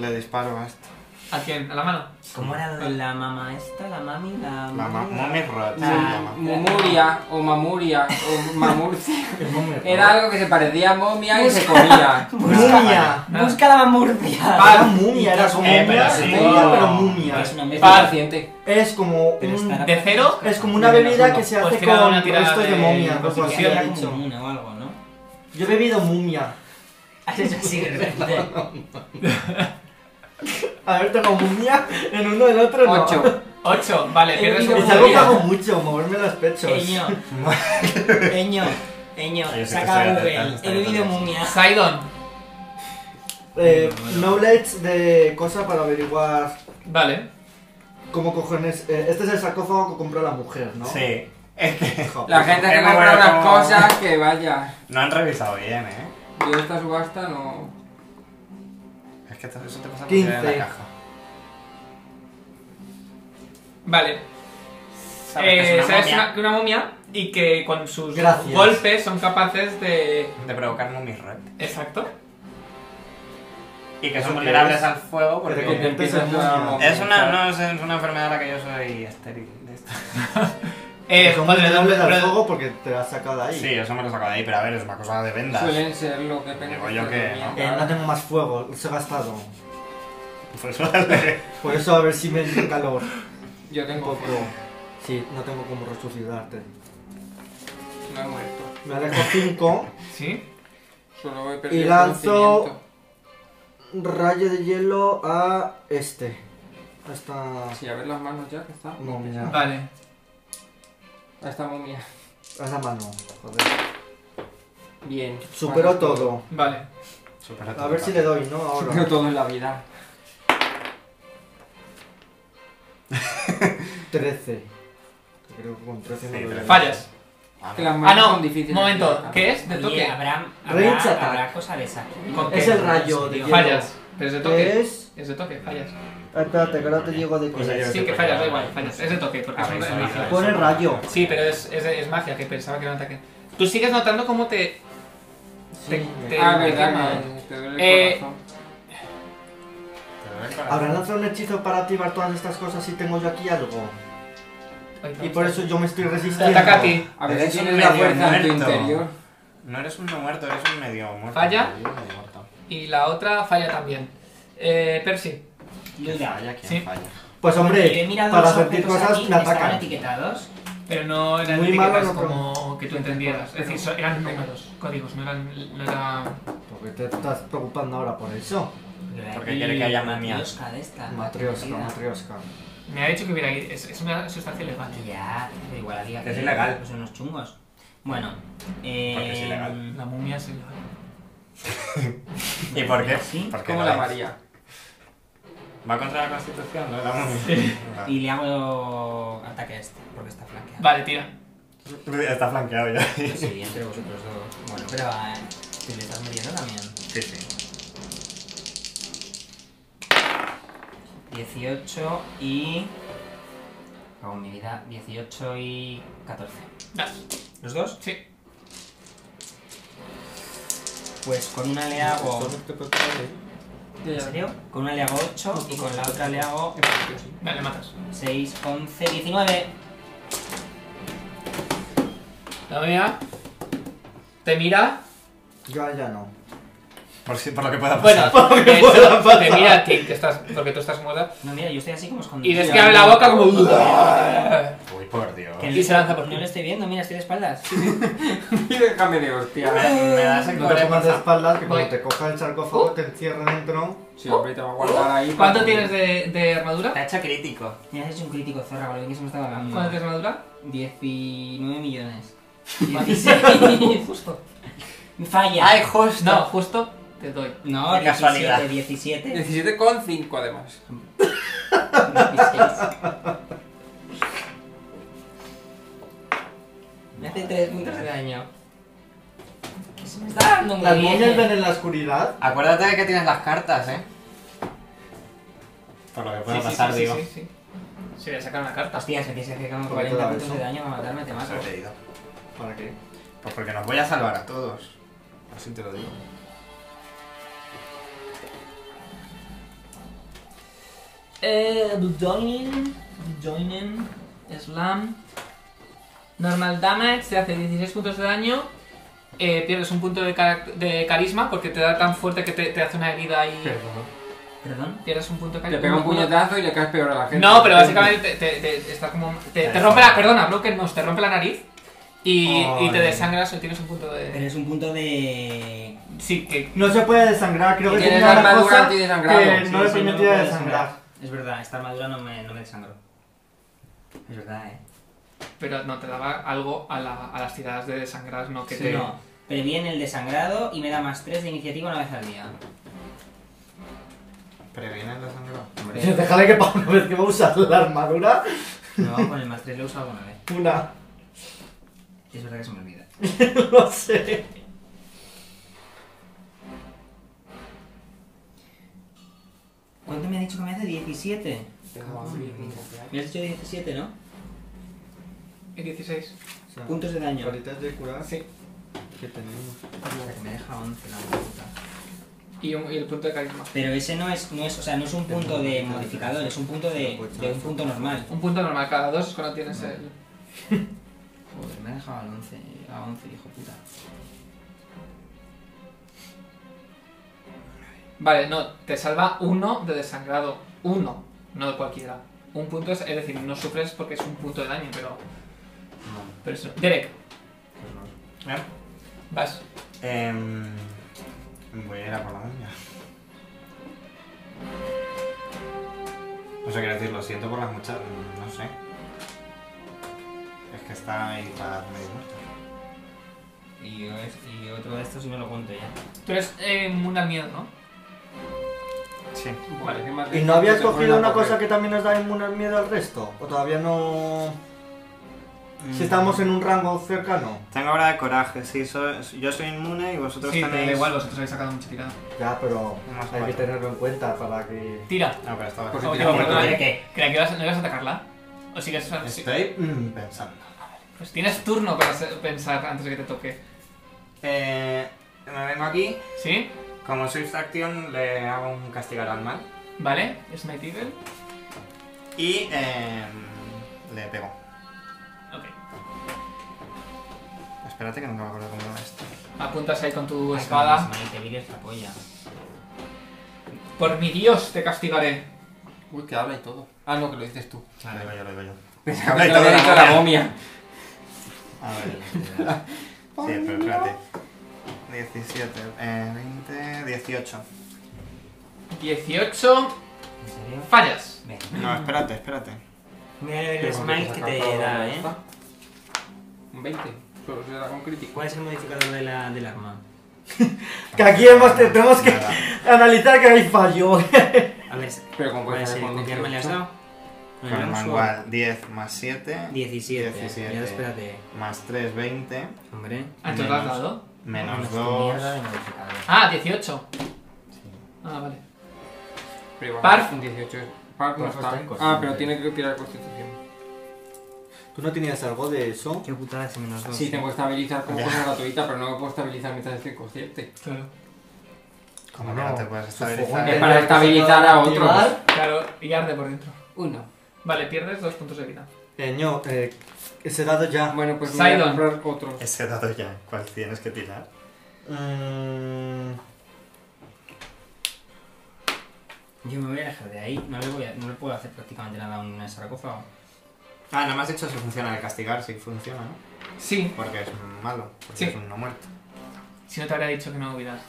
S16: le disparo a
S6: este.
S16: esto.
S1: ¿A quién? ¿A la mano?
S5: ¿Cómo era lo de la mamá esta? ¿La mami? ¿La
S16: La ma- Mummy Rot se
S5: Ah.
S16: llama.
S2: Mumuria, o Mamuria, o Mamurcia. Era
S4: Era
S2: algo que se parecía a momia y se comía.
S4: mumia.
S1: Nada.
S5: Busca la mamurcia.
S4: Era mumia, era como
S6: Eh,
S4: mumia,
S6: pero sí.
S4: mumia, pero mumia.
S5: Es una
S2: Es
S5: mezcla.
S2: paciente.
S4: Es como
S5: Pero
S4: un-
S5: estará-
S1: ¿De cero?
S4: es como una
S5: Menos
S4: bebida
S5: uno.
S4: que se
S1: Pues
S4: hace
S1: tira una
S4: con
S1: tirada
S4: restos de
S1: de
S4: momia, algo
S1: constitución.
S4: así
S5: Era
S4: ha
S5: como
S4: dicho.
S5: inmune o algo, ¿no?
S4: Yo he bebido mumia.
S5: Has hecho así de repente.
S4: A ver, tengo mumia en uno del otro no.
S2: 8.
S1: 8, vale,
S5: He
S1: pierdes
S5: vivido
S1: un
S4: Es
S1: punto de
S4: algo que
S1: vida.
S4: hago mucho, moverme los pechos.
S5: Eño. Eño. Eño.
S6: Ay, yo sé que
S5: Saca
S6: estoy
S5: Google.
S6: atento, estoy
S5: He bebido
S6: atento.
S5: mumia.
S1: Sidon,
S4: Eh, knowledge de cosa para averiguar
S1: vale.
S4: cómo cojones. eh, este es el sarcófago que compró la mujer, ¿no?
S6: Sí.
S4: Hijo.
S2: La gente
S6: Es
S2: que
S6: muy
S2: compra
S6: bueno
S2: unas
S6: como-
S2: cosas que vaya.
S6: No han revisado bien, ¿eh?
S2: Yo esta subasta no.
S6: Es que esto- eso te pasa por
S4: 15.
S6: tirar en la caja.
S1: Vale.
S6: Sabes que es
S1: Eh,
S6: una
S1: sabes
S6: momia.
S1: una- que una momia y que con sus
S4: Gracias.
S1: golpes son capaces de.
S6: De provocar Mummy Rot.
S1: Exacto.
S6: Y que
S4: ¿Eso
S6: son
S4: qué
S6: vulnerables
S4: es?
S6: al fuego
S4: Que te
S6: porque.
S4: conviertes en
S2: Empiezas a-
S4: momia.
S6: Es una, no, es es una enfermedad a la que yo soy estéril de esto.
S1: Eh,
S4: Son
S1: joder,
S4: vulnerables al
S1: pero-
S4: fuego porque te la has sacado de ahí.
S6: Sí, eso me lo saco de ahí, pero a ver, es una cosa de vendas.
S2: Suelen ser lo que tengo.
S6: Digo yo que-
S4: Eh, no tengo más fuego, se ha gastado.
S6: Pues vale.
S4: Por eso a ver si me dio calor.
S2: Yo
S4: Un
S2: tengo
S4: poco.
S2: fe.
S4: Sí, no tengo como resucitarte.
S2: No he muerto.
S4: Me alejo 5.
S1: ¿Sí?
S2: Solo he perdido
S4: Y
S2: el
S4: lanzo-
S2: conocimiento.
S4: Rayo de hielo a este. A esta.
S2: Sí, a ver las manos ya, que está.
S4: momia.
S1: Vale.
S2: A esta momia.
S4: A esa mano. Joder.
S2: Bien.
S4: Supero
S2: Bueno,
S4: todo.
S1: Vale.
S4: A ver si le doy, ¿no?
S2: Supero
S4: Ahora.
S2: todo en la vida.
S4: 13. Creo que con 13 no
S6: Sí,
S4: lo
S6: trece.
S4: doy.
S1: Fallas.
S2: Que las manos
S1: Ah, no.
S2: son difíciles.
S1: Momento. ¿Qué es? ¿De
S5: Oye,
S1: toque?
S5: habrá,
S4: Range attack.
S5: habrá, habrá cosa de esa.
S1: ¿Con qué?
S4: Es el rayo ¿Eh? de
S5: Digo,
S4: hielo.
S1: Fallas. Pero es de toque.
S4: Es.
S1: Es de toque, fallas.
S4: Ah, espérate, que ahora te digo de
S6: Pues
S4: qué
S6: ahí
S4: es.
S6: va.
S1: Sí, que fallas, da igual, fallas. Es de toque, porque es
S6: Ah,
S1: un
S6: vale,
S1: es magia.
S6: vale.
S4: Pone rayo.
S1: Sí, pero es, es, es magia, que pensaba que era un ataque. Tú sigues notando cómo te. te- te-
S2: Ah,
S1: te
S2: verdad,
S1: quema.
S2: que te duele el
S1: Eh,
S2: corazón.
S4: Habrá lanzado un hechizo para activar todas estas cosas si tengo yo aquí algo.
S1: Ay, no,
S4: Y por eso yo me estoy
S1: Te
S4: resistiendo.
S1: ataca a ti.
S2: A ver
S6: Eres
S2: si
S6: un
S2: tienes la
S6: medio
S2: fuerza en tu
S6: muerto.
S2: interior.
S6: No eres un no muerto, eres un medio muerto.
S1: Falla.
S6: Medio muerto.
S1: Y la otra falla también. Eh, Percy.
S5: Luda.
S6: Falla, ¿quién
S1: Sí.
S6: falla?
S4: Pues
S5: Yo he
S4: hombre,
S5: mirado
S4: para
S5: los
S4: sentir
S5: objetos
S4: cosas
S5: aquí
S4: me
S5: que Estaban
S4: atacan.
S5: etiquetados.
S1: Pero no eran
S4: Muy malo,
S1: etiquetas
S4: no, pero-
S1: como que tú entendieras. Es decir, so- eran números, códigos, no eran. No era...
S4: Porque te estás preocupando ahora por eso.
S6: Porque quiere que haya momia.
S5: Matrioska de esta.
S4: Matrioska,
S5: Conocida.
S4: matrioska.
S1: Me ha dicho que hubiera. Es, es una sustancia ilegal.
S5: Ya, pero igual había
S6: Es ilegal.
S5: Pues unos chungos. Bueno, eh.
S6: Porque es ilegal.
S1: La momia es ilegal.
S6: ¿Y por qué?
S5: Sí,
S6: Porque
S2: Como
S6: no
S2: la
S6: es.
S2: María.
S6: Va contra la constitución, ¿no? La momia. Ah.
S5: Y le hago ataque a este, porque está flanqueado.
S1: Vale, tira.
S6: Está flanqueado ya.
S5: Pues Sí, entre vosotros dos. Bueno, pero eh, te le estás muriendo también.
S6: Sí, sí.
S5: 18 y. Hago mi vida. 18 y 14.
S1: Das.
S5: ¿Los dos?
S1: Sí.
S5: Pues con una le hago.
S2: Ya,
S4: ¿eh?
S5: ¿En
S2: ya.
S5: serio? Con una le hago 8 y con la otra le hago
S1: Vale, matas.
S5: 6, 11, 19.
S1: La momia. Te mira.
S4: Yo ya no.
S6: Por, si, por lo que pueda
S1: Bueno,
S6: pasar.
S1: de hecho, te mira a ti, que estás, porque tú estás muerta.
S5: No, mira, yo estoy así como escondido.
S1: Y ves que abre la boca como.
S6: Uy, por Dios.
S5: Que
S1: Y se lanza por ti.
S5: No lo estoy viendo, mira, estoy de espaldas.
S2: Y déjame de hostia.
S6: Me das en
S4: No te pongas de espaldas, que
S1: Voy.
S4: cuando te coja el sarcófago te encierra dentro.
S2: Sí, hombre, te va a guardar ahí.
S1: ¿Cuánto
S2: porque-
S1: tienes de, de armadura?
S6: Te ha hecho crítico.
S5: Me has hecho un crítico, zorra, con lo bien que se me estaba hablando.
S1: ¿Cuánto tienes de armadura?
S5: 19 millones. 16.
S1: Justo.
S5: Falla.
S6: ¡Ay, justo!
S1: No, justo te doy.
S5: no,
S6: qué
S5: 17,
S6: casualidad.
S5: 17.
S2: 17,5 además.
S5: 16. Me hace 3 Este puntos de daño. Que se me está dando muy
S4: Las momias ven
S5: bien. eh.
S4: en la oscuridad.
S6: Acuérdate de que tienes las cartas, ¿eh? Por lo que pueda
S1: Sí, sí,
S6: pasar,
S1: sí,
S6: digo.
S1: Sí, sí, sí. Sí, voy a sacar una carta.
S5: Hostias, aquí se acercan
S4: Porque te
S5: 40
S4: da
S5: puntos
S4: eso.
S5: de daño para matarme, te
S6: Eso
S5: mato.
S6: he leído.
S4: ¿Para qué?
S6: Pues porque nos voy a salvar a todos. Así te lo digo.
S1: Eh, Joining, Joining, Slam. Normal damage, te hace 16 puntos de daño. eh, pierdes un punto de, carac- de carisma porque te da tan fuerte que te, te hace una herida y
S5: Perdón.
S1: pierdes un punto de
S2: Te
S1: carisma.
S2: pega un puñetazo y le caes peor a la gente.
S1: No, pero básicamente te, te- te- está como. Te, te rompe la. Perdona, Broken Nose, te rompe la nariz y, y te
S4: Ay.
S1: desangras o tienes un punto
S5: Pero
S1: de.
S5: es un punto de.
S1: Sí, que.
S4: No se puede desangrar, creo que
S2: Tienes
S4: tenía una
S2: armadura
S4: cosa
S2: antidesangrado.
S4: que
S2: Sí,
S4: no le
S5: sí,
S4: permitía
S5: me puedo
S4: desangrar.
S5: Es verdad, esta armadura no me, no me desangró. Es verdad, eh.
S1: Pero no, te daba algo a, la- a las tiradas de desangradas, no que
S5: Sí,
S1: te.
S5: No, previene el desangrado y me da más 3 de iniciativa una vez al día.
S6: ¿Previene la sangre?
S4: Déjale que para una vez que va a usar la armadura,
S5: No, con el más 3 lo he usado alguna vez.
S4: una.
S5: Es verdad que se me olvida.
S4: No sé.
S5: ¿Cuánto me ha dicho que me hace? 17.
S2: Tengo hambre, mira, ya.
S5: Me has dicho 17, ¿no?
S1: Y 16.
S5: Puntos de daño.
S4: Palitas de curar
S1: Sí.
S4: que tenemos.
S5: Hostia, que me deja 11 la puta.
S1: Y, un- y el punto de carisma.
S5: Pero ese no es, no es, o sea, no es un punto de modificador, es un punto de, de un punto normal.
S1: Un punto normal, cada dos es cuando tienes el.
S5: Joder, me ha dejado al 11, a 11, hijo puta.
S1: Vale, no, te salva uno de desangrado. Uno, no de cualquiera. Un punto es, es decir, no sufres porque es un punto de daño, pero. Pero eso. Derek,
S3: Bien.
S6: ¿Eh?
S1: vas.
S6: Em, voy a ir a por la momia. O sea, quiero decir, lo siento por las muchachas. No sé. Es que está ahí para medio muerta.
S5: Y, es- y otro de estos sí me lo cuento ya.
S1: Tú eres eh, inmune al miedo, ¿no?
S6: Sí.
S2: Vale, encima
S4: ¿Y
S2: de-
S4: no habías
S2: te ponen
S4: cogido
S2: a
S4: una
S2: correr.
S4: cosa que también nos da inmune al miedo al resto? ¿O todavía no...? Si estamos en un rango cercano.
S6: Mm. Tengo ahora de coraje, sí, soy- yo soy inmune y vosotros
S1: Sí, pero
S6: tenéis.
S1: da igual, vosotros habéis sacado mucha tirada.
S4: Ya, pero
S6: Más
S4: hay que
S6: cuatro.
S4: tenerlo en cuenta para que...
S1: Tira.
S6: No, Ah, pero estaba.
S2: Pues
S1: Oh,
S2: sí,
S1: tío,
S2: tira.
S1: perdona,
S5: ¿De
S1: ¿eh?
S5: qué?
S1: Creía que ibas- no ibas a atacarla. O sí que es. sí.
S6: Estoy mm, pensando.
S1: Pues tienes turno para se- pensar antes de que te toque.
S6: Eh, me vengo aquí.
S1: ¿Sí?
S6: Como Swift Action le hago un castigar al mal.
S1: ¿Vale? ¿Es Night Eagle?
S6: Y eh, le pego.
S1: Ok.
S6: Espérate que nunca me acuerdo cómo va esto.
S1: Apuntas ahí con tu
S5: Ay,
S1: espada.
S5: cabrón, Ismael, Te vi esta polla.
S1: Por mi Dios, te castigaré.
S2: Uy, que habla y todo. Ah, no, que lo dices tú.
S6: Lo digo yo, lo digo yo.
S2: Habla y todo la momia.
S6: A ver. Sí, pero espérate. 17, eh, 20, 18.
S1: 18.
S5: ¿En serio?
S1: Fallas.
S5: Ven.
S6: No, espérate, espérate.
S5: Mira el smile que te da, ¿eh?
S2: Un 20. Solo se da con crítico.
S5: ¿Cuál es el modificador de la, del arma?
S4: Que aquí hemos, tenemos que
S6: Nada.
S4: analizar que hay fallo.
S5: A ver,
S2: Pero como
S5: ¿cuál
S2: puede
S5: es
S2: ser
S5: el
S2: con
S5: con qué arma le has
S2: 18.
S5: dado?
S6: Con
S5: ¿Con el
S6: el
S5: ganso?
S6: manual 10 más 7.
S5: 17.
S6: 17.
S5: Mira, espérate,
S6: Más 3, 20.
S5: hombre.
S1: Ah, entonces lo has
S6: Menos.
S1: dado.
S6: Menos
S5: tu mierda de
S6: 2.
S5: modificador.
S1: Ah, 18. Ah, vale.
S2: Pero igual,
S1: Parf.
S2: Un 18. Parf no
S4: Parf está en
S2: está. Ah,
S4: constitución.
S2: pero tiene que tirar constitución.
S4: ¿Tú no tenías algo de eso?
S5: Qué putada ese menos 2.
S2: Sí, tengo que estabilizar como cosa gratuita, pero no me puedo estabilizar mientras estoy consciente.
S1: Claro.
S6: Como que no te puedes
S2: Es
S6: estabilizar.
S2: para estabilizar a otros.
S1: Claro, y arde por dentro.
S2: Uno.
S1: Vale, pierdes dos puntos de vida.
S4: Peño, eh, ese dado ya.
S2: Bueno, pues voy a
S1: Sidon.
S2: comprar otros.
S6: Ese dado ya, ¿cuál tienes que tirar?
S4: Mm,
S5: Yo me voy a alejar de ahí, no le, voy a- no le puedo hacer prácticamente nada a un sarcófago.
S6: Ah, nada más hecho si funciona el castigar, si funciona, ¿no?
S1: Sí,
S6: Porque es malo, porque
S1: Sí.
S6: es un no muerto.
S1: si no te habría dicho que no hubieras.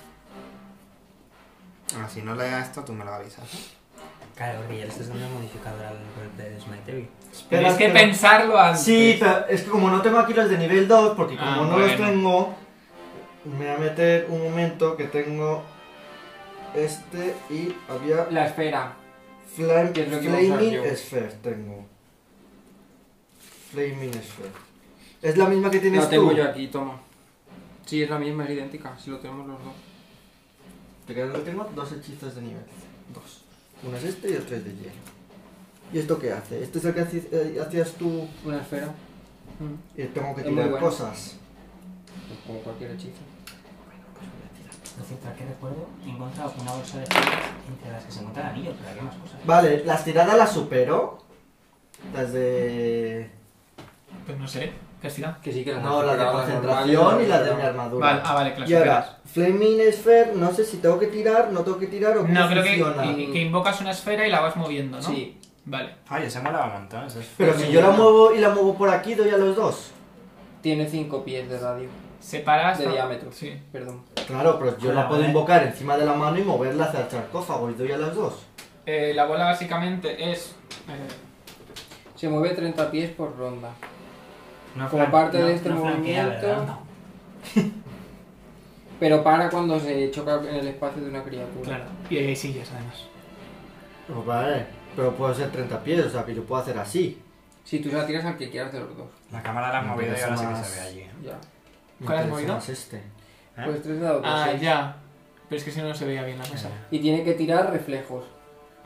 S6: Ah, si no le das esto, tú me lo avisas. ¿eh?
S5: Claro, porque ya le estás dando el modificador al golpe de Smite Heavy.
S4: espera,
S1: Tenéis que
S4: espera.
S1: pensarlo antes.
S4: Sí, pero es que como no tengo aquí los de nivel 2, porque como
S1: Ah,
S4: no los
S1: bueno.
S4: tengo, me voy a meter un momento que tengo este y había
S2: La esfera.
S4: flame,
S2: Que es lo que iba a usar
S4: Flaming
S2: yo.
S4: Sphere. Tengo Flaming Sphere. Es la misma que tienes
S2: La tengo
S4: tú.
S2: yo aquí, toma. Sí, es la misma, es idéntica. Si lo tenemos los dos.
S4: Te quedas donde tengo dos hechizos de nivel. Dos. Uno es este y otro es de hielo. ¿Y esto qué hace? Este es el que haci- eh, hacías tú
S2: Una esfera. Mm.
S4: y tengo que
S2: Es muy
S4: tirar
S2: bueno.
S4: cosas.
S2: Pues Como cualquier hechizo.
S5: Por cierto, que recuerdo, he encontrado una bolsa de piedras entre las que se encuentra el anillo, pero había más cosas.
S4: Vale, las tiradas las supero. Las de...
S1: Pues no sé, ¿qué has tirado?
S2: Que sí que las
S4: No,
S2: has
S4: la de
S2: superado, las
S4: concentración
S2: normales,
S4: y la de
S2: pero-
S4: mi armadura.
S1: Vale, ah, vale, claro.
S4: y ahora, Flaming Sphere, no sé si tengo que tirar, no tengo que tirar o cómo
S1: No, creo
S4: funciona.
S1: que, que- que invocas una esfera y la vas moviendo, ¿no?
S2: Sí.
S1: Vale.
S6: Ay, ese molaba un montón. Ese es...
S4: Pero si yo la muevo y la muevo por aquí, doy a los dos.
S2: Tiene 5 pies de radio.
S1: Separas.
S2: De diámetro.
S1: Sí.
S2: Perdón.
S4: Claro, pero yo
S5: Ah,
S4: la puedo
S5: vale.
S4: invocar encima de la mano y moverla hacia el sarcófago y doy a los dos.
S1: Eh, la bola básicamente es. eh,
S2: Se mueve 30 pies por ronda.
S5: No
S2: Como
S5: flan-
S2: parte
S5: no-
S2: de este
S5: no flanquea,
S2: movimiento-
S5: ¿verdad?
S2: Pero para cuando se choca en el espacio de una criatura.
S1: claro. Y hay sillas además.
S4: Pues vale, pero puedo ser 30 pies, o sea que yo puedo hacer así.
S2: Si tú se la tiras al que quieras de los dos.
S6: La cámara la has
S4: Me
S6: movido y ahora sí que
S4: interesa
S6: se ve
S4: más.
S6: allí. ¿eh?
S2: Ya.
S4: Me
S1: ¿Cuál has
S4: interesa
S1: movido?
S4: más este.
S6: ¿Eh?
S2: Pues 3 dados.
S1: Ah, ya. Pero es que si no, no se veía bien la mesa.
S2: Y tiene que tirar reflejos.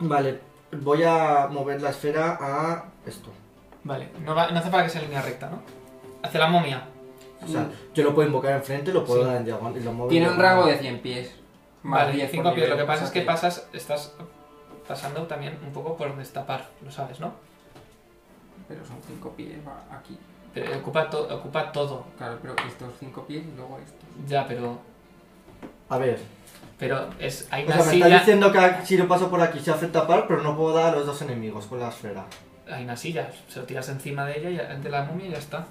S4: Vale, voy a mover la esfera a esto.
S1: Vale. No, va- no hace falta que sea en línea recta, ¿no? Hacia la momia.
S4: O sea, yo lo puedo invocar enfrente, lo puedo
S1: Sí.
S4: dar en diagonal y lo muevo en
S2: Tiene un
S4: diagonal.
S2: rango de 100 pies. Más
S1: vale,
S2: 10 por
S1: 5 pies. Lo
S2: nivel,
S1: que
S2: o
S1: pasa
S2: sea
S1: es que pasas. Estás pasando también un poco por destapar, lo sabes, ¿no?
S2: Pero son 5 pies va aquí.
S1: Pero ocupa, to- ocupa todo.
S2: este. Claro, pero estos 5 pies y luego estos.
S1: Ya, pero.
S4: A ver,
S1: Pero es, hay
S4: O
S1: una
S4: sea, me está
S1: silla.
S4: diciendo que si yo paso por aquí se hace tapar, pero no puedo dar a los dos enemigos con la esfera.
S1: Hay una silla. Se lo tiras encima de ella, y- de la momia y ya está.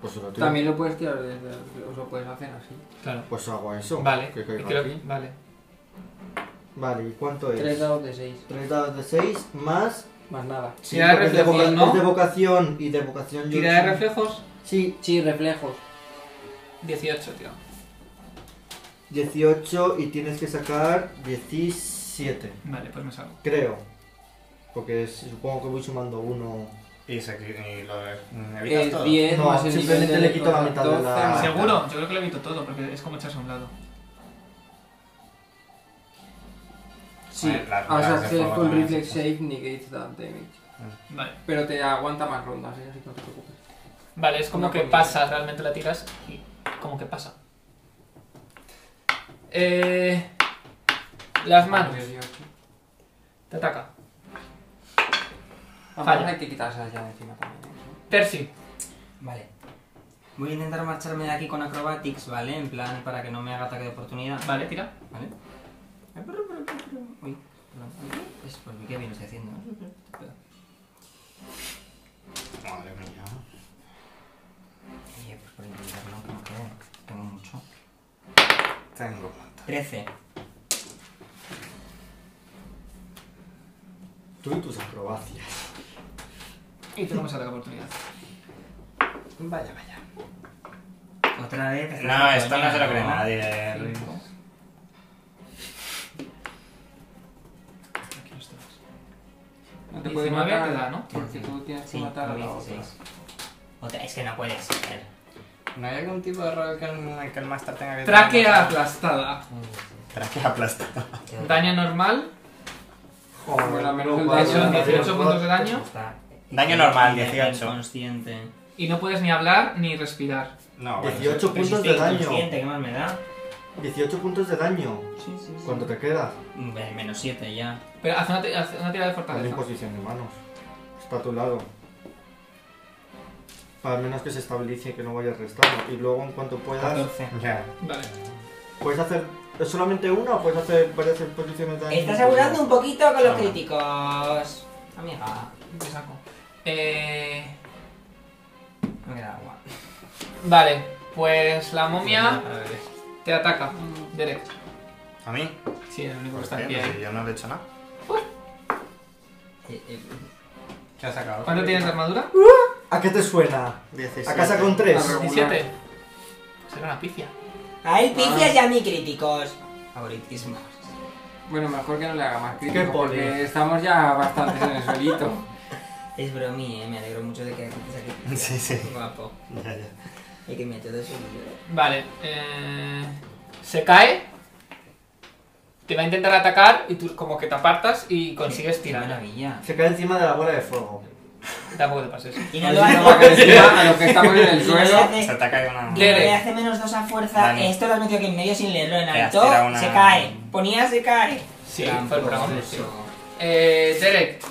S4: Pues se lo tiro.
S2: También lo puedes tirar desde. Os lo puedes hacer así.
S1: Claro.
S4: Pues hago eso.
S1: Vale.
S4: que
S1: y
S4: caiga
S1: creo-
S4: aquí.
S1: vale.
S4: Vale, ¿y cuánto es?
S2: Tres dados de seis.
S4: Tres dados de 6 más.
S2: Más nada.
S4: Sí,
S1: Tira de
S4: porque es de
S1: reflejos,
S4: voca-
S1: ¿no?
S4: es de vocación y de vocación yo.
S1: Tira de reflejos.
S4: Sí,
S2: Sí, reflejos.
S1: 18, tío.
S4: 18 y tienes que sacar 17,
S1: Vale, pues me salgo.
S4: creo. Porque es- supongo que voy sumando uno.
S6: Y, se, y lo mm, evitas
S2: Es
S6: todo.
S2: 10
S4: No,
S2: más el
S4: simplemente
S2: nivel
S4: le
S2: de
S4: quito la mitad de la-
S2: doce más-
S1: ¿Seguro? Yo creo que lo evito todo porque es como echarse a un lado.
S2: Sí,
S6: Vale, las
S2: vas a
S6: ruedas de
S2: Ah, hacer
S6: fuego
S2: con
S6: también
S2: Reflex
S6: se-
S2: Save negates that damage.
S1: Vale.
S2: Pero te aguanta más rondas, ¿eh? así que no te preocupes.
S1: Vale, es como
S2: No
S1: que
S2: podía.
S1: pasa, realmente la tiras y como que pasa. Eh, las manos,
S2: 18.
S1: te ataca.
S2: Además,
S1: Falla.
S2: hay que quitarse ya de encima también. ¿eh?
S1: Percy,
S5: Vale. Voy a intentar marcharme de aquí con acrobatics, ¿vale? En plan, para que no me haga ataque de oportunidad.
S1: vale, tira.
S5: ¿Vale? Uy, perdón. Es por mí, qué bien estoy haciendo.
S6: Madre mía.
S5: Oye, pues por intentarlo, que no quede. Tengo mucho.
S6: Tengo plata.
S5: 13.
S4: Tú y tus acrobacias.
S1: Y tenemos ataque de oportunidad.
S4: Vaya, vaya.
S5: Otra vez. estás
S6: No,
S5: de
S6: esto no
S5: coña,
S6: se lo cree
S5: ¿no?
S6: nadie. Rick.
S5: Cinco.
S1: Aquí los tenemos.
S2: No te puedes
S1: 19
S2: matar,
S1: te da, ¿no?
S2: Porque tú tienes que
S5: Sí,
S2: matar a la
S5: dieciséis.
S2: otra.
S5: Otra, es que no puede ser.
S6: ¿No hay algún tipo de rol que el, que el máster tenga que
S1: Tráquea aplastada.
S6: Tráquea aplastado.
S1: Daño normal,
S2: Bueno, al menos el
S4: Vale,
S1: son
S2: daño.
S4: vale,
S1: 18
S4: vale.
S1: puntos de daño
S5: Está-
S6: Daño normal,
S5: Está
S6: 18.
S5: Inconsciente.
S1: y no puedes ni hablar ni respirar.
S6: No, bueno,
S4: 18 puntos
S5: Resiste
S4: de daño.
S5: inconsciente, ¿qué más me da?
S4: 18 puntos de daño.
S5: Sí, sí,
S4: ¿Cuánto te queda?
S5: Menos 7 ya.
S1: Pero haz una, ti- haz una tirada de
S4: Ponle en
S1: fortaleza.
S4: posición de manos. Está a tu lado. Al menos que se estabilice y que no vaya restando. Y luego, en cuanto puedas,
S5: 14.
S6: Ya.
S1: Vale.
S4: puedes hacer solamente una o puedes hacer varias posiciones de daño.
S5: Estás abusando un poquito con los
S4: Ah.
S5: críticos. Amiga,
S1: Te saco. Eh,
S5: no me da agua.
S1: vale, pues la momia te ataca. Derek.
S6: ¿A mí?
S1: Sí, el único que
S6: Pues
S1: está en pie
S6: bien, no
S1: ahí.
S6: sé, yo no le he hecho nada.
S5: Eh, eh,
S6: ¿Qué has sacado?
S1: ¿Cuánto tienes de armadura?
S4: ¿A qué te suena?
S6: 17.
S4: ¿A casa con 3?
S2: Arre-
S1: 17. Será una pifia.
S5: A él picias y a mí críticos. Favoritismos.
S2: Bueno, mejor que no le haga más
S4: ¿Qué
S2: crítico
S4: pone?
S2: porque estamos ya bastantes en el suelito.
S5: Es bromí, eh. Me alegro mucho de que haces aquí. picias.
S6: Sí, sí.
S5: Guapo.
S6: Ya, ya.
S5: Y que me todo su vida.
S1: Vale. eh, se cae. Te va a intentar atacar y tú como que te apartas y consigues
S5: Qué
S1: tirar.
S5: maravilla.
S4: Se cae encima de la bola de fuego.
S1: Tampoco te pases.
S5: Y no
S2: No
S5: lo hace-
S2: va a caer encima a los que estamos en el
S5: y no lo
S2: suelo.
S5: hace-
S6: Se ataca de una.
S5: Y no le
S1: Eh, Lele.
S5: hace menos dos a fuerza.
S6: Dani.
S5: Esto lo has metido aquí en medio sin leerlo en
S6: Te has
S5: alto.
S6: tirado una-
S5: Se cae. Ponía se cae.
S1: Sí,
S5: Gran
S1: fue el dragón,
S5: proceso.
S1: sí. Eh, Derek,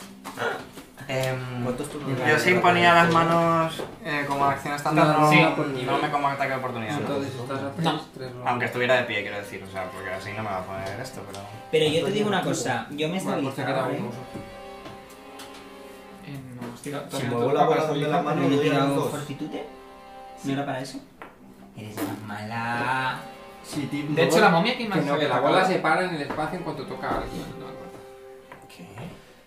S6: Em,
S4: ¿Cuántos tú
S6: yo sí ponía las manos eh, como acción estándar,
S2: No,
S6: no,
S1: sí.
S6: no me como ataque de oportunidad. ¿no?
S2: Entonces estás a
S1: No.
S2: tres- tres rondas.
S6: Aunque estuviera de pie, quiero decir, o sea, porque así no me va a poner esto, pero.
S5: Pero yo te digo una cosa. Yo me he
S2: Bueno, pues te
S5: estabilizado.
S2: queda
S5: ¿eh?
S2: uno.
S1: eh, no, has tirado-
S4: Si
S1: todavía no
S4: muevo
S1: te
S4: la
S1: toca.
S4: bola de la mano,
S5: ¿No
S4: le
S5: he
S4: doy a los
S5: tirado
S4: dos.
S5: fortitude? ¿No era para eso? Eres más mala.
S4: Si ti-
S1: De hecho, la momia que
S2: Que
S1: más
S2: no, que la bola se para en el espacio en cuanto toca a alguien.
S6: ¿Qué?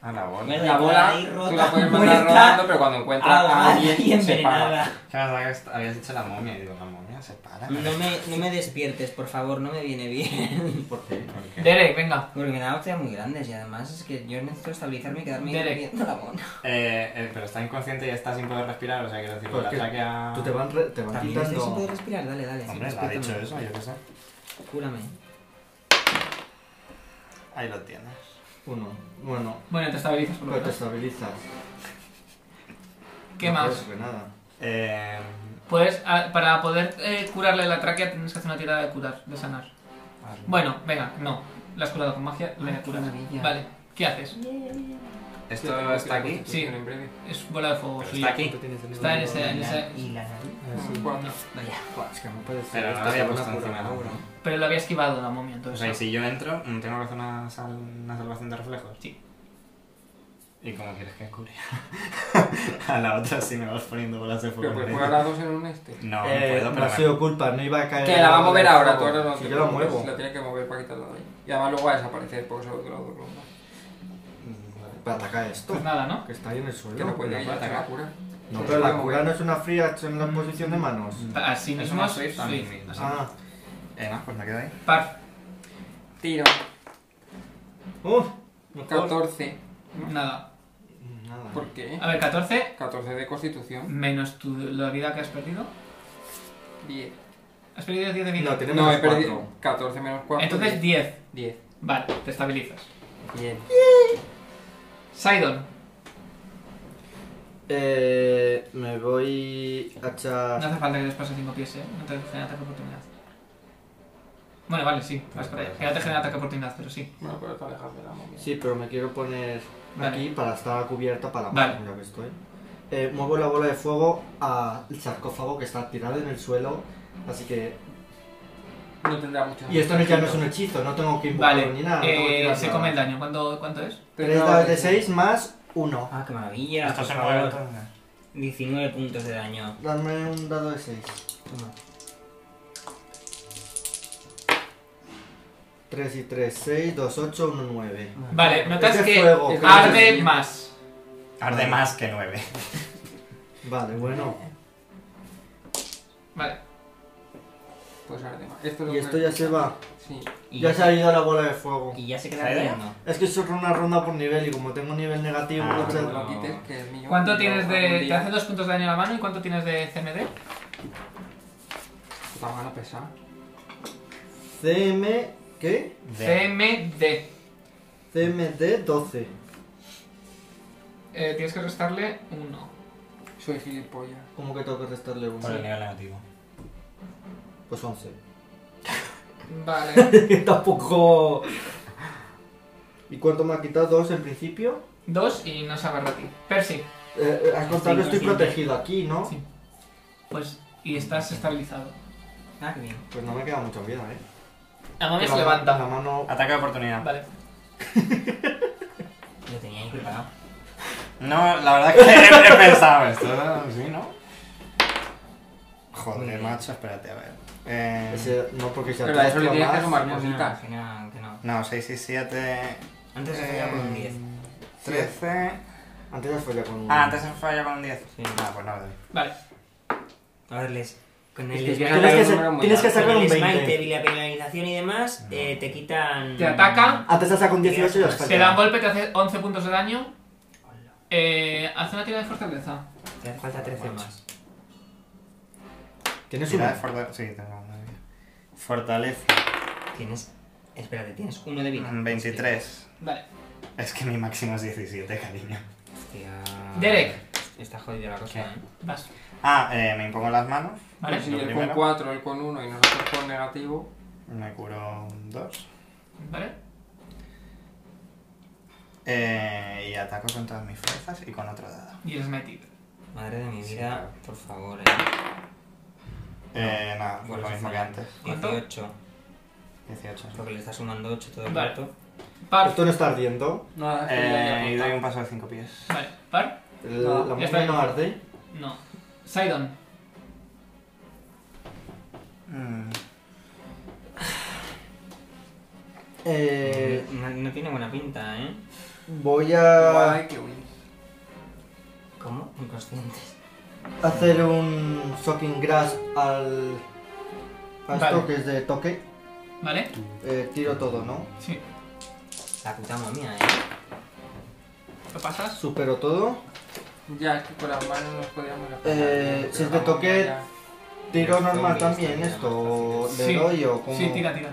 S6: A Ah, la bola.
S5: Bueno,
S6: ¿Qué
S2: La bola
S5: ahí rota,
S2: tú la puedes mandar
S5: muerta, Ah,
S2: rodando, pero cuando encuentra a
S5: Ahogada y
S2: alguien se para.
S5: envenenada.
S6: verdad que est- habías dicho la momia? Y digo, la momia se para.
S5: No me, no me despiertes, por favor, no me viene bien.
S4: ¿Por qué?
S6: ¿Por qué?
S1: Derek, venga.
S5: Porque me da hostias muy grandes y además es que yo necesito estabilizarme y quedarme ahí
S1: Derek.
S5: viendo la mona.
S6: Eh, eh, pero está inconsciente y está sin poder respirar, o sea, quiero decir, que
S4: Pues
S6: el
S4: que
S6: ataque a.
S4: Tú te van, re- te van
S5: También estoy sin
S4: quitando.
S5: poder respirar, dale, dale. sí,
S6: Hombre, ha
S5: despiértame.
S6: dicho eso, yo qué sé.
S5: Cúrame.
S6: Ahí lo tienes.
S4: Uno. Bueno,
S1: Bueno, te estabilizas por lo
S4: pero te
S1: menos.
S4: estabilizas.
S1: ¿Qué
S4: Pues No
S1: más?
S4: puedes hacer nada.
S6: Eh,
S1: Puedes, ah, para poder eh, curarle la tráquea tienes que hacer una tirada de curar, de sanar. Bueno, venga, no. La has curado con magia, le curas.
S5: maravilla.
S1: Vale, ¿qué haces?
S6: Esto está aquí.
S1: Sí.
S2: En breve.
S1: Es bola de fuego
S6: Pero
S1: suya.
S6: está aquí.
S17: ¿Cuánto tienes el
S1: Está en
S17: libro?
S1: ese, en ese-
S5: Y la nariz.
S2: Cuatro.
S5: Vaya.
S17: Es que no puede ser.
S6: Pero no
S17: Esta
S6: había
S17: es una
S6: puesto
S17: pura
S6: encima de
S17: aura.
S6: uno.
S1: Pero lo había esquivado la momia,
S6: O
S1: entonces.
S6: sea, y si yo entro, ¿no tengo que hacer una, sal- una salvación de reflejos?
S1: Sí.
S6: ¿Y cómo quieres que cure? a la otra sí me vas poniendo bolas de fuego.
S2: Pero
S6: en
S2: puedes
S6: el-
S2: jugar a dos en un este.
S6: No,
S18: Eh,
S6: no puedo,
S18: no
S6: pero
S18: ha
S6: me-
S18: sido culpa, no iba a caer.
S2: Que la va a mover
S18: el
S2: ahora, tú
S18: fuego.
S2: ahora no
S18: Si
S2: te
S18: yo la
S2: preocupes,
S18: muevo.
S2: La tienes que mover para quitarla de ahí. Y además luego va a desaparecer porque solo dura dos rondas.
S18: Para atacar esto.
S1: Pues nada, ¿no?
S18: Que está ahí en el suelo.
S2: Que no puede
S6: la
S2: ir,
S6: puede
S2: se la
S6: atacar.
S2: cura.
S18: No, pero la cura no es una free action en la posición de manos.
S1: Así
S6: Es
S1: mismo.
S6: una Swift también.
S1: Swift.
S6: así.
S18: Ah.
S6: Eh, no, pues me quedo ahí.
S1: Par.
S2: Tiro.
S18: Uh,
S2: 14.
S4: Ah.
S1: Nada.
S18: nada.
S2: ¿Por qué?
S1: A ver, 14
S2: 14 de constitución.
S1: menos tu, la vida que has perdido.
S2: 10.
S1: Has perdido 10 de vida.
S18: No, tenemos
S2: No, he
S18: menos
S2: perdido.
S18: cuatro.
S2: 14 menos 4.
S1: Entonces
S2: 10.
S1: 10.
S2: 10.
S1: Vale, te estabilizas.
S2: Bien.
S1: Sidon,
S4: Eh, me voy a
S1: no
S4: echar.
S1: hace falta que les pase 5 pies, ¿eh? No te genera ataque oportunidad. Bueno, vale, sí,
S4: Pues
S1: vas para allá. Que no te genera ataque oportunidad, pero sí.
S2: Bueno, pero te alejas de la momia.
S4: Sí, pero me quiero poner
S1: Vale.
S4: aquí para estar cubierta para la
S1: Vale.
S4: mano, ya que estoy. Eh, muevo la bola de fuego al sarcófago que está tirado en el suelo. Así que.
S2: No tendrá mucho
S4: Y esto no- ya no es un hechizo, no tengo que invocarlo
S1: Vale,
S4: ni nada. no tengo que
S1: eh,
S4: tirar
S1: se
S4: nada.
S1: come el daño. ¿Cuánto, cuánto es?
S4: Tres dados de 6 más 1.
S5: Ah, qué maravilla.
S6: Esto
S5: por
S6: se
S5: favor.
S6: mueve entonces.
S5: 19 puntos de daño.
S4: Dame un dado de 6. 3 y 3, 6, 2, 8, 1, 9.
S1: Vale, notas
S4: Es de
S1: que
S4: fuego,
S2: creo que
S1: arde
S2: sí.
S1: más.
S6: Arde más que nueve.
S4: Vale, bueno.
S1: Vale,
S2: Pues arde más. Esto es lo
S4: Y
S2: que-
S4: esto ya se va.
S2: Sí.
S5: Y
S4: Ya se ha ido la bola de fuego.
S5: y ya se queda
S6: ¿Sabe?
S5: rodeando.
S4: Es que es solo una ronda por nivel y como tengo nivel negativo,
S6: Ah,
S4: no sé-
S2: No
S6: bueno.
S2: lo quites, que es mío.
S1: ¿cuánto
S2: Yo
S1: tienes
S2: algún
S1: de. Te
S2: día-
S1: hace dos puntos de daño a la mano y cuánto tienes de CMD?
S2: Puta mano pesada.
S4: CM, ¿qué?
S6: De-
S1: CMD.
S4: CMD 12.
S1: Eh, tienes que restarle 1.
S2: Soy gilipollas.
S4: ¿Cómo que tengo que restarle uno?
S6: Por el nivel negativo.
S4: Pues 11.
S1: Vale.
S4: Tampoco. ¿Y cuánto me ha quitado? ¿Dos en principio?
S1: Dos y no sabe a ti. Percy,
S4: Eh, eh, has contado que estoy
S5: Cinco,
S4: protegido aquí, ¿no?
S1: Sí. pues. Y estás estabilizado.
S5: Ah, qué bien.
S4: Pues no me queda mucha vida, ¿eh?
S1: La momia se
S4: La- La
S1: levanta.
S4: mano.
S6: Ataque de oportunidad.
S1: Vale.
S5: Lo tenía ahí preparado.
S6: No, la verdad es que he pensado esto. ¿no? ¿Sí, no?
S5: Muy
S6: Joder,
S5: bien.
S6: macho, espérate, a ver. Eh,
S4: Ese- no, porque si
S2: Pero a eso le
S4: atasco
S2: tienes que
S4: más-
S2: sumar
S5: Que no,
S2: cositas.
S5: que no, que no.
S6: No, 6 y 7.
S5: Antes se hacía con un 10.
S6: 13.
S4: Antes has fallado con un.
S6: Ah, antes se falla con un 10.
S5: Sí.
S6: Ah, pues no le doy.
S1: Vale.
S5: A ver, les. Con el,
S2: Es que
S5: esma-
S2: ya-
S4: Tienes
S2: un
S4: que,
S2: número
S4: ser-
S2: muy
S4: tienes que
S5: con
S4: sacar
S5: el
S4: un
S5: smite,
S4: 20.
S5: y la penalización y demás, eh, te quitan.
S1: Te ataca.
S4: Antes has sacado un 18 y has
S5: Te
S1: Te da un
S4: fallado.
S1: golpe, te hace 11 puntos de daño. Eh, hace una tirada de fortaleza.
S5: Te hace falta 13 más.
S4: Tienes
S6: Tirada
S4: una.
S6: de fortaleza. Sí, tengo una vida. Fortaleza.
S5: Tienes. Espérate, tienes uno de vida.
S6: mm, 23.
S1: Vale.
S6: Es que mi máximo es 17, cariño.
S5: Hostia.
S1: Derek.
S5: Está jodida la cosa, ¿eh?
S1: Vas. Pues
S6: Ah, eh, me impongo las manos.
S1: Vale.
S2: Pues Si
S6: Lo
S2: él con
S6: primero.
S2: 4, él con 1 y nosotros con negativo.
S6: Me curo 2.
S1: Vale.
S6: Eh, y ataco con todas mis fuerzas y con otro dado.
S1: Y el smite.
S5: Madre de mi
S6: Sí,
S5: vida,
S6: claro.
S5: por favor, eh.
S6: Eh, nada, pues lo
S5: Vuelves a
S6: mismo que
S5: fallar.
S6: antes.
S1: ¿Cuánto?
S5: 18.
S6: 18. sí.
S5: Porque le está sumando 8 todo el
S1: Vale.
S5: rato.
S1: Par.
S4: Esto no está ardiendo.
S2: Nada, eso ya
S6: Eh,
S2: había
S6: y doy un
S2: contado.
S6: paso de 5 pies.
S1: Vale. Par.
S4: El-
S2: No,
S4: la
S1: ya está
S4: mujer no
S1: bien.
S4: arde.
S1: No. Sidon.
S6: Mm,
S4: Eh,
S5: No, no tiene buena pinta, ¿eh?
S4: voy a
S2: Guay, qué bonito.
S5: ¿Cómo? Inconscientes.
S4: hacer un shocking grass al. A esto
S1: Vale.
S4: que es de toque.
S1: Vale.
S4: Eh, tiro todo, ¿no?
S1: Sí.
S5: La puta momia, ¿eh?
S1: Lo pasas.
S4: Supero todo.
S2: Ya, es que con las manos nos podíamos apagar.
S4: Eh,
S2: Pero
S4: si es
S2: la
S4: de toque,
S2: momia ya-
S5: Los
S4: Tiro
S5: zombies
S4: normal también
S5: también,
S4: esto.
S5: más
S4: ¿Le
S1: Sí.
S4: doy o como.?
S1: Sí, tira, tira.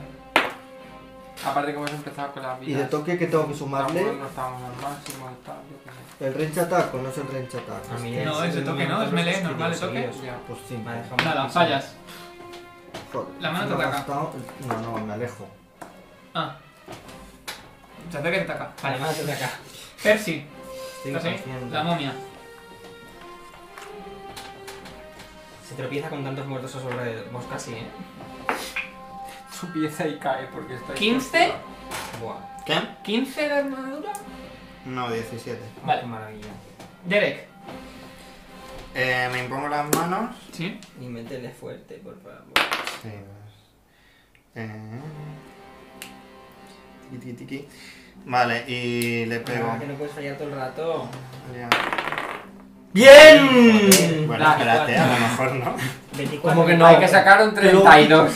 S2: Aparte que hemos empezado con las
S4: Y
S2: vidas.
S4: de toque que tengo que
S2: Tampoco
S4: sumarle.
S2: No estábamos al máximo y tal, yo qué sé.
S4: El range attack o no es el range attack.
S1: Ah,
S5: A mí
S4: Hostia,
S1: No, es de
S5: me
S1: toque, ¿no?
S5: matan
S1: Es
S5: los
S1: melee,
S5: escudos
S1: normal de toque.
S5: seguidos.
S2: Ya.
S4: Pues sí,
S5: Me ha dejado
S1: Nada,
S5: muy
S1: fallas.
S4: joder.
S1: La mano
S4: se me
S1: te
S4: ha
S1: ataca.
S4: gastado el- No, no, me alejo.
S1: Ah. Se acerca y te ataca. Vale.
S5: Vale, más de acá.
S1: Percy. ¿Estás ahí? La momia.
S5: Se tropieza con tantos muertos a su alrededor. Vos casi, ¿eh?
S2: Su pieza y cae porque está... ahí
S1: 15.
S2: por
S5: Buah,
S6: ¿Qué?
S1: 15 de armadura.
S6: No, 17.
S5: qué
S1: Vale.
S5: maravilla.
S1: Derek.
S6: Eh, me impongo las manos.
S1: Sí.
S5: Y métele fuerte, por favor.
S6: Sí. pues. Eh... Tiqui, tiqui, tiqui. Vale, y le pego.
S5: Ah, que no puedes fallar todo el rato.
S6: Ya.
S19: ¡Bien!
S5: Mm.
S6: Bueno,
S5: Dale,
S6: espérate, a
S5: cuatro.
S6: lo mejor no.
S5: 24.
S2: Como que no,
S5: hay
S2: que sacaron 32.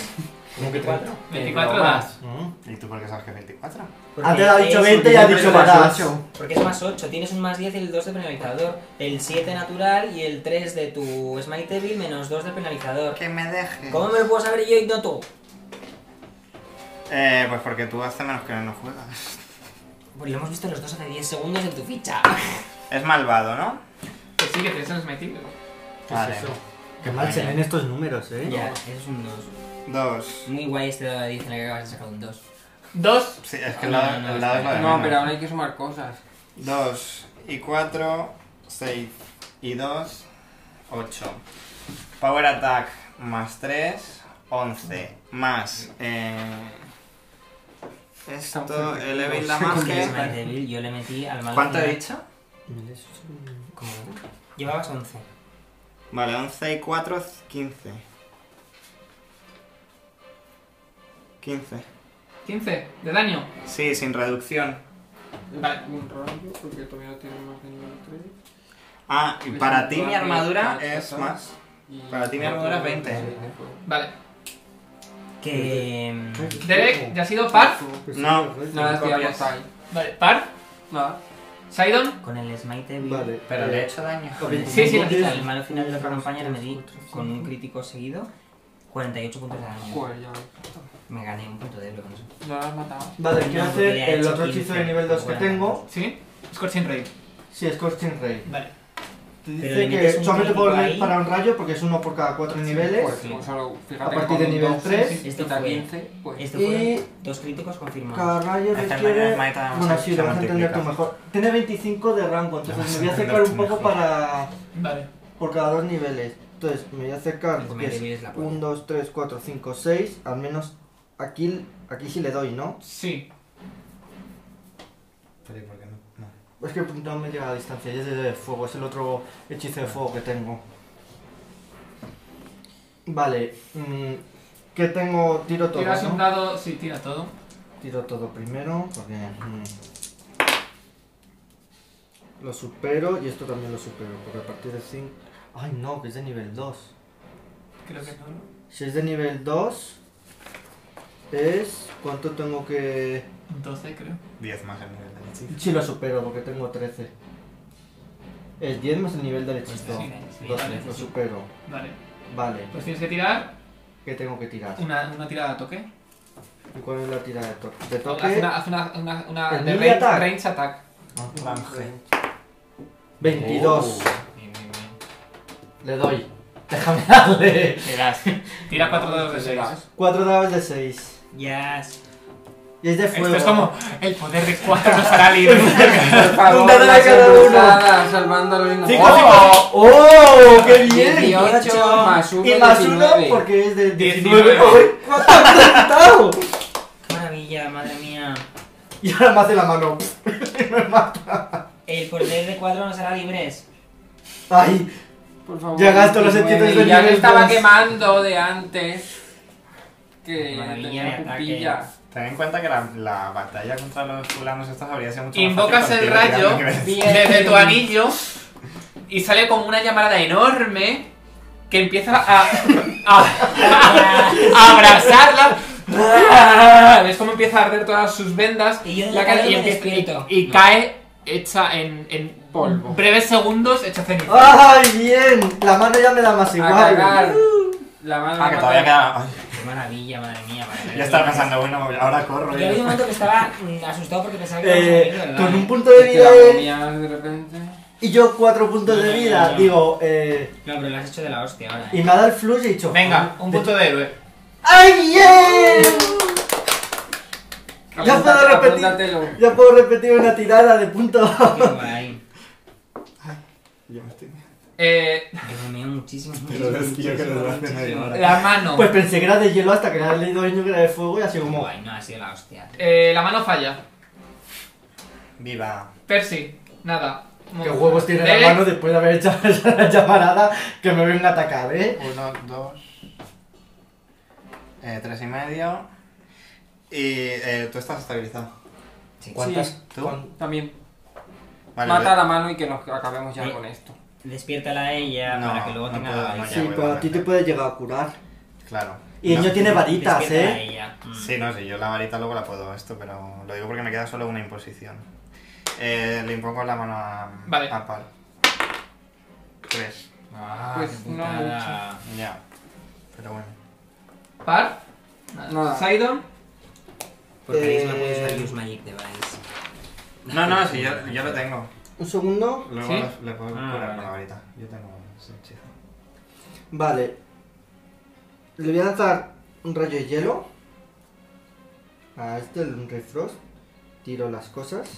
S5: 24.
S1: 24
S2: broma.
S1: das.
S6: ¿Y tú por qué sabes que Ah, es 24?
S19: Antes ha dicho 20 y ha dicho
S2: Siempre
S19: más
S2: das
S19: 8.
S5: Porque es más 8, tienes un más 10 y el 2 de penalizador. El 7 natural y el 3 de tu Smite Evil menos 2 de penalizador.
S6: Que me dejes.
S5: ¿Cómo me lo puedo saber yo y no tú?
S6: Eh, pues porque tú hace menos que no juegas.
S5: Pues lo hemos visto los dos hace 10 segundos en tu ficha.
S6: Es malvado, ¿no?
S1: Que sí, que te estás metido.
S6: Vale.
S4: Qué mal se ven estos números, eh.
S5: ya, eso es un 2.
S6: Dos.
S5: Muy guay este dado de 10 en el que acabas de sacar un 2.
S1: Dos.
S6: Sí, es que el
S5: No,
S6: lado,
S5: no, no,
S6: el lado es lo de
S2: No,
S6: menos.
S2: pero ahora hay que sumar cosas.
S6: Dos y cuatro, seis y dos, ocho. Power attack más tres, once. Más. Eh, esto,
S2: Estamos en-
S6: elevate la
S2: Con
S6: magia.
S5: Smite Evil yo le metí al malo.
S6: ¿eh? ¿Cuánto
S5: final
S6: he dicho?
S5: como- Llevabas 11.
S6: Vale, 11 y 4, 15. 15.
S1: 15 de daño.
S6: Sí, sin reducción.
S1: Vale.
S2: Un rollo, porque todavía no tiene más de nivel 3.
S6: Ah, y
S2: Pues
S6: para
S2: un
S6: ti mi
S2: cuatro,
S6: armadura
S1: Ah,
S2: cuatro,
S6: es
S2: cuatro.
S6: más.
S2: Y-
S6: Para ti mi armadura es 20.
S1: Vale.
S5: Que. mm,
S4: Uh.
S1: Derek, ya ha sido par.
S6: No,
S2: Nada, estoy
S6: copias.
S2: apostado.
S1: Vale, par.
S2: Nada.
S1: Sidon.
S5: Con el Smite Evil.
S4: Vale. Eh,
S6: Pero le he hecho daño.
S5: Con el
S1: Sí, sí,
S5: Smite
S1: lo
S5: Evil,
S1: dices.
S5: al malo final de la campaña le metí con un crítico seguido 48 puntos de daño.
S2: Joder, pues ya ves.
S5: Me gané un punto de oro con eso.
S2: No la has matado.
S4: Vale,
S5: No,
S4: quiero hacer
S5: porque ha
S4: el
S5: hecho
S4: otro hechizo de
S5: 15,
S4: nivel 2 que
S5: bueno.
S4: tengo.
S1: Sí. Scorching Ray.
S4: Sí, es Scorching Ray.
S1: Vale.
S4: Te
S5: Pero
S4: dice
S5: le metes
S4: que
S5: un
S4: solamente puedo
S5: crítico
S4: leer
S5: ahí.
S4: para un rayo porque es uno por cada cuatro niveles.
S2: Pues, o sea, lo- fíjate
S4: A partir
S2: que
S4: de
S2: con
S4: nivel
S2: 12,
S4: tres,
S2: sí,
S5: esto
S2: quita
S5: fue-
S2: 15, pues.
S5: Esto
S4: Y-
S5: Este fueron dos críticos confirmados.
S4: Cada rayo
S6: Hacer
S4: requiere.
S6: mayor maeta,
S4: Bueno,
S6: se-
S4: sí,
S6: se
S4: lo vas a entender tú
S6: multiplica.
S4: mejor. Tiene 25 de rango, entonces
S6: vas
S4: me
S6: a
S4: voy a
S6: entender
S4: acercar
S6: tú
S4: un poco
S6: mejor.
S4: para.
S1: Vale.
S4: por cada dos niveles. Entonces me voy a acercar.
S5: Cinco
S4: que es
S5: niveles la
S4: 1,
S5: polla.
S4: 2, 3, 4, 5, 6. Al menos aquí, aquí sí le doy, ¿no?
S1: Sí.
S6: Pero ¿y por qué no? No.
S4: Es que no me llega a la distancia, ya es de fuego, es el otro hechizo de fuego que tengo. Vale, mm, ¿qué tengo? Tiro todo.
S1: Tiras un
S4: ¿no?
S1: dado. Sí, tira todo.
S4: Tiro todo primero, porque. mm, lo supero y esto también lo supero, porque a partir de 5. Ay no, que es de nivel 2.
S1: Creo que no. ¿no?
S4: Si es de nivel 2, es. ¿Cuánto tengo que.?
S1: Un 12, creo.
S6: 10 más el nivel del hechizo.
S4: Sí, lo supero porque tengo 13. Es 10 más el nivel del hechizo.
S1: Sí,
S5: sí,
S4: 12,
S5: vale,
S4: lo
S5: sí.
S4: supero.
S1: Vale.
S4: Vale,
S1: Pues tienes que tirar
S4: ¿qué tengo que tirar?
S1: una, una tirada a toque.
S4: ¿Y cuál es la tirada de toque? De
S1: Haz
S4: toque,
S1: una, haz una, una, una
S4: El
S1: de
S4: melee
S1: range,
S4: attack.
S1: range attack.
S6: Vanje.
S4: 22.
S5: Bien, bien, bien.
S4: Le doy. Déjame darle.
S5: Te das.
S1: Tira 4 dados de 6.
S4: 4 dados de 6.
S5: Yes.
S4: Y es de fuego.
S1: Esto es como el poder de 4 nos hará libre.
S2: Por favor,
S4: Un dado de
S2: las
S4: cada uno.
S2: cruzadas, salvando a los
S4: Cinco,
S2: inocentes.
S4: cinco. ¡Oh! ¡Qué bien!
S2: 18 más 1,
S4: Y más 1
S2: 19.
S4: porque es de
S1: 19.
S4: 19. ¡Ay, ¡Cuánto ha resultado!
S5: Qué maravilla, madre mía.
S4: Y ahora me hace la mano. me mata.
S5: El poder de cuadro nos hará libres.
S4: ¡Ay!
S2: Por favor,
S4: Ya gasto los
S2: 19,
S4: hechizos del
S2: Ya que
S4: nivel
S2: estaba
S4: dos.
S2: quemando de antes. Que
S5: Maravilla de
S2: tenía
S5: ataque.
S2: pupilla.
S6: Ten en cuenta que la, la batalla contra los fulanos estos habría sido mucho más
S1: Invocas
S6: fácil
S1: el
S6: contigo tirando
S1: rayo
S6: que ves.
S1: desde tu anillo y sale como una llamarada enorme que empieza a, a, a abrazarla. Ves cómo empieza a arder todas sus vendas
S5: Y yo de
S1: La
S5: la
S1: cae-
S5: cadera me
S1: empieza-
S5: despierto.
S1: y cae hecha en, en
S2: Polvo.
S1: breves segundos hecha ceniza.
S4: ¡Ay, bien! La mano ya me da más
S2: A
S4: igual.
S2: cagar. La mano.
S6: Ah, que todavía queda. ay,
S5: Qué maravilla, madre mía. madre mía.
S6: ya estaba pensando, bueno, ahora corro.
S5: Yo había
S6: ya
S5: un
S6: está.
S5: momento que estaba mm, asustado porque pensaba que íbamos a morir,
S4: Eh,
S5: ¿verdad?
S4: con un punto de vida
S2: Te la
S4: él
S2: comías de repente.
S4: y yo cuatro puntos de vida. Digo, eh.
S5: No, pero lo has hecho de la hostia ahora.
S4: Y
S5: ¿eh?
S4: me ha dado el flush y he dicho.
S1: Venga, un punto de héroe.
S4: ¡Ay, bien! Ya puedo
S2: Apúntate-
S4: repetir.
S2: apúntatelo.
S4: Ya puedo repetir una tirada de punto.
S5: Qué guay.
S6: Yo me estoy
S1: Eh,
S5: Yo me meo muchísimo.
S6: Pero es que yo creo que lo hace media hora.
S1: la mano.
S4: Pues pensé que era de hielo hasta que le has leído el que era de fuego y así como.
S5: Guay, no, ha sido la hostia.
S1: Eh, la mano falla.
S6: Viva.
S1: Percy, nada.
S4: ¿Qué huevos tiene
S1: Dex,
S4: la mano después de haber hecho la llamarada que me venga a atacar, eh?
S6: Uno, dos. Eh, tres y medio. Y eh, tú estás estabilizado.
S5: Sí.
S6: ¿Cuántas?
S2: Sí,
S6: ¿Tú?
S2: Juan, También.
S6: Vale,
S2: Mata
S6: ve-
S2: la mano y que nos acabemos ya
S5: Eh.
S2: con esto.
S5: Despiértala a ella
S6: No,
S5: para que luego
S6: no
S5: tenga
S6: puedo,
S5: la
S6: no,
S4: Sí,
S6: voy
S4: pero a ti te
S6: bastante.
S4: puede llegar a curar.
S6: Claro.
S4: Y
S6: No.
S4: el niño tiene varitas,
S5: Despiértala a
S4: eh.
S5: ella. Mm.
S6: Sí, no, sí, yo la varita luego la puedo esto, pero lo digo porque me queda solo una imposición. Eh, le impongo la mano a,
S1: Vale.
S6: a Pal. Tres.
S5: Ah,
S2: Pues
S5: qué
S2: no
S5: putada.
S6: Ya. Pero bueno.
S1: Par.
S2: Nada.
S1: Sidon.
S5: Porque
S4: Eh,
S5: ahí no puedes usar Use Magic Device.
S6: No, no, sí, yo, yo lo tengo.
S4: Un segundo.
S6: Luego
S1: ¿Sí?
S6: le, le puedo
S5: Ah,
S6: curar
S5: vale.
S6: con la varita. Yo tengo ese hechizo.
S4: Vale. Le voy a lanzar un rayo de hielo. A este, el Refrost. Tiro las cosas.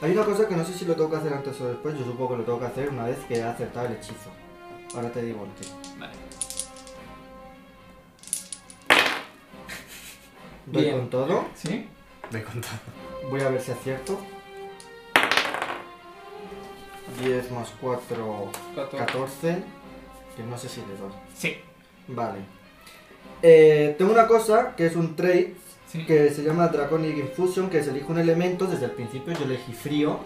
S4: Hay una cosa que no sé si lo tengo que hacer antes o después. Yo supongo que lo tengo que hacer una vez que he acertado el hechizo. Ahora te digo el qué.
S1: Vale.
S4: Doy
S2: Bien.
S4: con todo.
S1: Sí.
S6: Doy contado.
S4: Voy a ver si acierto. 10 más 4, 14. Que no sé si le doy.
S1: Sí.
S4: Vale. Eh, tengo una cosa que es un trade
S1: Sí.
S4: que se llama Draconic Infusion, que se elige un elemento, desde el principio yo elegí frío,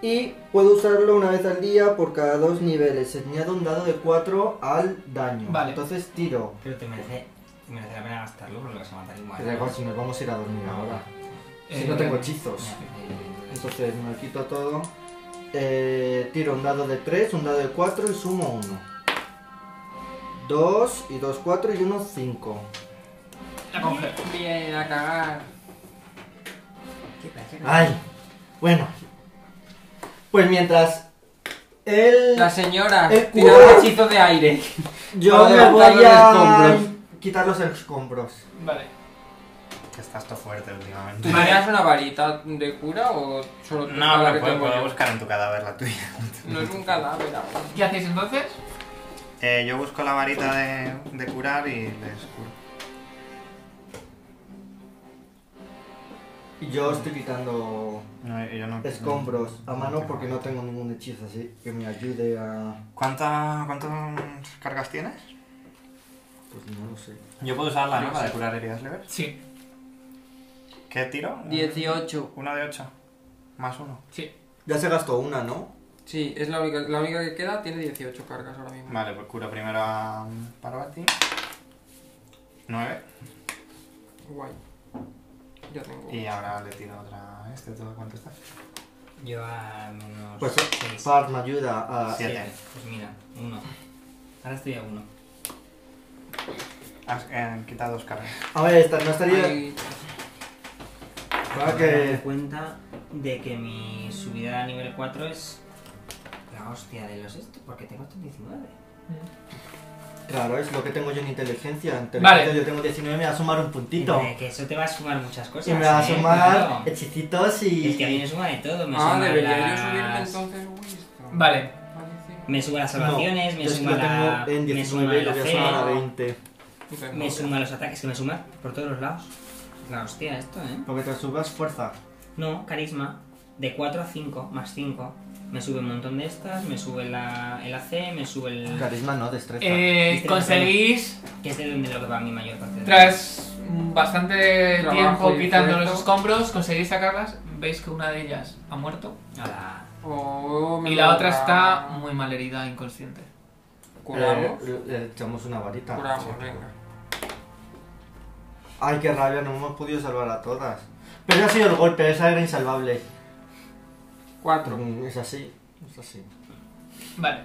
S4: y puedo usarlo una vez al día por cada dos niveles, se añade un dado de 4 al daño.
S1: Vale.
S4: Entonces tiro.
S5: Pero te merece, te merece la pena gastarlo porque lo vas a matar igual.
S4: Pero igual, si nos vamos a ir a dormir ahora. Si
S1: Eh,
S4: no tengo hechizos.
S5: Ya, eh,
S4: Entonces me lo quito todo. Eh, tiro un dado de 3, un dado de 4 y sumo 1. 2 y 2, 4 y 1, 5.
S1: La coge.
S2: Bien, a cagar.
S5: ¿Qué pasa?
S4: Ay, bueno. Pues mientras él.
S2: La señora
S4: El
S2: tirando
S4: cura.
S2: hechizos de aire.
S4: Yo
S2: para
S4: me
S2: levantar
S4: voy
S2: los
S4: a
S2: escombros.
S4: quitar los escombros.
S1: Vale.
S6: Que estás todo fuerte últimamente.
S2: ¿Tú tenías una varita de cura o solo tú
S6: No,
S2: la que
S6: pero puedo,
S2: tengo
S6: puedo
S2: yo?
S6: buscar en tu cadáver la tuya.
S2: No es un cadáver ahora.
S1: ¿Qué hacéis entonces?
S6: Eh, yo busco la varita de, de curar y les curo.
S4: Y Yo estoy quitando
S6: No, yo no-
S4: escombros a mano
S6: tengo
S4: porque no
S6: varita.
S4: tengo ningún hechizo así que me ayude a.
S6: ¿Cuánta, ¿Cuántas cargas tienes?
S4: Pues no lo sé.
S6: Yo puedo usar la
S2: Yo
S6: ¿no?
S2: sí.
S6: de curar heridas leves.
S1: Sí.
S6: ¿Qué tiro?
S2: 18.
S6: Una de 8. Más uno.
S1: Sí.
S4: Ya se gastó una, ¿no?
S2: Sí, es la única, la única que queda, tiene 18 cargas ahora mismo.
S6: Vale, pues curo primero a Parvati. 9.
S2: Guay. Ya tengo.
S6: Y ahora le tiro otra a este. ¿Todo cuánto está?
S5: Yo a menos.
S4: Pues
S5: seis.
S4: Par me ayuda a.
S6: Sí. siete.
S5: Pues mira, uno. Ahora estoy a uno.
S6: Has eh, quitado dos cargas.
S4: A ver, esta no estaría.
S2: Ay,
S4: Ah,
S5: Me he
S4: que.
S5: dado cuenta de que mi subida a nivel 4 es la hostia de los estos, porque tengo hasta 19.
S4: Claro, es lo que tengo yo en inteligencia. En
S1: Vale.
S4: inteligencia yo tengo 19, me va a sumar un puntito.
S5: Hombre, que eso te va a sumar muchas cosas.
S4: Y me va a
S5: ¿eh?
S4: sumar
S5: Claro.
S4: hechicitos
S5: Es que a mí
S4: y.
S5: me suma de todo. Me
S2: ah,
S5: suma
S2: debería
S5: las-
S2: yo subirme entonces Winston.
S1: Vale.
S2: Parece-
S5: Me suma las
S4: No,
S5: salvaciones, me
S4: yo es que
S5: suma
S4: lo
S5: la.
S4: tengo en
S5: me suma
S4: 19 y lo voy a
S5: la
S4: sumar a
S5: fe,
S4: 20.
S2: No tengo.
S5: me suma los ataques, que me suma por todos los lados. La hostia, esto, ¿eh?
S4: Porque te subas fuerza.
S5: No, carisma. De 4 a 5, más 5. Me sube un montón de estas, me sube la, el AC, me sube el...
S4: Carisma no, destreza.
S1: Eh, conseguís,
S5: que es de donde lo que va mi mayor parte. de-
S1: tras mm, bastante
S2: Trabajo
S1: tiempo
S2: y
S1: quitando
S2: esfuerzo.
S1: los escombros, conseguís sacarlas. Veis que una de ellas ha muerto
S5: Ala.
S2: Oh, me
S1: y la otra
S2: toca
S1: está muy mal herida, inconsciente.
S2: Curamos.
S4: Eh, le echamos una varita.
S2: Curamos, venga.
S4: Ay, qué rabia, no hemos podido salvar a todas. Pero ha sido el golpe, esa era insalvable.
S2: 4.
S4: Mm, Es así, es así.
S1: Vale.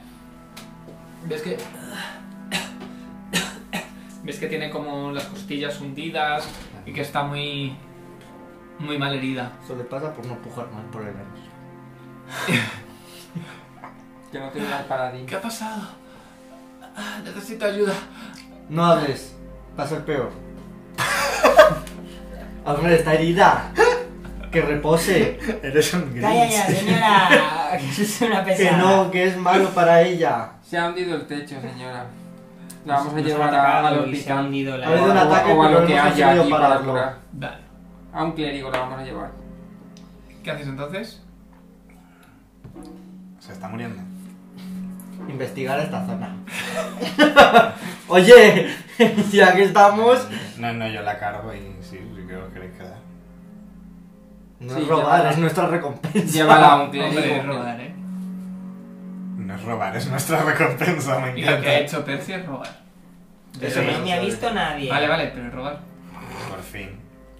S1: ¿Ves que.? ¿Ves que tiene como las costillas hundidas y que está muy. muy mal herida?
S4: Eso le pasa por no pujar más por el aire.
S2: Que no tiene la paradilla.
S1: ¿Qué ha pasado? Ah, Necesito ayuda.
S4: No hables, va a ser peor. Hombre, está herida. Que repose.
S6: Eres un gris.
S5: Calla ya, señora. que eso es una
S4: que
S5: pesada.
S4: no, que es malo para ella.
S2: Se ha hundido el techo, señora. La vamos a
S5: Nos han
S2: llevar a-
S5: atacado
S2: al
S5: y se
S2: hospital.
S5: ha hundido la.
S4: Ha habido un
S2: O-
S4: ataque,
S2: o a
S4: pero
S2: lo que haya
S4: hemos conseguido
S2: allí para
S4: pararlo.
S2: curar.
S1: Vale.
S2: A un clérigo la vamos a llevar.
S1: ¿Qué haces entonces?
S6: Se está muriendo.
S4: Investigar esta zona. Oye, si aquí estamos.
S6: No, no, yo la cargo y sí, si que os queréis quedar.
S4: No
S2: Sí,
S4: es robar,
S2: llévala.
S4: es nuestra recompensa.
S2: Llévala a un
S1: Hombre,
S2: clérigo.
S1: robar, ¿eh?
S6: No es robar, es nuestra recompensa, me
S1: Y lo que
S6: encanta.
S1: ha hecho Percy es robar.
S5: Eso no me ha visto nadie.
S1: Vale, vale, pero es robar.
S6: Por fin.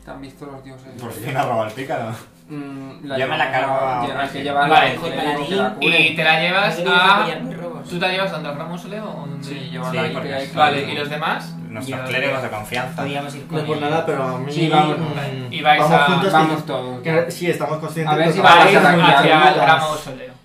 S2: Te han visto los dioses.
S6: Por fin ha robado el pícaro.
S2: Mm,
S6: Yo me la
S2: llevamos
S6: cargo
S2: a-
S6: a-
S2: lleva- hay que
S6: sí.
S2: llevarla
S1: Vale,
S2: a un
S5: con
S2: clérigo que
S5: paladín
S2: la cure.
S1: Y te la llevas
S5: No te voy
S1: a.
S5: pillar mis robos.
S1: ¿Tú te la llevas donde al Ramosle o donde.?
S2: Sí,
S6: Sí,
S2: llévala ahí,
S6: porque
S2: que hay-
S6: sí.
S1: Vale, ¿y los demás?
S6: Nuestros
S5: Ya,
S6: clérigos de confianza.
S5: Podríamos ir con
S4: No por
S5: él.
S4: nada, pero a mí.
S2: Sí, vamos,
S4: mm,
S1: vale. Y vais
S4: vamos
S1: a-
S4: juntos.
S2: Vamos
S4: que-
S2: todos.
S4: que sí, estamos conscientes
S2: A ver
S4: que
S2: si
S4: nos
S2: vamos
S1: Vais
S2: a
S4: vamos
S2: sacar
S4: a
S1: hacia el
S4: sacar
S1: gran
S4: vidas.
S1: mausoleo.